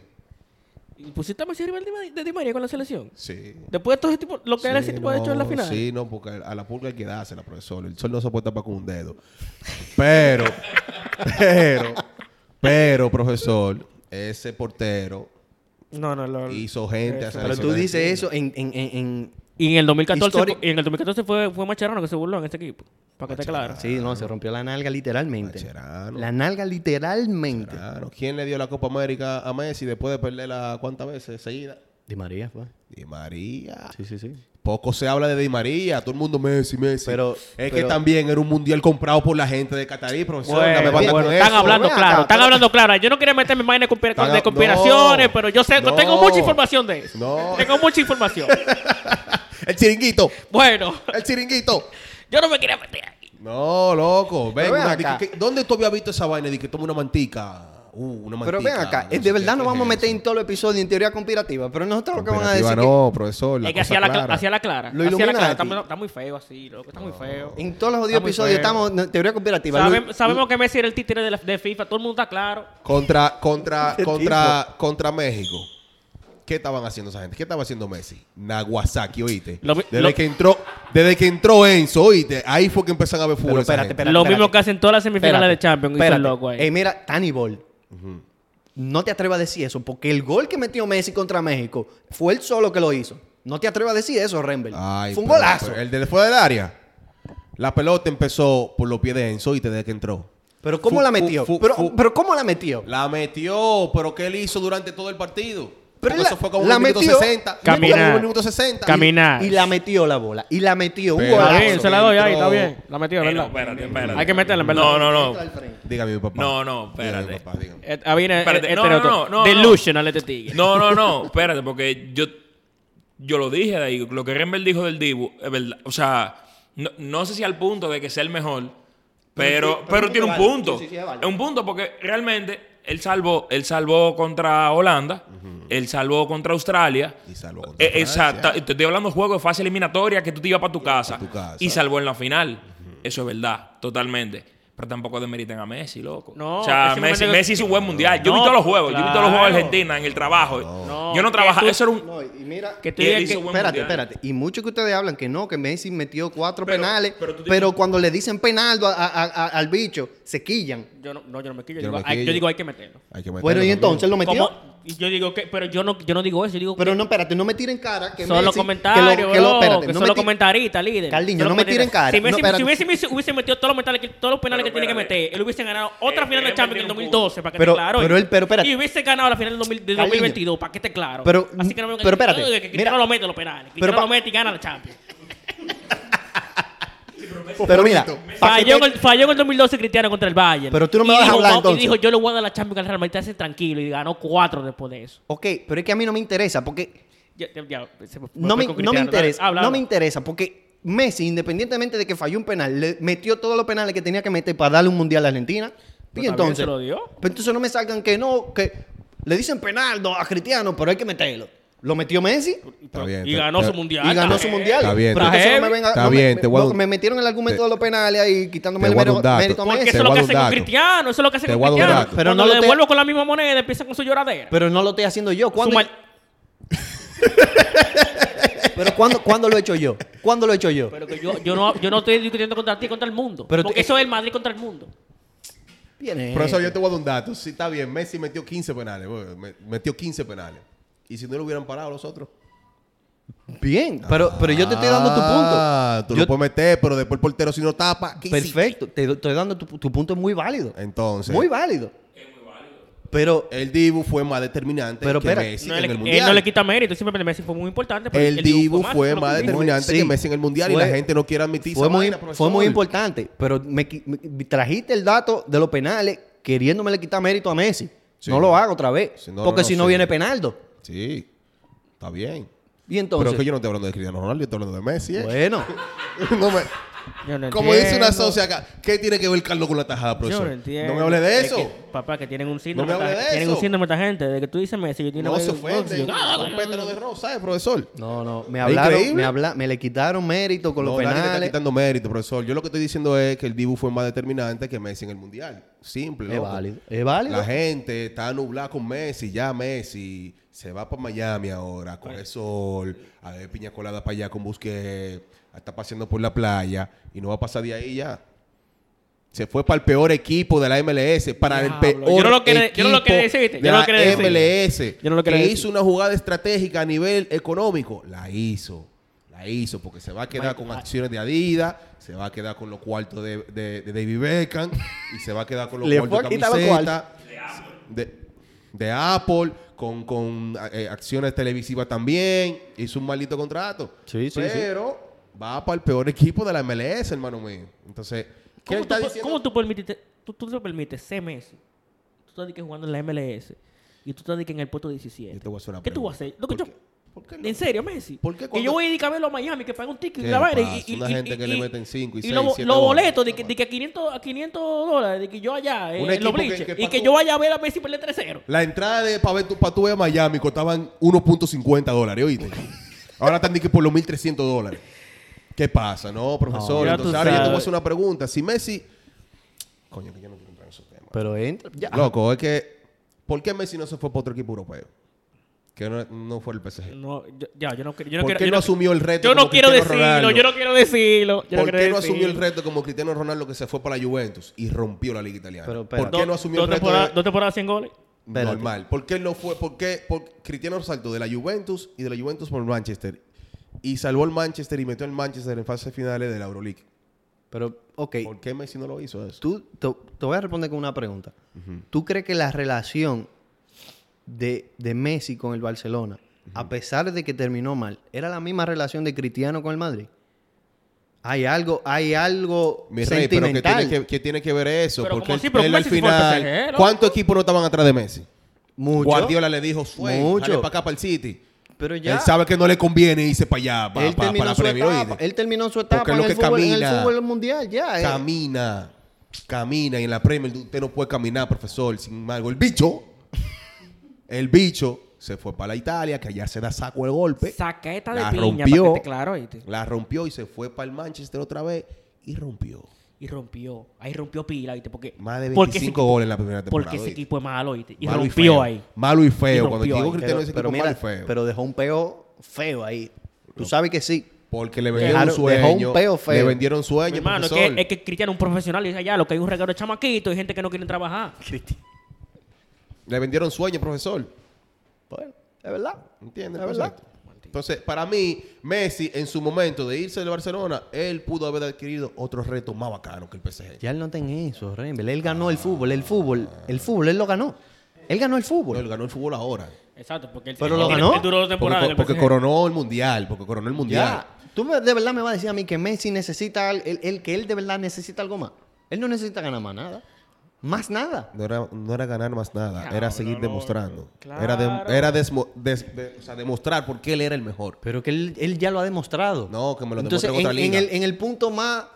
[SPEAKER 2] ¿Y pusiste a Messi arriba de Di Ma- de Di María con la selección?
[SPEAKER 3] Sí.
[SPEAKER 2] Después de todo ese tipo, lo que era
[SPEAKER 3] Sí,
[SPEAKER 2] ese tipo de hecho en la
[SPEAKER 3] no,
[SPEAKER 2] final.
[SPEAKER 3] Sí, no, porque a la pulga hay que dársela, profesor. El sol no se puede tapar con un dedo. Pero, pero, pero, profesor, ese portero
[SPEAKER 2] No, no, lo-
[SPEAKER 3] hizo gente a
[SPEAKER 2] Eso.
[SPEAKER 1] Pero tú
[SPEAKER 3] selección
[SPEAKER 1] dices
[SPEAKER 3] argentina.
[SPEAKER 1] eso en, en, en, en-
[SPEAKER 2] Y en el 2014,
[SPEAKER 1] Histori-
[SPEAKER 2] y en el 2014 fue, fue Macharano que se burló en este equipo. Para que esté claro.
[SPEAKER 1] Sí, no, se rompió la nalga literalmente.
[SPEAKER 3] Macherano.
[SPEAKER 1] La nalga literalmente.
[SPEAKER 3] Claro. ¿Quién le dio la Copa América a Messi después de perderla cuántas veces seguida?
[SPEAKER 1] Di María fue.
[SPEAKER 3] Di María.
[SPEAKER 1] Sí, sí, sí.
[SPEAKER 3] Poco se habla de Di María, todo el mundo Messi, Messi.
[SPEAKER 1] Pero-
[SPEAKER 3] es que
[SPEAKER 1] pero-
[SPEAKER 3] también era un mundial comprado por la gente de Catarí, profesor.
[SPEAKER 2] Bueno,
[SPEAKER 3] no me vaya
[SPEAKER 2] bueno,
[SPEAKER 3] con
[SPEAKER 2] están
[SPEAKER 3] eso.
[SPEAKER 2] hablando
[SPEAKER 1] Ven acá,
[SPEAKER 2] claro, están
[SPEAKER 1] pero-
[SPEAKER 2] hablando claro. Yo no quería meterme más en conspira-
[SPEAKER 3] Están-
[SPEAKER 2] de conspiraciones,
[SPEAKER 3] no,
[SPEAKER 2] pero yo sé,
[SPEAKER 3] no.
[SPEAKER 2] tengo mucha información de eso.
[SPEAKER 3] No.
[SPEAKER 2] Tengo mucha información.
[SPEAKER 3] El chiringuito,
[SPEAKER 2] bueno,
[SPEAKER 3] el chiringuito.
[SPEAKER 2] yo no me quería meter ahí.
[SPEAKER 3] No, loco. Ven,
[SPEAKER 1] Pero ven
[SPEAKER 3] una-
[SPEAKER 1] acá.
[SPEAKER 3] que- que- ¿Dónde tú habías visto esa vaina de que toma una mantica? Uh, una mantica.
[SPEAKER 1] Pero ven acá,
[SPEAKER 3] no
[SPEAKER 1] eh, de
[SPEAKER 3] sé
[SPEAKER 1] verdad nos
[SPEAKER 3] qué, ¿qué
[SPEAKER 1] vamos a
[SPEAKER 3] es
[SPEAKER 1] meter
[SPEAKER 3] eso?
[SPEAKER 1] en todo el episodio en teoría conspirativa, pero nosotros lo que van a
[SPEAKER 3] Cooperativa
[SPEAKER 1] decir
[SPEAKER 3] no, profesor. La
[SPEAKER 2] es que
[SPEAKER 3] cosa
[SPEAKER 2] hacía la, cla-
[SPEAKER 3] clara.
[SPEAKER 2] hacía la
[SPEAKER 1] Lo
[SPEAKER 2] clara. Hacía la
[SPEAKER 1] Illuminati.
[SPEAKER 2] clara. Está, muy- está muy feo así, loco. Está muy feo.
[SPEAKER 1] que en todos los jodidos
[SPEAKER 2] Está muy
[SPEAKER 1] episodios
[SPEAKER 2] feo.
[SPEAKER 1] estamos en teoría conspirativa. Lo-
[SPEAKER 2] Sabem- sabemos que Messi era el títere de, la- de FIFA. Todo el mundo está claro.
[SPEAKER 3] Contra, contra,
[SPEAKER 1] Este
[SPEAKER 3] contra, contra México. ¿Qué estaban haciendo esa gente? ¿Qué estaba haciendo Messi? Naguasaki, oíste.
[SPEAKER 2] Lo mi-
[SPEAKER 3] desde,
[SPEAKER 2] lo-
[SPEAKER 3] que entró, desde que entró Enzo, oíste. Ahí fue que empezaron a ver fútbol.
[SPEAKER 1] Pero
[SPEAKER 3] esa
[SPEAKER 1] espérate,
[SPEAKER 3] gente.
[SPEAKER 1] espérate,
[SPEAKER 2] Lo
[SPEAKER 1] espérate.
[SPEAKER 2] mismo que hacen todas las semifinales de Champions. Hizo
[SPEAKER 1] espérate.
[SPEAKER 2] el loco ahí.
[SPEAKER 1] Eh, mira, Tannibal. No te atrevas a decir eso, porque el gol que metió Messi contra México fue él solo que lo hizo. No te atrevas a decir eso, Rembel.
[SPEAKER 3] Ay,
[SPEAKER 1] fue un
[SPEAKER 3] pero-
[SPEAKER 1] golazo.
[SPEAKER 3] pero
[SPEAKER 1] Pero,
[SPEAKER 3] el de fuera del área. La pelota empezó por los pies de Enzo, oíste, desde que entró.
[SPEAKER 1] ¿cómo
[SPEAKER 3] Fu-
[SPEAKER 1] la metió?
[SPEAKER 3] fu- fu-
[SPEAKER 1] pero,
[SPEAKER 3] fu-
[SPEAKER 1] pero ¿cómo la metió?
[SPEAKER 3] La metió, pero ¿qué él hizo durante todo el partido?
[SPEAKER 1] Pero
[SPEAKER 3] Porque
[SPEAKER 1] la-
[SPEAKER 3] eso fue como
[SPEAKER 1] la
[SPEAKER 3] un minuto
[SPEAKER 1] metió.
[SPEAKER 3] 60.
[SPEAKER 2] Caminar.
[SPEAKER 3] Fue como un minuto 60.
[SPEAKER 2] Caminar.
[SPEAKER 1] Y la metió la bola. Y la metió. Un
[SPEAKER 3] Pero-
[SPEAKER 2] Está
[SPEAKER 1] golazo.
[SPEAKER 2] bien, se la doy ahí. Está
[SPEAKER 3] Entró-
[SPEAKER 2] bien. La metió,
[SPEAKER 4] Pero,
[SPEAKER 2] ¿verdad?
[SPEAKER 4] espérate, espérate.
[SPEAKER 2] Hay que meterla, en verdad.
[SPEAKER 4] No, no, no.
[SPEAKER 3] Dígame, mi papá.
[SPEAKER 4] No, no,
[SPEAKER 3] Dígame,
[SPEAKER 4] espérate.
[SPEAKER 3] mi papá, dígame.
[SPEAKER 2] Eh, ah, viene
[SPEAKER 4] Espérate,
[SPEAKER 2] este
[SPEAKER 4] no, no,
[SPEAKER 2] otro.
[SPEAKER 4] no, no, no.
[SPEAKER 2] Delusional este tigre.
[SPEAKER 4] No, no, no. Espérate, porque yo, yo lo dije de ahí. Lo que Rembert dijo del Dibu, es verdad. O sea, no, no sé si al punto de que sea el mejor, pero, pero, tiene un
[SPEAKER 1] válido.
[SPEAKER 4] punto.
[SPEAKER 1] Sí, sí, sí, es válido.
[SPEAKER 4] es un punto porque realmente él salvó, él salvó contra Holanda, él salvó contra Australia.
[SPEAKER 3] Y salvó contra
[SPEAKER 4] Eh, Exacto.
[SPEAKER 3] Francia.
[SPEAKER 4] Te estoy hablando de juegos de fase eliminatoria que tú te ibas para tu casa,
[SPEAKER 3] tu casa.
[SPEAKER 4] y salvó en la final. Eso es verdad, totalmente. Pero tampoco demeriten a Messi, loco.
[SPEAKER 2] No,
[SPEAKER 4] o sea,
[SPEAKER 2] que
[SPEAKER 4] Messi,
[SPEAKER 2] simplemente-
[SPEAKER 4] Messi hizo un buen mundial. Yo he
[SPEAKER 2] No,
[SPEAKER 4] visto los juegos, yo he visto los juegos de
[SPEAKER 2] claro.
[SPEAKER 4] Argentina en el trabajo.
[SPEAKER 2] No.
[SPEAKER 4] yo no
[SPEAKER 2] Que
[SPEAKER 4] trabajaba,
[SPEAKER 2] tú-
[SPEAKER 4] eso era un...
[SPEAKER 1] No, y mira,
[SPEAKER 2] Que tú
[SPEAKER 4] que
[SPEAKER 2] digas
[SPEAKER 4] hizo
[SPEAKER 2] que-
[SPEAKER 4] buen
[SPEAKER 1] Espérate,
[SPEAKER 4] mundial.
[SPEAKER 1] espérate. Y muchos que ustedes hablan que no, que Messi metió cuatro
[SPEAKER 4] Pero-
[SPEAKER 1] penales,
[SPEAKER 4] pero
[SPEAKER 1] pero,
[SPEAKER 4] tú tienes-
[SPEAKER 1] cuando le dicen penal a- a- a- al bicho, se quillan.
[SPEAKER 2] Yo no, no, yo no me quillo.
[SPEAKER 3] Yo
[SPEAKER 2] Yo,
[SPEAKER 3] no
[SPEAKER 2] digo,
[SPEAKER 3] me
[SPEAKER 2] hay-
[SPEAKER 3] quillo.
[SPEAKER 2] yo digo, hay que meterlo.
[SPEAKER 3] Hay que meterlo
[SPEAKER 1] Bueno, y
[SPEAKER 3] también.
[SPEAKER 1] entonces lo metió.
[SPEAKER 2] ¿Cómo? Y yo digo que, pero yo no, yo no digo eso, yo digo
[SPEAKER 1] Pero
[SPEAKER 2] que
[SPEAKER 1] no, espérate, no me tiren cara. Que
[SPEAKER 2] son los
[SPEAKER 1] Messi-
[SPEAKER 2] comentarios,
[SPEAKER 1] que lo-
[SPEAKER 2] bro,
[SPEAKER 1] que
[SPEAKER 2] que,
[SPEAKER 1] lo- espérate, no
[SPEAKER 2] son los
[SPEAKER 1] me ti-
[SPEAKER 2] comentaristas, líder.
[SPEAKER 1] Carliño,
[SPEAKER 2] Son
[SPEAKER 1] no
[SPEAKER 2] los
[SPEAKER 1] me tiren
[SPEAKER 2] comentaristas.
[SPEAKER 1] cara,
[SPEAKER 2] Si, Messi-
[SPEAKER 1] no,
[SPEAKER 2] si
[SPEAKER 1] espérate.
[SPEAKER 2] hubiese, hubiese- hubiese metido todos los, metales que- todos los penales
[SPEAKER 4] Pero
[SPEAKER 2] que tiene que
[SPEAKER 4] espérate.
[SPEAKER 2] meter, él hubiese ganado otra
[SPEAKER 4] Eh,
[SPEAKER 2] final de
[SPEAKER 4] eh,
[SPEAKER 2] Champions en el
[SPEAKER 4] metieron
[SPEAKER 2] 2012, para que
[SPEAKER 1] Pero-
[SPEAKER 2] esté claro.
[SPEAKER 1] pero él- pero espérate.
[SPEAKER 2] Y hubiese ganado la final del 2000 de
[SPEAKER 1] Carliño.
[SPEAKER 2] 2022, para que esté claro.
[SPEAKER 1] Pero-
[SPEAKER 2] Así que no me vengan
[SPEAKER 1] pero
[SPEAKER 2] diciendo,
[SPEAKER 1] espérate,
[SPEAKER 2] "Ay, que Cristiano
[SPEAKER 1] mira.
[SPEAKER 2] lo mete los
[SPEAKER 1] Pero
[SPEAKER 2] penales. Cristiano
[SPEAKER 1] pa-
[SPEAKER 2] lo mete y gana la Champions.
[SPEAKER 1] Pero mira, pa' que
[SPEAKER 2] Falló, en
[SPEAKER 1] te-
[SPEAKER 2] el- falló en el 2012 Cristiano contra el Bayern.
[SPEAKER 1] Pero tú no me
[SPEAKER 2] Y
[SPEAKER 1] vas a
[SPEAKER 2] dijo,
[SPEAKER 1] hablar,
[SPEAKER 2] "Vamos",
[SPEAKER 1] entonces.
[SPEAKER 2] Y dijo, yo le voy a dar la Champions al Real Madrid, esté tranquilo. Y ganó cuatro después de eso.
[SPEAKER 1] Ok, pero es que a mí no me interesa porque
[SPEAKER 2] Ya- ya- ya, se fue-
[SPEAKER 1] no me,
[SPEAKER 2] fue pues con
[SPEAKER 1] no me
[SPEAKER 2] Cristiano. Dale,
[SPEAKER 1] interesa,
[SPEAKER 2] habla,
[SPEAKER 1] no
[SPEAKER 2] habla.
[SPEAKER 1] me interesa porque Messi, independientemente de que falló un penal, le metió todos los penales que tenía que meter para darle un mundial a Argentina.
[SPEAKER 2] Pero
[SPEAKER 1] y
[SPEAKER 2] Pues también
[SPEAKER 1] entonces,
[SPEAKER 2] se lo dio.
[SPEAKER 1] pero entonces no me salgan que no, que le dicen penal no, a Cristiano, pero hay que meterlo. Lo metió Messi
[SPEAKER 3] Está bien,
[SPEAKER 2] y
[SPEAKER 3] está-
[SPEAKER 2] ganó su
[SPEAKER 3] está-
[SPEAKER 2] mundial.
[SPEAKER 1] y ganó su
[SPEAKER 2] también.
[SPEAKER 1] mundial.
[SPEAKER 3] Está bien,
[SPEAKER 1] Pero
[SPEAKER 2] te-
[SPEAKER 1] entonces no me venga-
[SPEAKER 3] Está
[SPEAKER 1] no me-
[SPEAKER 3] bien, te voy a
[SPEAKER 1] no,
[SPEAKER 3] dar un-
[SPEAKER 1] me metieron en el argumento
[SPEAKER 3] te-
[SPEAKER 1] de los penales ahí quitándome
[SPEAKER 3] te
[SPEAKER 1] el
[SPEAKER 3] voy a dar un
[SPEAKER 1] mérito
[SPEAKER 3] dato.
[SPEAKER 1] mérito a
[SPEAKER 2] Porque
[SPEAKER 1] Messi.
[SPEAKER 2] eso
[SPEAKER 3] Te
[SPEAKER 2] es lo
[SPEAKER 3] voy
[SPEAKER 2] que
[SPEAKER 3] a dar
[SPEAKER 2] hace
[SPEAKER 3] un
[SPEAKER 2] con
[SPEAKER 3] dato.
[SPEAKER 2] Cristiano, eso es lo que hace
[SPEAKER 3] Te
[SPEAKER 2] con
[SPEAKER 3] voy a dar un
[SPEAKER 2] Cristiano.
[SPEAKER 3] dato.
[SPEAKER 2] Pero
[SPEAKER 1] Pero
[SPEAKER 2] Cuando
[SPEAKER 1] no
[SPEAKER 2] lo
[SPEAKER 1] lo te-
[SPEAKER 2] devuelvo con la misma moneda, empieza con su lloradera.
[SPEAKER 1] Pero no lo estoy haciendo yo.
[SPEAKER 2] Su
[SPEAKER 1] ¿Cuándo,
[SPEAKER 2] mal-
[SPEAKER 1] pero ¿cuándo, cuándo lo he hecho yo? ¿Cuándo lo he hecho yo?
[SPEAKER 2] Pero que yo, yo, no, yo no estoy discutiendo contra ti, contra el mundo.
[SPEAKER 1] Pero
[SPEAKER 2] porque
[SPEAKER 1] te-
[SPEAKER 2] eso es el Madrid contra el mundo.
[SPEAKER 1] Viene
[SPEAKER 3] Profesor,
[SPEAKER 1] este.
[SPEAKER 3] yo te voy a dar un dato. Sí, está bien. Messi metió 15 penales. bueno, me- Metió 15 penales. ¿Y si no lo hubieran parado los otros?
[SPEAKER 1] Bien, pero, pero yo te estoy dando tu
[SPEAKER 3] Ah,
[SPEAKER 1] punto.
[SPEAKER 3] Tú
[SPEAKER 1] Yo-
[SPEAKER 3] lo puedes meter, pero después el portero si no tapa. ¿qué hiciste?
[SPEAKER 1] perfecto, te do- estoy dando tu, tu punto es muy válido.
[SPEAKER 3] Entonces,
[SPEAKER 1] muy válido. Pero,
[SPEAKER 3] el Dibu fue más determinante
[SPEAKER 1] Pero
[SPEAKER 3] que
[SPEAKER 1] espera,
[SPEAKER 3] Messi
[SPEAKER 2] No
[SPEAKER 3] en
[SPEAKER 2] le,
[SPEAKER 3] el
[SPEAKER 2] él
[SPEAKER 3] Mundial.
[SPEAKER 2] no le quita mérito, simplemente Messi fue muy importante. pero
[SPEAKER 3] el Dibu fue
[SPEAKER 2] por lo que
[SPEAKER 3] más
[SPEAKER 2] tú dices.
[SPEAKER 3] determinante
[SPEAKER 1] Sí.
[SPEAKER 3] que Messi en el Mundial y
[SPEAKER 1] Fue-
[SPEAKER 3] la gente no quiere admitir
[SPEAKER 1] fue
[SPEAKER 3] esa
[SPEAKER 1] muy,
[SPEAKER 3] vaina,
[SPEAKER 1] fue
[SPEAKER 3] profesor.
[SPEAKER 1] muy importante. Pero me, qui- me- trajiste el dato de los penales queriéndome le quitar mérito a Messi.
[SPEAKER 3] Sí.
[SPEAKER 1] No lo hago otra vez.
[SPEAKER 3] Sí, no,
[SPEAKER 1] porque
[SPEAKER 3] no, no,
[SPEAKER 1] si no
[SPEAKER 3] sí.
[SPEAKER 1] viene penaldo.
[SPEAKER 3] Sí, está bien.
[SPEAKER 1] Y entonces.
[SPEAKER 3] pero es que yo no estoy hablando de Cristiano Ronaldo, yo estoy hablando de Messi. ¿eh?
[SPEAKER 1] Bueno.
[SPEAKER 3] No me-
[SPEAKER 2] Yo no
[SPEAKER 3] Como dice una
[SPEAKER 2] entiendo.
[SPEAKER 3] socia acá, ¿qué tiene que ver Carlos con la tajada,
[SPEAKER 2] Yo
[SPEAKER 3] profesor?
[SPEAKER 2] no entiendo.
[SPEAKER 3] me hable de
[SPEAKER 2] Es
[SPEAKER 3] eso.
[SPEAKER 2] que, papá, que tienen un síndrome.
[SPEAKER 3] me hable
[SPEAKER 2] esta-
[SPEAKER 3] de
[SPEAKER 2] tienen un
[SPEAKER 3] eso.
[SPEAKER 2] síndrome esta gente. De que tú dices Messi, yo tengo
[SPEAKER 3] No
[SPEAKER 2] una-
[SPEAKER 3] se
[SPEAKER 2] un-
[SPEAKER 3] ofende.
[SPEAKER 2] yo- ¡Ah!
[SPEAKER 3] Un pétalo de rosa, ¿sabes, profesor?
[SPEAKER 1] No, no, me
[SPEAKER 3] Es
[SPEAKER 1] hablaron,
[SPEAKER 3] increíble.
[SPEAKER 1] me, habla, me le quitaron mérito con
[SPEAKER 3] No,
[SPEAKER 1] los
[SPEAKER 3] nadie le está
[SPEAKER 1] penales.
[SPEAKER 3] quitando mérito, profesor. Yo lo que estoy diciendo es que el Dibu fue más determinante que Messi en el Mundial. Simple,
[SPEAKER 1] Es
[SPEAKER 3] loco.
[SPEAKER 1] válido, es válido.
[SPEAKER 3] La gente está nublada con Messi, ya Messi se va para Miami ahora, con el sol, a ver piña colada para allá con Busquets, está paseando por la playa y no va a pasar de ahí ya. Se fue para el peor equipo de la MLS, para el
[SPEAKER 2] Diablo,
[SPEAKER 3] peor
[SPEAKER 2] yo no lo quería-
[SPEAKER 3] equipo
[SPEAKER 2] yo no lo quería decirte, yo
[SPEAKER 3] de
[SPEAKER 2] no lo
[SPEAKER 3] la
[SPEAKER 2] quería decirte.
[SPEAKER 3] MLS,
[SPEAKER 2] Yo no lo
[SPEAKER 3] que
[SPEAKER 2] quería decir.
[SPEAKER 3] hizo una jugada estratégica a nivel económico, la hizo. La hizo porque se va a quedar
[SPEAKER 2] ah.
[SPEAKER 3] con acciones de Adidas, se va a quedar con los cuartos de, de, de David Beckham y se va a quedar con los
[SPEAKER 1] Le fue
[SPEAKER 3] cuartos
[SPEAKER 1] a
[SPEAKER 3] de
[SPEAKER 1] quitar los
[SPEAKER 3] camiseta de, de Apple, con, con eh, acciones televisivas también. Hizo un maldito contrato.
[SPEAKER 1] Sí, sí, sí.
[SPEAKER 3] Pero va para el peor equipo de la MLS, hermano mío. Entonces, ¿qué
[SPEAKER 2] ¿Cómo,
[SPEAKER 3] él está
[SPEAKER 2] tú,
[SPEAKER 3] diciendo?
[SPEAKER 2] ¿Cómo tú permitiste, tú, tú te permites ser Messi? Tú estás de que jugando en la MLS y tú estás de que en el puesto 17.
[SPEAKER 3] Yo te voy a hacer una
[SPEAKER 2] ¿Qué tú vas a hacer?
[SPEAKER 3] pregunta.
[SPEAKER 2] Loco,
[SPEAKER 3] ¿Por
[SPEAKER 2] yo-
[SPEAKER 3] ¿Por qué
[SPEAKER 2] ¿En
[SPEAKER 3] no?
[SPEAKER 2] serio, Messi?
[SPEAKER 3] ¿Por qué
[SPEAKER 2] que
[SPEAKER 3] cuando-
[SPEAKER 2] yo voy a ir a verlo a Miami, que pague un ticket y
[SPEAKER 3] ¿Qué
[SPEAKER 2] la vaina.
[SPEAKER 3] pasa?
[SPEAKER 2] Y, y,
[SPEAKER 3] Una
[SPEAKER 2] y-
[SPEAKER 3] gente que
[SPEAKER 2] y-
[SPEAKER 3] le meten cinco y seis,
[SPEAKER 2] los,
[SPEAKER 3] siete
[SPEAKER 2] los
[SPEAKER 3] dólares.
[SPEAKER 2] boletos de que, de que a, 500, a 500 dólares, de que yo allá, eh,
[SPEAKER 3] Un
[SPEAKER 2] en los
[SPEAKER 3] equipo que-
[SPEAKER 2] bleachers,
[SPEAKER 3] que
[SPEAKER 2] y que
[SPEAKER 3] pasó-
[SPEAKER 2] yo vaya a ver a Messi perder 3-0.
[SPEAKER 3] La entrada de para tu, pa' tu ver a Miami costaban 1.50 dólares, oíste. Ahora están de que por los 1.300 dólares. ¿Qué pasa? No, profesor.
[SPEAKER 2] ya
[SPEAKER 3] Entonces,
[SPEAKER 2] tú
[SPEAKER 3] ahora yo te voy a
[SPEAKER 2] sabes.
[SPEAKER 3] hacer una pregunta. Si Messi... Coño, que yo no quiero entrar en esos temas.
[SPEAKER 1] Pero entra. Ya.
[SPEAKER 3] Loco, es que... ¿Por qué Messi no se fue para otro equipo europeo? Que no, no fue el PSG.
[SPEAKER 2] No, yo, ya, yo no, quiero- yo no
[SPEAKER 3] ¿Por
[SPEAKER 2] quiero.
[SPEAKER 3] qué
[SPEAKER 2] yo
[SPEAKER 3] no asumió el reto
[SPEAKER 2] Yo no
[SPEAKER 3] como
[SPEAKER 2] quiero
[SPEAKER 3] Cristiano
[SPEAKER 2] decirlo,
[SPEAKER 3] Ronaldo?
[SPEAKER 2] yo no quiero decirlo. yo no
[SPEAKER 3] ¿Por
[SPEAKER 2] quiero
[SPEAKER 3] qué no
[SPEAKER 2] decirlo.
[SPEAKER 3] asumió el reto como Cristiano Ronaldo que se fue para la Juventus y rompió la liga italiana?
[SPEAKER 1] Pero, espera.
[SPEAKER 3] ¿Por qué no asumió
[SPEAKER 2] Dos
[SPEAKER 3] el reto?
[SPEAKER 2] temporadas-
[SPEAKER 3] de-
[SPEAKER 2] Dos temporadas 100 goles.
[SPEAKER 1] Espérate.
[SPEAKER 3] Normal. ¿Por qué no fue? ¿Por qué por- Cristiano saltó de la Juventus y de la Juventus por Manchester? Y salvó al Manchester y metió al Manchester en fases finales de la Euroleague.
[SPEAKER 1] Pero, ok,
[SPEAKER 3] ¿Por qué Messi no lo hizo eso?
[SPEAKER 1] tú, te, te voy a responder con una pregunta. ¿Tú crees que la relación de, de Messi con el Barcelona, a pesar de que terminó mal, era la misma relación de Cristiano con el Madrid? Hay algo, hay algo
[SPEAKER 3] Mi rey, pero ¿qué
[SPEAKER 1] sentimental.
[SPEAKER 3] tiene que, qué tiene que ver eso?
[SPEAKER 2] Pero
[SPEAKER 3] Porque
[SPEAKER 2] como
[SPEAKER 3] él,
[SPEAKER 2] así, pero
[SPEAKER 3] él al
[SPEAKER 2] Messi se fue al
[SPEAKER 3] final...
[SPEAKER 2] PSG, ¿no?
[SPEAKER 3] ¿Cuántos equipos no estaban atrás de Messi?
[SPEAKER 1] Mucho.
[SPEAKER 3] Guardiola le dijo, "Suey,
[SPEAKER 1] Mucho.
[SPEAKER 3] dale para acá, para el City.
[SPEAKER 1] Pero ya
[SPEAKER 3] Él sabe que no le conviene irse para allá, para,
[SPEAKER 1] él, terminó
[SPEAKER 3] la
[SPEAKER 1] su
[SPEAKER 3] Premier
[SPEAKER 1] etapa,
[SPEAKER 3] League.
[SPEAKER 1] él terminó su etapa
[SPEAKER 3] es
[SPEAKER 1] en
[SPEAKER 3] lo
[SPEAKER 1] el,
[SPEAKER 3] que
[SPEAKER 1] fútbol, en el
[SPEAKER 3] camina.
[SPEAKER 1] fútbol mundial. Ya, eh.
[SPEAKER 3] Camina, camina y en la Premier usted no puede caminar, profesor. Sin embargo, el bicho, el bicho se fue para la Italia, que allá se da saco el golpe.
[SPEAKER 2] Saqueta
[SPEAKER 3] La
[SPEAKER 2] de piña,
[SPEAKER 3] rompió.
[SPEAKER 2] para que esté claro, ¿oíste?
[SPEAKER 3] La rompió y se fue para el Manchester otra vez y rompió.
[SPEAKER 2] Y rompió. Ahí rompió pila, ¿oíste? Porque,
[SPEAKER 3] Más de
[SPEAKER 2] porque
[SPEAKER 3] 25
[SPEAKER 2] ese-
[SPEAKER 3] goles en la primera temporada.
[SPEAKER 2] Porque ese
[SPEAKER 3] ¿oíste?
[SPEAKER 2] equipo es malo, ¿oíste? Y
[SPEAKER 3] Malo
[SPEAKER 2] rompió
[SPEAKER 3] feo.
[SPEAKER 2] ahí.
[SPEAKER 3] Malo y feo.
[SPEAKER 2] Y
[SPEAKER 3] Cuando
[SPEAKER 2] rompió
[SPEAKER 3] digo
[SPEAKER 2] ahí.
[SPEAKER 3] Cristiano, ese equipo
[SPEAKER 1] mira,
[SPEAKER 3] malo y feo.
[SPEAKER 1] pero dejó un peo feo ahí. Tú sabes que sí.
[SPEAKER 3] porque le vendieron
[SPEAKER 1] Dejaron-
[SPEAKER 3] sueño.
[SPEAKER 1] dejó un peo feo.
[SPEAKER 3] Le vendieron sueño,
[SPEAKER 2] Mi hermano, es
[SPEAKER 3] profesor.
[SPEAKER 2] que, es que Cristiano es un profesional y dice allá lo que hay un regalo de chamaquito y gente que no quiere trabajar.
[SPEAKER 3] Le vendieron sueño, profesor.
[SPEAKER 1] Bueno, es verdad.
[SPEAKER 3] ¿Entiendes?
[SPEAKER 1] Es verdad.
[SPEAKER 3] Exacto. Entonces, para mí, Messi, en su momento de irse del Barcelona, él pudo haber adquirido otro reto más bacano que el PSG.
[SPEAKER 1] Ya él no está en eso, Rembel. Él ganó
[SPEAKER 3] Ah.
[SPEAKER 1] el fútbol, el fútbol, el fútbol, él lo ganó. Él ganó el
[SPEAKER 3] No, él
[SPEAKER 1] fútbol.
[SPEAKER 3] ganó el fútbol ahora.
[SPEAKER 2] Exacto, porque él,
[SPEAKER 1] Pero
[SPEAKER 2] él-
[SPEAKER 1] lo
[SPEAKER 2] él-
[SPEAKER 1] ganó.
[SPEAKER 2] él duró dos
[SPEAKER 3] Porque,
[SPEAKER 2] temporadas. en el
[SPEAKER 3] porque
[SPEAKER 2] PSG.
[SPEAKER 3] coronó el mundial. Porque coronó el mundial.
[SPEAKER 1] Ya. Tú me- de verdad me vas a decir a mí que Messi necesita, al- el, el- que él de verdad necesita algo más. Él no necesita ganar más nada. Más nada.
[SPEAKER 3] No era, no era ganar más nada,
[SPEAKER 2] Claro,
[SPEAKER 3] era seguir demostrando.
[SPEAKER 2] claro.
[SPEAKER 3] Era, de- era desmo- des- de- o sea, demostrar por qué él era el mejor.
[SPEAKER 1] Pero que él, él ya lo ha demostrado.
[SPEAKER 3] No, que me lo
[SPEAKER 1] Entonces,
[SPEAKER 3] demuestre en otra
[SPEAKER 1] en,
[SPEAKER 3] liga.
[SPEAKER 1] el, en el punto más,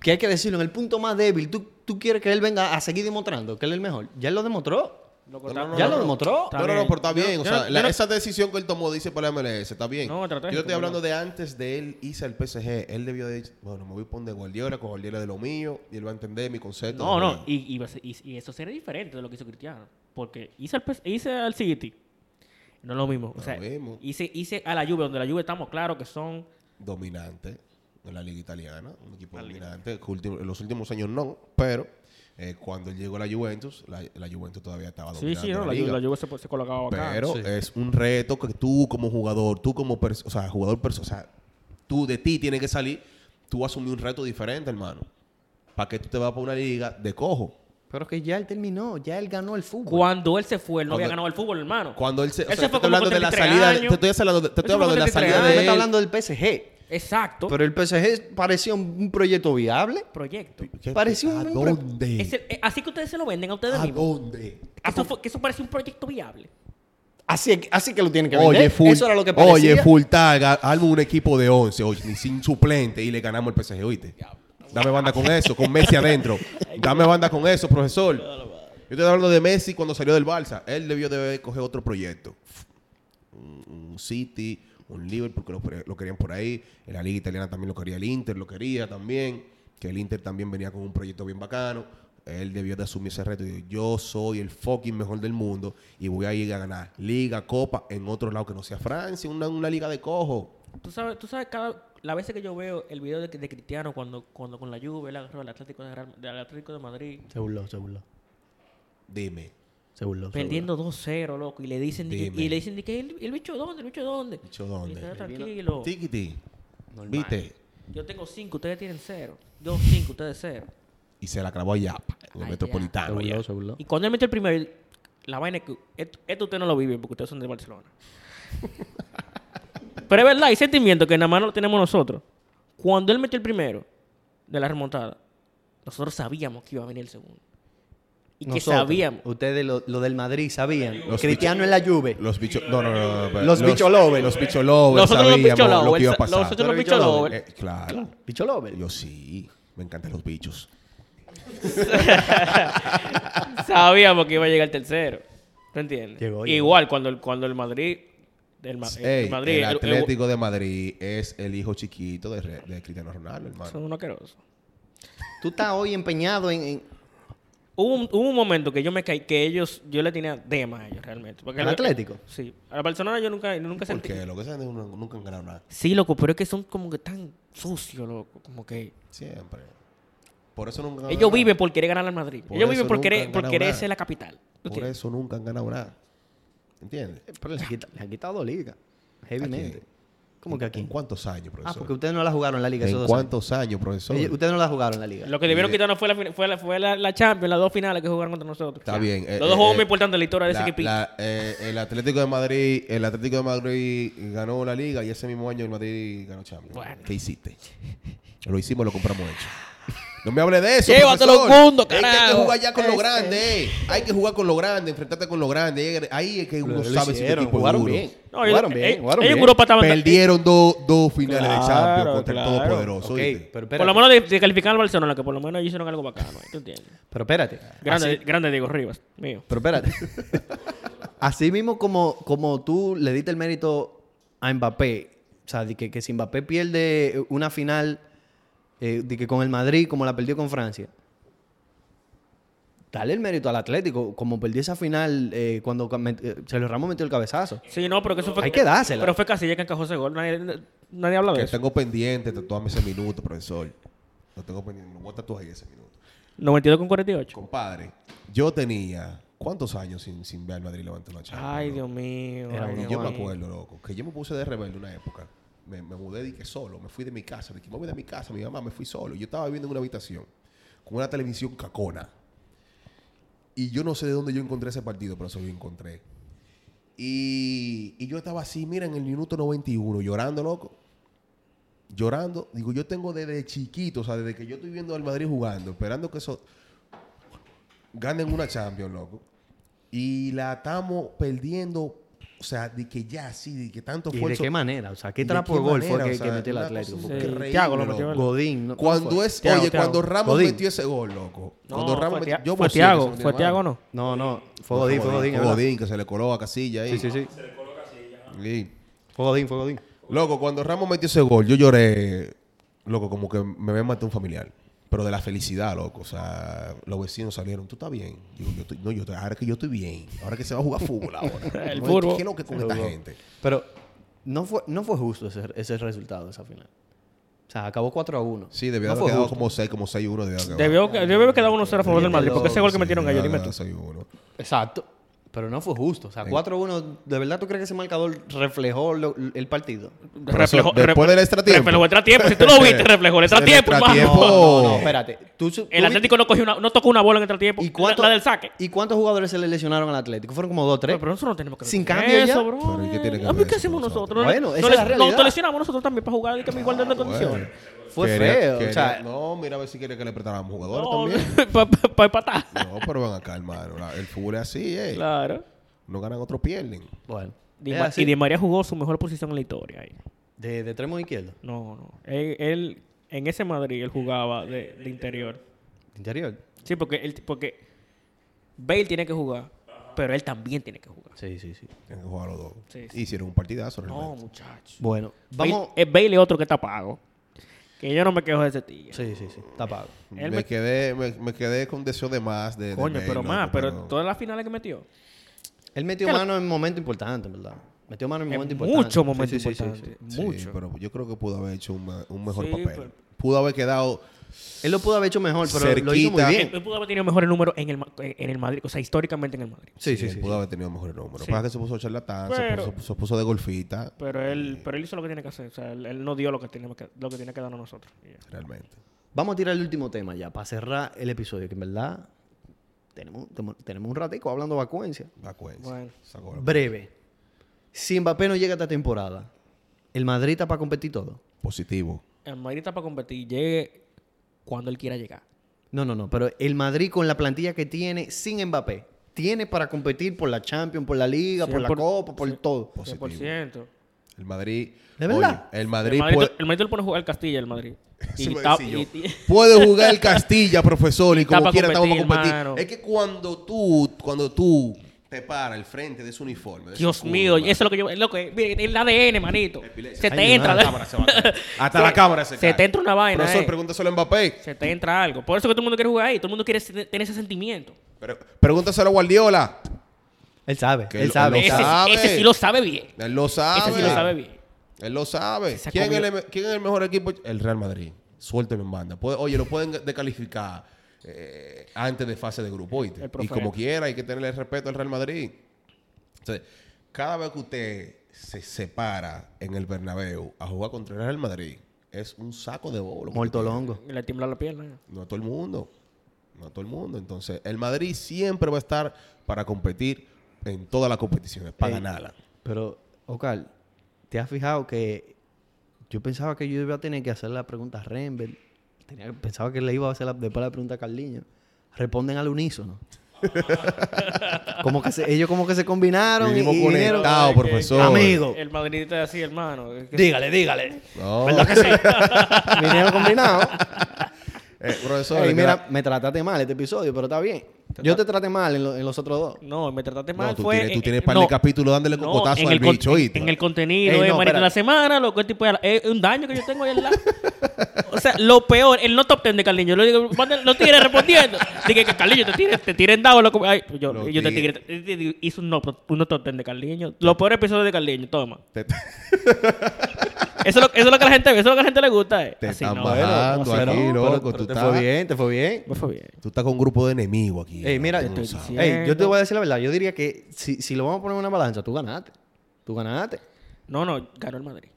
[SPEAKER 1] que hay que decirlo, en el punto más débil, tú, tú quieres que él venga a seguir demostrando que él es el mejor. Ya él lo demostró.
[SPEAKER 2] Loco,
[SPEAKER 3] No,
[SPEAKER 2] está-
[SPEAKER 3] no, no,
[SPEAKER 1] ya
[SPEAKER 3] no,
[SPEAKER 1] lo
[SPEAKER 3] no.
[SPEAKER 1] demostró.
[SPEAKER 2] Está
[SPEAKER 3] no, no, no,
[SPEAKER 2] bien.
[SPEAKER 3] pero está
[SPEAKER 2] Yo-
[SPEAKER 3] bien. o
[SPEAKER 2] yo
[SPEAKER 3] sea,
[SPEAKER 2] no-
[SPEAKER 3] la-
[SPEAKER 2] yo no-
[SPEAKER 3] esa decisión que él tomó, dice para la MLS, está bien.
[SPEAKER 2] No, estratégico,
[SPEAKER 3] yo estoy hablando
[SPEAKER 2] no.
[SPEAKER 3] de antes de él irse al PSG. Él debió de bueno, me voy a poner de Guardiola, con Guardiola de lo mío, y él va a entender mi concepto.
[SPEAKER 2] No,
[SPEAKER 3] de
[SPEAKER 2] no,
[SPEAKER 3] juego.
[SPEAKER 2] y, y va a ser- y- y eso sería diferente de lo que hizo Cristiano. Porque hice al, PS- hice al City, no es lo mismo. O
[SPEAKER 3] Lo
[SPEAKER 2] sea,
[SPEAKER 3] mismo.
[SPEAKER 2] hice, hice a la Juve, donde la Juve estamos claros que son...
[SPEAKER 3] Dominante en la liga italiana, un equipo dominante. que último- en los últimos años no, pero eh, cuando él llegó a la Juventus, la, la Juventus todavía estaba
[SPEAKER 2] Sí,
[SPEAKER 3] dominante.
[SPEAKER 2] sí,
[SPEAKER 3] en
[SPEAKER 2] no,
[SPEAKER 3] la
[SPEAKER 2] la, Juve,
[SPEAKER 3] liga.
[SPEAKER 2] la Juve se, se colocaba acá.
[SPEAKER 3] Pero
[SPEAKER 1] Sí.
[SPEAKER 3] es un reto que tú como jugador, tú como pers- o sea, jugador, pers- o sea, tú de ti tienes que salir, tú asumir un reto diferente, hermano. ¿Para que tú te vas para una liga de cojo?
[SPEAKER 1] Pero que ya él terminó, ya él ganó el fútbol.
[SPEAKER 2] Cuando él se fue, él no había
[SPEAKER 3] Cuando-
[SPEAKER 2] ganado el fútbol, hermano.
[SPEAKER 3] Cuando él se, o
[SPEAKER 2] Él se fue
[SPEAKER 3] sea, te estoy
[SPEAKER 2] como
[SPEAKER 3] hablando
[SPEAKER 2] con
[SPEAKER 3] de la
[SPEAKER 2] 33
[SPEAKER 3] salida,
[SPEAKER 2] años.
[SPEAKER 3] te estoy hablando de, te
[SPEAKER 2] Él se
[SPEAKER 3] estoy hablando
[SPEAKER 2] fue
[SPEAKER 3] de la
[SPEAKER 2] con 33
[SPEAKER 3] salida
[SPEAKER 1] Él
[SPEAKER 2] años.
[SPEAKER 1] me
[SPEAKER 3] de
[SPEAKER 1] está
[SPEAKER 3] él.
[SPEAKER 1] hablando del PSG.
[SPEAKER 2] Exacto.
[SPEAKER 1] Pero el PSG parecía un, un proyecto viable.
[SPEAKER 2] proyecto.
[SPEAKER 3] ¿Qué-
[SPEAKER 1] Parecía
[SPEAKER 3] ¿A
[SPEAKER 1] un-
[SPEAKER 3] dónde? Ah,
[SPEAKER 2] Es el- eh, así que ustedes se lo venden a ustedes
[SPEAKER 3] ¿A
[SPEAKER 2] mismos.
[SPEAKER 3] dónde?
[SPEAKER 2] Eso fue- que eso parece un proyecto viable.
[SPEAKER 5] Así, así que lo tienen que vender.
[SPEAKER 3] Oye, full,
[SPEAKER 5] Eso era lo que parecía.
[SPEAKER 3] oye, full tag, ha- hazme un equipo de 11, oye, ni sin suplente y le ganamos el PSG, oíste. Dame banda con eso, con Messi adentro. Dame banda con eso, profesor. Yo estoy hablando de Messi cuando salió del Barça. Él debió de haber cogido otro proyecto. Un un City, un Liverpool, que lo, lo querían por ahí. En la Liga Italiana también lo quería el Inter, lo quería también. Que el Inter también venía con un proyecto bien bacano. Él debió de asumir ese reto y dijo, yo soy el fucking mejor del mundo y voy a ir a ganar liga, copa, en otro lado que no sea Francia, una, una liga de cojo.
[SPEAKER 2] Tú sabes, tú sabes cada la veces que yo veo el video de, de Cristiano cuando, cuando con la Juve él agarró al Atlético de, Real- del Atlético de Madrid
[SPEAKER 5] Se burló, se burló.
[SPEAKER 3] Dime,
[SPEAKER 5] Se burló. se
[SPEAKER 2] perdiendo 2-0, loco, y le dicen de que-
[SPEAKER 3] Dime.
[SPEAKER 2] y le dicen de que el, el bicho dónde, el bicho dónde.
[SPEAKER 3] bicho, ¿dónde?
[SPEAKER 2] Y está tranquilo.
[SPEAKER 3] Tiquiti,
[SPEAKER 2] Oh. Normal.
[SPEAKER 3] viste,
[SPEAKER 2] Yo tengo 5, ustedes tienen 0. Yo 5, ustedes 0.
[SPEAKER 3] y se la clavó allá, en el
[SPEAKER 2] Allá.
[SPEAKER 5] burló. Se
[SPEAKER 3] metropolitano. allá.
[SPEAKER 5] burló, se burló.
[SPEAKER 2] Y cuando él metió el primero, la vaina es que esto, esto ustedes no lo viven porque ustedes son de Barcelona. Pero es verdad, hay sentimiento que nada más no lo tenemos nosotros. Cuando él metió el primero de la remontada, nosotros sabíamos que iba a venir el segundo. Y que
[SPEAKER 1] Nosotros,
[SPEAKER 2] sabíamos.
[SPEAKER 1] Ustedes lo, lo del Madrid sabían.
[SPEAKER 3] Los
[SPEAKER 1] Cristiano en la Juve.
[SPEAKER 3] Los bichos. No, no, no, no, no, pero
[SPEAKER 1] Los bicholovers.
[SPEAKER 3] Los bicholovers
[SPEAKER 2] Nosotros los bichos
[SPEAKER 3] sabíamos lo que iba a
[SPEAKER 2] lovers,
[SPEAKER 3] pasar.
[SPEAKER 2] Nosotros los
[SPEAKER 1] Pero yo
[SPEAKER 2] bichos
[SPEAKER 1] lo-
[SPEAKER 2] lovers.
[SPEAKER 3] Eh, claro.
[SPEAKER 1] Bicho Lover.
[SPEAKER 3] Yo sí. Me encantan los bichos.
[SPEAKER 2] Sabíamos que iba a llegar el tercero. ¿Tú entiendes?
[SPEAKER 5] Llegó, llegó.
[SPEAKER 2] Igual cuando el, cuando el Madrid. El, Ma- el
[SPEAKER 3] Ey,
[SPEAKER 2] Madrid.
[SPEAKER 3] el
[SPEAKER 2] el- el-
[SPEAKER 3] Atlético de Madrid es el hijo chiquito de, Re- de Cristiano Ronaldo, hermano.
[SPEAKER 2] son unos asquerosos.
[SPEAKER 1] Tú estás hoy empeñado en... en-
[SPEAKER 2] Hubo un, hubo un momento que yo me caí, que ellos, yo le tenía dema a ellos realmente. Porque
[SPEAKER 1] ¿Al
[SPEAKER 2] lo-
[SPEAKER 1] Atlético?
[SPEAKER 2] Sí. A la Barcelona yo nunca, nunca sentí.
[SPEAKER 3] Porque lo que saben es que uno- nunca han ganado nada.
[SPEAKER 2] Sí, loco, pero es que son como que tan sucios, loco. Como que.
[SPEAKER 3] Siempre. Por eso nunca han ganado
[SPEAKER 2] Ellos
[SPEAKER 3] nada.
[SPEAKER 2] viven por querer ganar al Madrid.
[SPEAKER 3] Por
[SPEAKER 2] ellos
[SPEAKER 3] eso
[SPEAKER 2] viven por
[SPEAKER 3] nunca
[SPEAKER 2] querer,
[SPEAKER 3] han
[SPEAKER 2] por
[SPEAKER 3] ganado
[SPEAKER 2] querer
[SPEAKER 3] nada.
[SPEAKER 2] ser la capital. ¿Tú
[SPEAKER 3] Por
[SPEAKER 2] entiendes?
[SPEAKER 3] eso nunca han ganado nada. ¿Entiendes?
[SPEAKER 1] Pero le han quitado, le han quitado liga. Heavymente. ¿Cómo que aquí?
[SPEAKER 3] ¿En cuántos años,
[SPEAKER 1] Ah,
[SPEAKER 3] profesor?
[SPEAKER 1] porque ustedes no la jugaron la liga. esos
[SPEAKER 3] ¿En
[SPEAKER 1] dos
[SPEAKER 3] cuántos años, profesor?
[SPEAKER 1] años. Ellos- Ustedes no la jugaron la liga.
[SPEAKER 2] Lo que debieron quitarnos fue la, fin- fue la, fue la, la Champions, las dos finales que jugaron contra nosotros.
[SPEAKER 3] Está bien. eh,
[SPEAKER 2] Los dos
[SPEAKER 3] eh,
[SPEAKER 2] juegos
[SPEAKER 3] eh,
[SPEAKER 2] más importantes de la historia de ese
[SPEAKER 3] la-
[SPEAKER 2] equipo.
[SPEAKER 3] la- eh, el Atlético de Madrid, el Atlético de Madrid ganó la liga y ese mismo año el Madrid ganó Champions.
[SPEAKER 2] Bueno.
[SPEAKER 3] ¿Qué hiciste? Lo hicimos, lo compramos hecho. No me hable de eso.
[SPEAKER 2] Llévatelo
[SPEAKER 3] profesor.
[SPEAKER 2] al mundo,
[SPEAKER 3] Es que hay que
[SPEAKER 2] carajo.
[SPEAKER 3] jugar ya con
[SPEAKER 1] Este.
[SPEAKER 3] lo grande. eh. Hay que jugar con lo grande, enfrentarte con lo grande. Ahí es que uno
[SPEAKER 1] Lo
[SPEAKER 3] sabe si tu
[SPEAKER 1] hicieron,
[SPEAKER 3] equipo es
[SPEAKER 1] jugaron
[SPEAKER 3] duro.
[SPEAKER 1] bien.
[SPEAKER 2] No, ellos-
[SPEAKER 1] jugaron bien,
[SPEAKER 2] eh,
[SPEAKER 1] jugaron
[SPEAKER 2] ellos en
[SPEAKER 1] bien.
[SPEAKER 2] Europa estaban-
[SPEAKER 3] Perdieron dos dos finales de Champions
[SPEAKER 2] Claro,
[SPEAKER 3] contra el
[SPEAKER 2] claro.
[SPEAKER 3] Todopoderoso.
[SPEAKER 1] Ok,
[SPEAKER 3] ¿oíste?
[SPEAKER 1] pero
[SPEAKER 2] Por lo
[SPEAKER 1] espérate.
[SPEAKER 2] menos de, de calificar al Barcelona, que por lo menos ellos hicieron algo bacano. ¿eh? ¿Tú entiendes?
[SPEAKER 1] Pero espérate.
[SPEAKER 2] Grande, grande Diego Rivas, mío.
[SPEAKER 1] Pero espérate. Así mismo como, como tú le diste el mérito a Mbappé, o sea, de que, que si Mbappé pierde una final eh, de que con el Madrid como la perdió con Francia, dale el mérito al Atlético, como perdió esa final eh, cuando ca- met- eh, Sergio Ramos metió el cabezazo.
[SPEAKER 2] Sí, no, pero que eso fue.
[SPEAKER 1] Hay que dársela.
[SPEAKER 2] Pero fue Casilla que encajó ese gol. Nadie, nadie habla de
[SPEAKER 3] Que
[SPEAKER 2] eso.
[SPEAKER 3] tengo pendiente tatuarme ese minuto, profesor. Lo tengo pendiente. No voy a tatuar ahí ese minuto.
[SPEAKER 2] 92 con 48.
[SPEAKER 3] Compadre, yo tenía. ¿Cuántos años sin, sin ver al Madrid levantar una Champions?
[SPEAKER 2] Ay,
[SPEAKER 3] loco?
[SPEAKER 2] Dios mío.
[SPEAKER 1] Era
[SPEAKER 2] ay,
[SPEAKER 1] un-
[SPEAKER 2] Dios
[SPEAKER 3] Yo me
[SPEAKER 2] mío.
[SPEAKER 3] acuerdo, loco, que yo me puse de rebelde una época. Me, me mudé de que solo, me fui de mi casa, de que me voy de mi casa, mi mamá me fui solo. Yo estaba viviendo en una habitación con una televisión cacona. Y yo no sé de dónde yo encontré ese partido, pero eso lo encontré. Y, y yo estaba así, mira, en el minuto 91, llorando, loco. Llorando. Digo, yo tengo desde chiquito, o sea, desde que yo estoy viendo al Madrid jugando, esperando que eso ganen una Champions, loco. Y la estamos perdiendo, o sea, de que ya, sí, de que tanto
[SPEAKER 1] ¿Y de
[SPEAKER 3] esfuerzo.
[SPEAKER 1] qué manera? O sea, ¿qué
[SPEAKER 3] ¿De
[SPEAKER 1] trapo
[SPEAKER 3] qué
[SPEAKER 1] de gol fue
[SPEAKER 3] manera?
[SPEAKER 1] que,
[SPEAKER 3] O sea,
[SPEAKER 1] que metió el
[SPEAKER 3] una
[SPEAKER 1] Atlético?
[SPEAKER 3] cosa
[SPEAKER 1] Porque
[SPEAKER 2] Sí,
[SPEAKER 3] increíble,
[SPEAKER 2] Thiago lo
[SPEAKER 3] loco.
[SPEAKER 2] metió, ¿verdad?
[SPEAKER 1] Godín, ¿no? ¿Cómo
[SPEAKER 3] Cuando
[SPEAKER 1] fue?
[SPEAKER 3] es,
[SPEAKER 2] Thiago,
[SPEAKER 3] oye,
[SPEAKER 2] Thiago.
[SPEAKER 3] cuando Ramos
[SPEAKER 1] Godín.
[SPEAKER 3] metió ese gol, loco.
[SPEAKER 2] No,
[SPEAKER 3] cuando Ramos
[SPEAKER 2] fue,
[SPEAKER 3] metió-
[SPEAKER 2] Thi-
[SPEAKER 3] yo
[SPEAKER 2] fue
[SPEAKER 3] bociné, eso
[SPEAKER 2] Thiago,
[SPEAKER 3] no tiene
[SPEAKER 2] fue
[SPEAKER 3] madre.
[SPEAKER 2] Thiago, ¿no?
[SPEAKER 1] No, no, fue Godín, fue Godín.
[SPEAKER 3] Fue
[SPEAKER 1] es verdad.
[SPEAKER 3] Godín, que se le coló a Casilla ahí.
[SPEAKER 1] Sí, sí, sí.
[SPEAKER 3] Y-
[SPEAKER 1] Fue Godín, fue Godín.
[SPEAKER 3] Loco, cuando Ramos metió ese gol, yo lloré, loco, como que me había matado un familiar. Pero de la felicidad, loco. O sea, los vecinos salieron, ¿tú estás bien? Digo, yo estoy- no, yo estoy- ahora que yo estoy bien. Ahora que se va a jugar fútbol ahora.
[SPEAKER 2] El
[SPEAKER 3] No,
[SPEAKER 2] fútbol.
[SPEAKER 3] ¿Qué es lo que con esta gente?
[SPEAKER 1] Pero no fue, no fue justo ese, ese resultado de esa final. O sea, acabó 4 a 1.
[SPEAKER 3] Sí, debió
[SPEAKER 1] no
[SPEAKER 3] haber
[SPEAKER 1] fue
[SPEAKER 3] quedado
[SPEAKER 1] justo.
[SPEAKER 3] como 6, como 6-1. Debió haber quedado.
[SPEAKER 2] Debió, debió haber quedado 1-0 a favor del Madrid. Porque ese gol que
[SPEAKER 3] Sí,
[SPEAKER 2] metieron
[SPEAKER 3] debió
[SPEAKER 2] ellos,
[SPEAKER 3] haber
[SPEAKER 2] dime tú.
[SPEAKER 3] quedado 6-1.
[SPEAKER 1] Exacto. Pero no fue justo. O sea,
[SPEAKER 3] Sí.
[SPEAKER 1] 4 a 1. ¿De verdad tú crees que ese marcador reflejó lo- el partido?
[SPEAKER 3] Profesor, después del extratiempo.
[SPEAKER 2] Reflejó el extratiempo. Si tú lo viste, reflejó el extratiempo,
[SPEAKER 3] El
[SPEAKER 2] hermano.
[SPEAKER 3] extratiempo.
[SPEAKER 1] No,
[SPEAKER 3] Oh.
[SPEAKER 1] no, espérate. Tú su- tú
[SPEAKER 2] El
[SPEAKER 1] viste-
[SPEAKER 2] Atlético no, cogió una, no tocó una bola en el extratiempo.
[SPEAKER 1] ¿Y cuánto-
[SPEAKER 2] La, la del saque.
[SPEAKER 1] ¿Y cuántos jugadores se le lesionaron al Atlético? Fueron como 2 o 3.
[SPEAKER 2] Pero nosotros no tenemos que
[SPEAKER 1] Sin
[SPEAKER 2] ver
[SPEAKER 1] cambio
[SPEAKER 2] eso,
[SPEAKER 1] ya.
[SPEAKER 2] bro.
[SPEAKER 3] Pero ¿y qué tiene que
[SPEAKER 2] Ah,
[SPEAKER 3] ver
[SPEAKER 2] ¿Qué
[SPEAKER 3] eso Ah,
[SPEAKER 2] hacemos
[SPEAKER 3] con nosotros?
[SPEAKER 2] nosotros?
[SPEAKER 1] Bueno,
[SPEAKER 2] Nos-
[SPEAKER 1] esa
[SPEAKER 2] nos-
[SPEAKER 1] es la realidad.
[SPEAKER 2] Nos lesionamos nosotros también para jugar en igualdad de condiciones.
[SPEAKER 1] Fue
[SPEAKER 3] Quería-
[SPEAKER 1] feo,
[SPEAKER 3] quería-
[SPEAKER 1] o sea-
[SPEAKER 3] no, mira a ver si quiere que le prestáramos jugadores
[SPEAKER 2] No,
[SPEAKER 3] también.
[SPEAKER 2] para empatar.
[SPEAKER 3] No, pero van acá, hermano. La- El fútbol es así, eh.
[SPEAKER 2] Claro.
[SPEAKER 3] Unos ganan, otros pierden.
[SPEAKER 1] Bueno.
[SPEAKER 2] Di
[SPEAKER 1] Es
[SPEAKER 2] Ma-
[SPEAKER 1] así.
[SPEAKER 2] y Di María jugó su mejor posición en la historia. ahí.
[SPEAKER 1] De, de extremo izquierdo.
[SPEAKER 2] No, no. Él, él- en ese Madrid, él jugaba de, de interior.
[SPEAKER 1] Interior.
[SPEAKER 2] Sí, porque, él, porque Bale tiene que jugar, pero él también tiene que jugar.
[SPEAKER 1] Sí, sí, sí.
[SPEAKER 3] Tienen que jugar los dos.
[SPEAKER 2] Sí, sí.
[SPEAKER 3] Hicieron un partidazo
[SPEAKER 2] No,
[SPEAKER 3] realmente.
[SPEAKER 2] muchacho.
[SPEAKER 1] Bueno, vamos.
[SPEAKER 2] Bale, eh, Bale es otro que está pago. Que yo no me quejo de ese tío.
[SPEAKER 1] Sí, sí, sí. Está pago.
[SPEAKER 2] Él
[SPEAKER 3] me,
[SPEAKER 2] me-
[SPEAKER 3] quedé, me, me quedé con deseo de más. De, de
[SPEAKER 2] Coño,
[SPEAKER 3] Bale,
[SPEAKER 2] pero
[SPEAKER 3] loco,
[SPEAKER 2] más, pero todas las finales que metió.
[SPEAKER 1] Él metió mano en un momento importante, en ¿verdad? Metió mano en un
[SPEAKER 2] En
[SPEAKER 1] momento importante.
[SPEAKER 2] mucho
[SPEAKER 1] Sí,
[SPEAKER 2] momento
[SPEAKER 1] sí, sí, sí,
[SPEAKER 2] importante.
[SPEAKER 3] Sí,
[SPEAKER 2] Mucho.
[SPEAKER 3] pero yo creo que pudo haber hecho un, ma- un mejor
[SPEAKER 2] Sí,
[SPEAKER 3] papel.
[SPEAKER 2] pero-
[SPEAKER 3] Pudo haber quedado.
[SPEAKER 1] sí. Él lo pudo haber hecho mejor, pero lo hizo muy
[SPEAKER 3] Cerquita.
[SPEAKER 1] bien.
[SPEAKER 2] Él pudo haber tenido mejores números en el, Ma- en el Madrid, o sea, históricamente en el Madrid.
[SPEAKER 1] Sí, sí, sí.
[SPEAKER 3] Pudo haber tenido mejores números. Pasa que se puso charlatán, se
[SPEAKER 2] Pero-
[SPEAKER 3] puso- se puso de golfita.
[SPEAKER 2] Pero él, pero él hizo lo que tiene que hacer. O sea, él, él no dio lo que tenía que, lo que, tenía que darnos nosotros. Y ya.
[SPEAKER 3] Realmente.
[SPEAKER 1] Vamos a tirar el último tema ya, para cerrar el episodio, que en verdad tenemos, tenemos- tenemos un ratico hablando vacuencia.
[SPEAKER 3] Vacuencia.
[SPEAKER 2] Bueno.
[SPEAKER 3] Sacó la-
[SPEAKER 1] Breve. Si Mbappé no llega esta temporada, ¿el Madrid está para competir todo?
[SPEAKER 3] Positivo.
[SPEAKER 2] El Madrid está para competir. Llegue cuando él quiera llegar.
[SPEAKER 1] No, no, no. Pero el Madrid con la plantilla que tiene sin Mbappé, tiene para competir por la Champions, por la Liga, por la
[SPEAKER 2] 100%,
[SPEAKER 1] Copa, por todo.
[SPEAKER 3] Positivo.
[SPEAKER 2] 100%.
[SPEAKER 3] El Madrid.
[SPEAKER 1] ¿De verdad?
[SPEAKER 3] Oye, el
[SPEAKER 2] El
[SPEAKER 3] Madrid,
[SPEAKER 2] Madrid,
[SPEAKER 3] puede.
[SPEAKER 2] el Madrid le pone a jugar al Castilla, el Madrid.
[SPEAKER 3] Eso
[SPEAKER 2] Y
[SPEAKER 3] iba a
[SPEAKER 2] ta-
[SPEAKER 3] decir yo.
[SPEAKER 2] y- y-
[SPEAKER 3] Puede jugar el Castilla, profesor, y,
[SPEAKER 2] Y está
[SPEAKER 3] como
[SPEAKER 2] pa'
[SPEAKER 3] quiera estamos para
[SPEAKER 2] competir,
[SPEAKER 3] competir.
[SPEAKER 2] hermano.
[SPEAKER 3] Es que cuando tú, cuando tú te paras al frente de ese uniforme. de
[SPEAKER 2] Dios
[SPEAKER 3] ese
[SPEAKER 2] mío,
[SPEAKER 3] escudo,
[SPEAKER 2] eso es lo que yo. Loco, eh, miren, el ADN, manito.
[SPEAKER 3] Epilepsia.
[SPEAKER 2] Se
[SPEAKER 1] Ay,
[SPEAKER 2] te
[SPEAKER 1] mi
[SPEAKER 2] entra.
[SPEAKER 1] madre.
[SPEAKER 3] hermano. Hasta la cámara se va a caer. Ah. Hasta la
[SPEAKER 2] Se-
[SPEAKER 3] cámara se
[SPEAKER 2] Se
[SPEAKER 3] cae.
[SPEAKER 2] te entra una vaina.
[SPEAKER 3] Profesor,
[SPEAKER 2] eh.
[SPEAKER 3] pregúntaselo a Mbappé.
[SPEAKER 2] Se te entra algo. Por eso que todo el mundo quiere jugar ahí. Todo el mundo quiere se- tener ese sentimiento.
[SPEAKER 3] Pre- pregúntaselo a Guardiola.
[SPEAKER 1] Él sabe,
[SPEAKER 3] Que
[SPEAKER 1] él
[SPEAKER 3] lo-
[SPEAKER 1] sabe.
[SPEAKER 3] lo
[SPEAKER 2] Ese,
[SPEAKER 3] sabe.
[SPEAKER 2] ese sí lo sabe bien.
[SPEAKER 3] Él lo sabe.
[SPEAKER 2] Ese sí lo sabe bien.
[SPEAKER 3] Él lo sabe.
[SPEAKER 2] Se ha
[SPEAKER 3] ¿Quién es,
[SPEAKER 2] comido-
[SPEAKER 3] el, em-, quién es el mejor equipo? El Real Madrid. Suéltelo en banda. Puede- oye, lo pueden descalificar eh, antes de fase de grupo. ¿oíste?
[SPEAKER 2] El
[SPEAKER 3] Y
[SPEAKER 2] profeta.
[SPEAKER 3] como quiera, hay que tenerle respeto al Real Madrid. Entonces, cada vez que usted se separa en el Bernabéu a jugar contra el Real Madrid, es un saco de bolo.
[SPEAKER 1] Muerto longo.
[SPEAKER 2] Le tiembla la pierna. eh.
[SPEAKER 3] No a todo el mundo. No a todo el mundo. Entonces, el Madrid siempre va a estar para competir en todas las competiciones, para
[SPEAKER 1] Ey.
[SPEAKER 3] ganarla.
[SPEAKER 1] Pero, Ocal, ¿te has fijado que yo pensaba que yo iba a tener que hacer la pregunta a Rembert? Tenía- pensaba que le iba a hacer la, después la pregunta a Carliño. Responden al unísono. como que se- ellos como que se combinaron y,
[SPEAKER 3] Vivimos
[SPEAKER 1] y dijeron,
[SPEAKER 3] conectados, profesor.
[SPEAKER 1] Amigo.
[SPEAKER 2] El madridista es así, hermano. Es que-
[SPEAKER 1] dígale, dígale.
[SPEAKER 3] No.
[SPEAKER 1] ¿Verdad que sí? Vinieron combinados.
[SPEAKER 3] Eh, profesor,
[SPEAKER 1] Ey,
[SPEAKER 3] le
[SPEAKER 1] mira,
[SPEAKER 3] queda-
[SPEAKER 1] me trataste mal este episodio, pero está bien. Yo te traté mal en, lo- en los otros dos.
[SPEAKER 2] No, me trataste
[SPEAKER 3] No,
[SPEAKER 2] mal.
[SPEAKER 3] tú
[SPEAKER 2] fue,
[SPEAKER 3] tienes, tú
[SPEAKER 2] eh,
[SPEAKER 3] tienes
[SPEAKER 2] eh,
[SPEAKER 3] par de
[SPEAKER 2] no.
[SPEAKER 3] capítulos dándole
[SPEAKER 2] No,
[SPEAKER 3] cocotazo
[SPEAKER 2] en
[SPEAKER 3] al
[SPEAKER 2] el con-
[SPEAKER 3] bicho, ¿oíste?
[SPEAKER 2] En el contenido,
[SPEAKER 1] Ey,
[SPEAKER 2] eh,
[SPEAKER 1] no,
[SPEAKER 2] manito,
[SPEAKER 1] espérate.
[SPEAKER 2] la semana, loco, el tipo de la- es un daño que yo tengo ahí al lado. O sea, lo peor, el no top ten de Carliño. Lo digo, manda- lo tigres respondiendo. Dije que Carliño te tiren, te tiren dado, loco. Ay, pues yo,
[SPEAKER 3] Los
[SPEAKER 2] yo te tigre,
[SPEAKER 3] tigres.
[SPEAKER 2] hice un no, un no top ten de Carliño. Los peores episodios de Carliño, toma.
[SPEAKER 3] Te,
[SPEAKER 2] Eso es, lo, eso es lo que la gente, eso es lo que a la gente le gusta. Eh.
[SPEAKER 3] te
[SPEAKER 2] Así,
[SPEAKER 3] están
[SPEAKER 2] no,
[SPEAKER 3] bajando
[SPEAKER 2] no, así
[SPEAKER 3] aquí,
[SPEAKER 2] no.
[SPEAKER 3] loco. tú,
[SPEAKER 1] te
[SPEAKER 3] estás,
[SPEAKER 1] fue bien, te fue bien.
[SPEAKER 2] Me fue bien.
[SPEAKER 3] tú estás con un grupo de enemigos aquí.
[SPEAKER 1] Ey,
[SPEAKER 3] ¿no?
[SPEAKER 1] mira,
[SPEAKER 3] Tú no
[SPEAKER 1] estoy-
[SPEAKER 3] sabes.
[SPEAKER 1] ey, yo te voy a decir la verdad. Yo diría que si, si lo vamos a poner en una balanza, tú ganaste. Tú ganaste.
[SPEAKER 2] No, no, ganó el Madrid.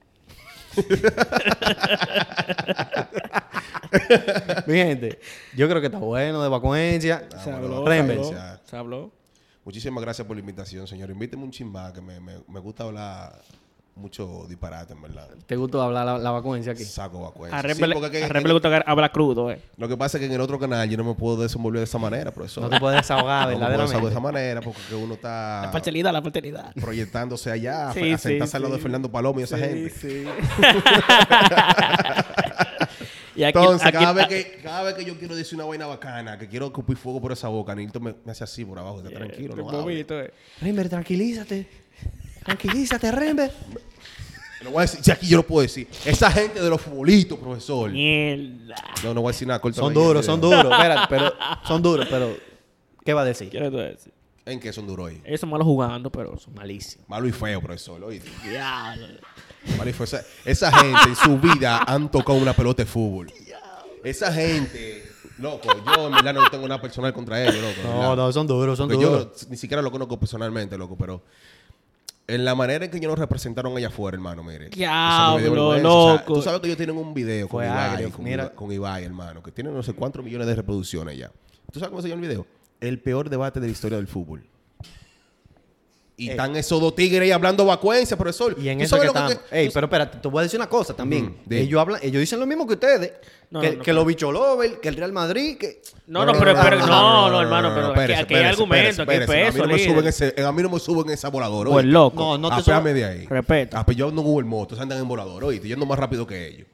[SPEAKER 1] Mi gente, yo creo que está bueno de vacuencia.
[SPEAKER 2] Se
[SPEAKER 3] bueno,
[SPEAKER 2] habló, se
[SPEAKER 1] Rembe.
[SPEAKER 2] habló,
[SPEAKER 3] Ya.
[SPEAKER 2] se habló.
[SPEAKER 3] Muchísimas gracias por la invitación, señor. Invíteme un chimba, que me, me- me gusta hablar mucho disparate, en verdad.
[SPEAKER 1] ¿Te gustó hablar la, la vacuencia aquí?
[SPEAKER 3] Saco vacuencia.
[SPEAKER 2] A
[SPEAKER 3] Pues Sí,
[SPEAKER 2] Rembe le-
[SPEAKER 3] porque es que-
[SPEAKER 2] a Rembe le gusta hablar crudo, eh.
[SPEAKER 3] Lo que pasa es que en el otro canal yo no me puedo desenvolver de esa manera, profesor.
[SPEAKER 1] No te puedes desahogar,
[SPEAKER 3] No me puedo desahogar de esa
[SPEAKER 1] verdaderamente.
[SPEAKER 3] manera porque que uno está...
[SPEAKER 2] La parcialidad, la parcialidad.
[SPEAKER 3] proyectándose allá,
[SPEAKER 2] Sí,
[SPEAKER 3] a sentarse
[SPEAKER 2] sí,
[SPEAKER 3] al lado de
[SPEAKER 2] sí.
[SPEAKER 3] Fernando Palomo y esa gente.
[SPEAKER 2] Y aquí-
[SPEAKER 3] Entonces,
[SPEAKER 2] aquí-
[SPEAKER 3] cada, vez que, cada vez que yo quiero decir una vaina bacana, que quiero escupir fuego por esa boca, Nilton me, me hace así por abajo, está tranquilo,
[SPEAKER 2] Eh, Te
[SPEAKER 3] no hable.
[SPEAKER 2] moviste, eh.
[SPEAKER 1] Rember, tranquilízate. Tranquilízate, Rember.
[SPEAKER 3] Lo voy a decir, si aquí yo lo puedo decir. Esa gente de los futbolitos, profesor.
[SPEAKER 2] Mierda.
[SPEAKER 3] No, no voy a decir nada, córtalo
[SPEAKER 1] Son
[SPEAKER 3] ahí el
[SPEAKER 1] duros, son
[SPEAKER 3] video.
[SPEAKER 1] duros. Espérate, pero son duros, pero ¿qué va a decir?
[SPEAKER 2] Quiero decir.
[SPEAKER 3] ¿En qué son duros hoy?
[SPEAKER 2] Ellos son malos jugando, pero son malísimos.
[SPEAKER 3] Malo y feo, profesor, oíste. Malo y feo. Esa, esa gente en su vida han tocado una pelota de fútbol. Esa gente, loco, yo en verdad no tengo nada personal contra ellos, loco. en
[SPEAKER 1] No,
[SPEAKER 3] verdad.
[SPEAKER 1] no, son duros, son
[SPEAKER 3] Porque
[SPEAKER 1] duros.
[SPEAKER 3] Pues yo ni siquiera lo conozco personalmente, loco, pero en la manera en que ellos nos representaron allá afuera, hermano, mire.
[SPEAKER 2] Diablo,
[SPEAKER 3] Eso me dio vergüenza. O sea,
[SPEAKER 2] loco.
[SPEAKER 3] tú sabes que ellos tienen un video con
[SPEAKER 1] Fue
[SPEAKER 3] Ibai,
[SPEAKER 1] agrio,
[SPEAKER 3] con,
[SPEAKER 1] mira.
[SPEAKER 3] Ibai- con Ibai, hermano, que tiene no sé cuántos millones de reproducciones ya. ¿Tú sabes cómo se llama el video? El peor debate de la historia del fútbol. Y están esos dos tigres ahí hablando vacuencia, profesor.
[SPEAKER 1] Eh. Y en
[SPEAKER 3] ¿Tú
[SPEAKER 1] eso que
[SPEAKER 3] sabes lo
[SPEAKER 1] estamos.
[SPEAKER 3] tú-
[SPEAKER 1] Ey, pero espérate, te voy a decir una cosa también.
[SPEAKER 3] Ujú, di.
[SPEAKER 1] ellos, hablan, ellos dicen lo mismo que ustedes.
[SPEAKER 2] No,
[SPEAKER 1] que
[SPEAKER 2] no, no,
[SPEAKER 1] que los bicholover, que el Real Madrid, que.
[SPEAKER 2] No, no, pero, pero- no, no, hermano, pero aquí,
[SPEAKER 3] espérese,
[SPEAKER 2] aquí hay
[SPEAKER 3] espérese,
[SPEAKER 2] argumentos, aquí hay
[SPEAKER 3] espérese.
[SPEAKER 2] peso.
[SPEAKER 3] A mí no me
[SPEAKER 2] líder.
[SPEAKER 3] suben ese, a mí no me suben esa voladora.
[SPEAKER 2] Pues
[SPEAKER 3] oíste.
[SPEAKER 2] loco.
[SPEAKER 1] No, no te
[SPEAKER 3] Apéame
[SPEAKER 1] suba-
[SPEAKER 3] de ahí.
[SPEAKER 2] Respeto.
[SPEAKER 3] Ah, pues yo no Google Motos, andan en volador, oíste. Yendo más rápido que ellos.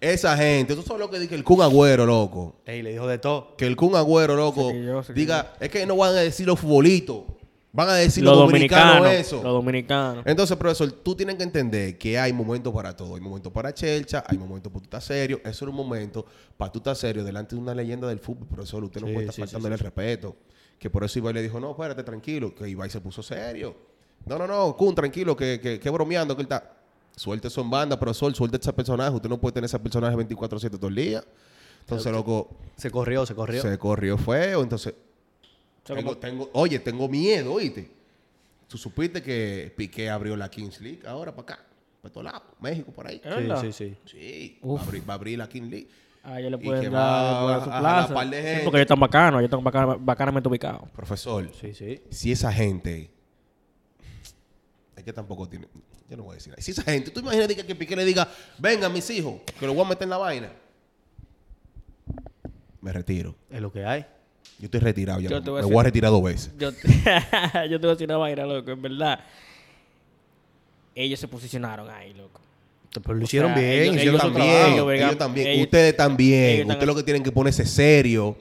[SPEAKER 3] Esa gente, eso es lo que dice el Kun Agüero, loco.
[SPEAKER 1] Ey, le dijo de todo.
[SPEAKER 3] Que el Kun Agüero, loco,
[SPEAKER 2] Se quilló, se
[SPEAKER 3] diga, es que no van a decir los futbolitos. Van a decir
[SPEAKER 2] los
[SPEAKER 3] los, dominicanos,
[SPEAKER 2] dominicanos,
[SPEAKER 3] eso. Eh,
[SPEAKER 2] los dominicanos.
[SPEAKER 3] Entonces, profesor, tú tienes que entender que hay momentos para todo. Hay momentos para chelcha, hay momentos para tú estar serio. Eso es un momento para tú estar serio delante de una leyenda del fútbol. Profesor, usted no
[SPEAKER 1] Sí,
[SPEAKER 3] puede estar
[SPEAKER 1] sí,
[SPEAKER 3] faltándole el respeto. Que por eso Ibai le dijo, no, espérate, tranquilo. Que Ibai se puso serio. No, no, no, Kun, tranquilo, que, que, que bromeando, que él está... Suelte son bandas, profesor, suelte ese personaje. Usted no puede tener ese personaje 24-7 todo el día. Entonces, loco,
[SPEAKER 1] Se corrió, se corrió.
[SPEAKER 3] se corrió feo. Entonces, tengo, tengo- oye, tengo miedo, oíste. Tú supiste que Piqué abrió la Kings League ahora para acá, para todos lados, México, por ahí.
[SPEAKER 2] ¿Es verdad?
[SPEAKER 1] Sí, sí, sí.
[SPEAKER 3] Sí,
[SPEAKER 2] Uf.
[SPEAKER 3] va a, abrir, va a abrir la Kings League.
[SPEAKER 2] Ah, ellos le
[SPEAKER 3] Y
[SPEAKER 2] pueden
[SPEAKER 3] que
[SPEAKER 2] dar
[SPEAKER 3] va
[SPEAKER 2] le pueden dar
[SPEAKER 3] a- a
[SPEAKER 2] su
[SPEAKER 3] la par
[SPEAKER 2] plaza.
[SPEAKER 3] de
[SPEAKER 2] Sí,
[SPEAKER 3] gente.
[SPEAKER 2] porque ellos están bacanos, ellos están bacana- bacanamente ubicados.
[SPEAKER 3] Profesor,
[SPEAKER 1] Sí, sí.
[SPEAKER 3] si esa gente. Es que tampoco tiene. Yo no voy a decir nada. Si esa gente, tú imaginas diga, que Piqué le diga, venga, mis hijos, que los voy a meter en la vaina. Me retiro.
[SPEAKER 1] Es lo que hay.
[SPEAKER 3] Yo estoy retirado ya.
[SPEAKER 2] Yo te
[SPEAKER 3] me
[SPEAKER 2] voy a
[SPEAKER 3] voy
[SPEAKER 2] decir-
[SPEAKER 3] a retirar dos veces.
[SPEAKER 2] Yo te, yo te voy a decir una vaina, loco, en verdad. Ellos se posicionaron ahí, loco.
[SPEAKER 1] Pero lo hicieron
[SPEAKER 2] sea,
[SPEAKER 1] bien.
[SPEAKER 2] ellos-
[SPEAKER 1] hicieron
[SPEAKER 3] Ellos
[SPEAKER 2] su
[SPEAKER 3] también,
[SPEAKER 2] trabajo,
[SPEAKER 3] ellos
[SPEAKER 2] ¿verdad?
[SPEAKER 3] también.
[SPEAKER 2] Ellos-
[SPEAKER 3] ustedes también.
[SPEAKER 2] ellos están
[SPEAKER 3] ustedes lo que tienen que ponerse serio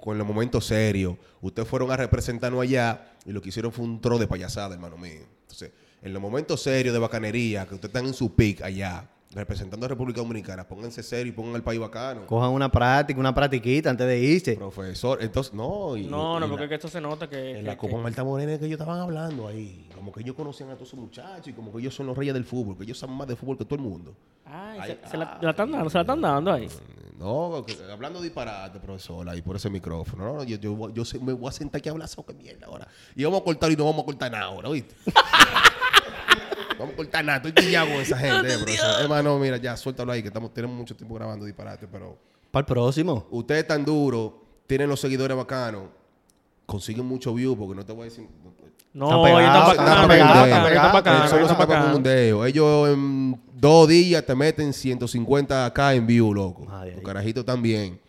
[SPEAKER 3] con los momentos serios. Ustedes fueron a representarnos allá y lo que hicieron fue un tro de payasada, hermano mío. Entonces, en los momentos serios de bacanería, que ustedes están en su pick allá, representando a República Dominicana, pónganse serio y pongan al país bacano.
[SPEAKER 1] Cojan una práctica, una practiquita antes de irse.
[SPEAKER 3] Profesor, entonces, no. y-
[SPEAKER 2] No, no,
[SPEAKER 3] y la-
[SPEAKER 2] porque es que esto se nota que...
[SPEAKER 3] en
[SPEAKER 2] que-
[SPEAKER 3] la Copa
[SPEAKER 2] que-
[SPEAKER 3] Marta Morena que ellos estaban hablando ahí. Como que ellos conocían a todos esos muchachos y como que ellos son los reyes del fútbol, que ellos saben más de fútbol que todo el mundo.
[SPEAKER 2] Ay,
[SPEAKER 3] Ay, ah,
[SPEAKER 2] se, se la,
[SPEAKER 3] ay.
[SPEAKER 2] se la están dando, se la están dando ahí.
[SPEAKER 3] No, que- hablando disparate, profesor, ahí por ese micrófono. No, no, yo, yo, voy- yo se- me voy a sentar aquí a hablar sobre mierda ahora. Y vamos a cortar y no vamos a cortar nada ahora, ¿viste? vamos a cortar nada. Estoy pillado con esa gente, eh, profesor. Hermano, mira, ya suéltalo ahí, que estamos, tenemos mucho tiempo grabando disparate, pero
[SPEAKER 1] Para el próximo.
[SPEAKER 3] ustedes tan duros, tienen los seguidores bacanos, consiguen mucho view, porque no te voy a decir. no-
[SPEAKER 2] No,
[SPEAKER 1] pegados,
[SPEAKER 2] ellos
[SPEAKER 3] Ah,
[SPEAKER 2] están
[SPEAKER 1] están
[SPEAKER 2] bacanos, ellos
[SPEAKER 1] pegados,
[SPEAKER 2] están
[SPEAKER 1] están
[SPEAKER 2] bacanos,
[SPEAKER 1] pegados.
[SPEAKER 2] ellos están
[SPEAKER 3] Eso
[SPEAKER 2] bacanos,
[SPEAKER 3] no
[SPEAKER 2] ellos
[SPEAKER 3] se
[SPEAKER 2] están
[SPEAKER 3] tapa con
[SPEAKER 2] bacanos.
[SPEAKER 3] un dedo. Ellos en dos días te meten 150k en view, loco.
[SPEAKER 1] Ay,
[SPEAKER 3] Los
[SPEAKER 1] ay.
[SPEAKER 3] carajitos también.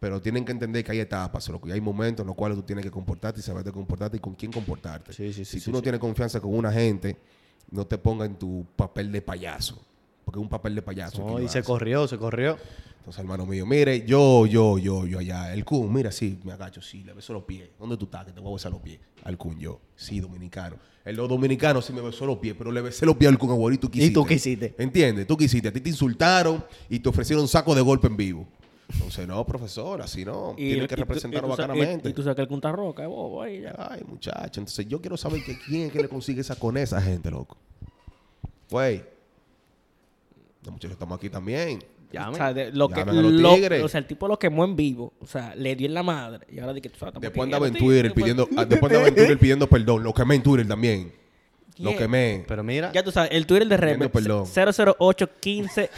[SPEAKER 3] Pero tienen que entender que hay etapas, loco. Y hay momentos en los cuales tú tienes que comportarte y saber de comportarte y con quién comportarte.
[SPEAKER 1] Sí, sí, sí,
[SPEAKER 3] si
[SPEAKER 1] sí,
[SPEAKER 3] tú no
[SPEAKER 1] sí.
[SPEAKER 3] tienes confianza con una gente, no te pongas en tu papel de payaso. Porque es un papel de payaso. el que
[SPEAKER 1] No,
[SPEAKER 3] lo
[SPEAKER 1] y se
[SPEAKER 3] hace.
[SPEAKER 1] corrió, se corrió.
[SPEAKER 3] Entonces, hermano mío, mire, yo, yo, yo, yo allá. El Kun, mira, sí, me agacho, sí, le beso los pies. ¿Dónde tú estás? Que te voy a besar los pies. Al Kun, yo. Sí, dominicano. El los dominicanos sí me besó los pies, pero le besé los pies al Kun Agüero y tú quisiste.
[SPEAKER 1] tú qué hiciste?
[SPEAKER 3] ¿Entiendes? Tú quisiste. A ti te insultaron y te ofrecieron un saco de golpe en vivo. Entonces, no, profesor, así no.
[SPEAKER 2] Y-
[SPEAKER 3] Tienen que
[SPEAKER 2] y tú- y tú
[SPEAKER 3] representarlo
[SPEAKER 2] sa- y-
[SPEAKER 3] bacanamente.
[SPEAKER 2] Y tú sacas el Punta Roca, eh, bobo, ahí ya.
[SPEAKER 3] Ay, muchacho. Entonces, yo quiero saber que quién es que le consigue esa con esa gente, loco. Güey. Los muchachos estamos aquí también.
[SPEAKER 2] O sea, de- lo que,
[SPEAKER 3] Llamen a los
[SPEAKER 2] lo-
[SPEAKER 3] tigres.
[SPEAKER 2] o sea, el tipo lo quemó en vivo. O sea, le dio en la madre. Y ahora de que tú sabes, tampoco
[SPEAKER 3] Después
[SPEAKER 2] que-
[SPEAKER 3] andaba en
[SPEAKER 2] Sí,
[SPEAKER 3] Twitter
[SPEAKER 2] después-
[SPEAKER 3] pidiendo, ah, después andaba en Twitter pidiendo perdón. Lo quemé en Twitter también. Lo
[SPEAKER 2] pues, Yeah.
[SPEAKER 3] quemé.
[SPEAKER 1] Pero mira,
[SPEAKER 2] Ya tú sabes, el Twitter de
[SPEAKER 3] Pidiendo
[SPEAKER 2] Rebel
[SPEAKER 3] perdón.
[SPEAKER 2] 00815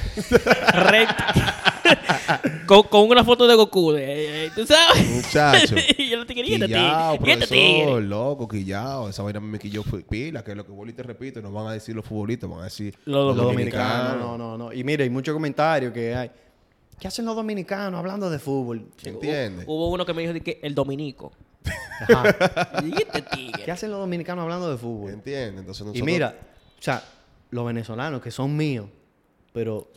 [SPEAKER 2] Rec- con, con una foto de Goku. de- eh, tú sabes.
[SPEAKER 3] Muchacho.
[SPEAKER 2] y yo lo te quería este
[SPEAKER 3] Quillao,
[SPEAKER 2] tigre, y este
[SPEAKER 3] profesor,
[SPEAKER 2] tigre.
[SPEAKER 3] loco, quillao. Esa vaina me quilló fue pila, que lo que vuelvo y te repito, no van a decir los futbolistas, van a decir
[SPEAKER 1] los
[SPEAKER 2] Los
[SPEAKER 3] dominicanos.
[SPEAKER 1] dominicanos. No, no, no. Y mira, hay muchos comentarios que hay. ¿Qué hacen los dominicanos hablando de fútbol?
[SPEAKER 3] ¿Entiendes?
[SPEAKER 1] Uh,
[SPEAKER 2] Hubo uno que me dijo de que el dominico.
[SPEAKER 1] Ajá.
[SPEAKER 2] Y este
[SPEAKER 1] ¿Qué
[SPEAKER 2] tigre.
[SPEAKER 1] hacen los dominicanos hablando de fútbol?
[SPEAKER 3] ¿Entiendes? Entonces
[SPEAKER 1] uh, Y
[SPEAKER 3] nosotros-
[SPEAKER 1] mira, o sea, los venezolanos que son míos, pero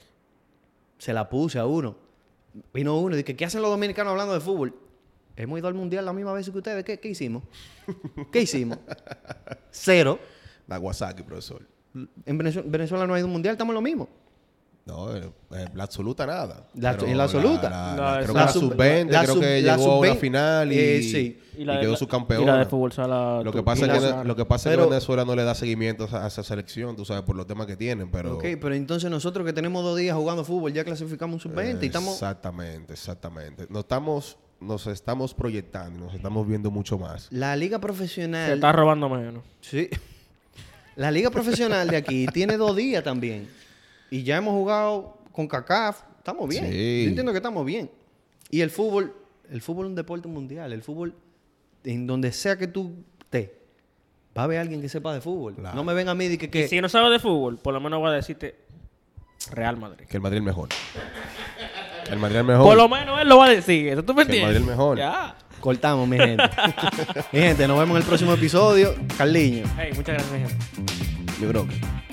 [SPEAKER 1] se la puse a uno. Vino uno y dije, ¿qué hacen los dominicanos hablando de fútbol? Hemos ido al mundial la misma vez que ustedes. ¿Qué, qué hicimos? ¿Qué hicimos? Cero.
[SPEAKER 3] Naguasaki, profesor.
[SPEAKER 1] En Venezuela, Venezuela no hay un mundial, estamos en lo mismo.
[SPEAKER 3] No, eh, eh, la absoluta nada.
[SPEAKER 1] La-
[SPEAKER 3] Pero
[SPEAKER 1] en la absoluta.
[SPEAKER 3] La,
[SPEAKER 2] La-
[SPEAKER 3] creo que
[SPEAKER 2] la
[SPEAKER 3] la
[SPEAKER 1] sub-
[SPEAKER 3] sub-20,
[SPEAKER 1] la
[SPEAKER 3] creo
[SPEAKER 1] sub-
[SPEAKER 3] que
[SPEAKER 1] la
[SPEAKER 3] llegó a una
[SPEAKER 1] sub-20,
[SPEAKER 3] final y,
[SPEAKER 1] eh, sí.
[SPEAKER 3] y quedó subcampeón.
[SPEAKER 2] Y la de fútbol sala.
[SPEAKER 3] Lo
[SPEAKER 2] tú-
[SPEAKER 3] que pasa,
[SPEAKER 2] y
[SPEAKER 3] es
[SPEAKER 2] la-
[SPEAKER 3] que, lo que, pasa es
[SPEAKER 1] Pero-
[SPEAKER 3] que Venezuela no le da seguimiento a esa, a esa selección, tú sabes, por los temas que tienen, pero...
[SPEAKER 1] Ok, pero entonces nosotros que tenemos dos días jugando fútbol, ya clasificamos un sub-20 y estamos...
[SPEAKER 3] Exactamente, exactamente. Nos estamos, nos estamos proyectando, y nos estamos viendo mucho más.
[SPEAKER 1] La liga
[SPEAKER 2] Se
[SPEAKER 1] profesional...
[SPEAKER 2] está robando menos.
[SPEAKER 1] Sí. La liga profesional de aquí tiene dos días también. Y ya hemos jugado con CACAF. Estamos bien.
[SPEAKER 3] Sí.
[SPEAKER 1] Yo entiendo que estamos bien. Y el fútbol, el fútbol es un deporte mundial. El fútbol, en donde sea que tú estés, Va a haber alguien que sepa de fútbol. No me ven a mí de que, que-
[SPEAKER 2] Y si no sabes de fútbol, por lo menos voy a decirte Real Madrid.
[SPEAKER 3] Que el Madrid es mejor. Que el Madrid es mejor.
[SPEAKER 2] Por lo menos él lo va a decir. ¿Eso tú me
[SPEAKER 3] Que el
[SPEAKER 2] entiendes?
[SPEAKER 3] Madrid es mejor.
[SPEAKER 2] Ya.
[SPEAKER 1] cortamos, mi gente. mi gente, nos vemos en el próximo episodio. Carliño.
[SPEAKER 2] Hey, muchas gracias, mi gente.
[SPEAKER 3] Yo creo que.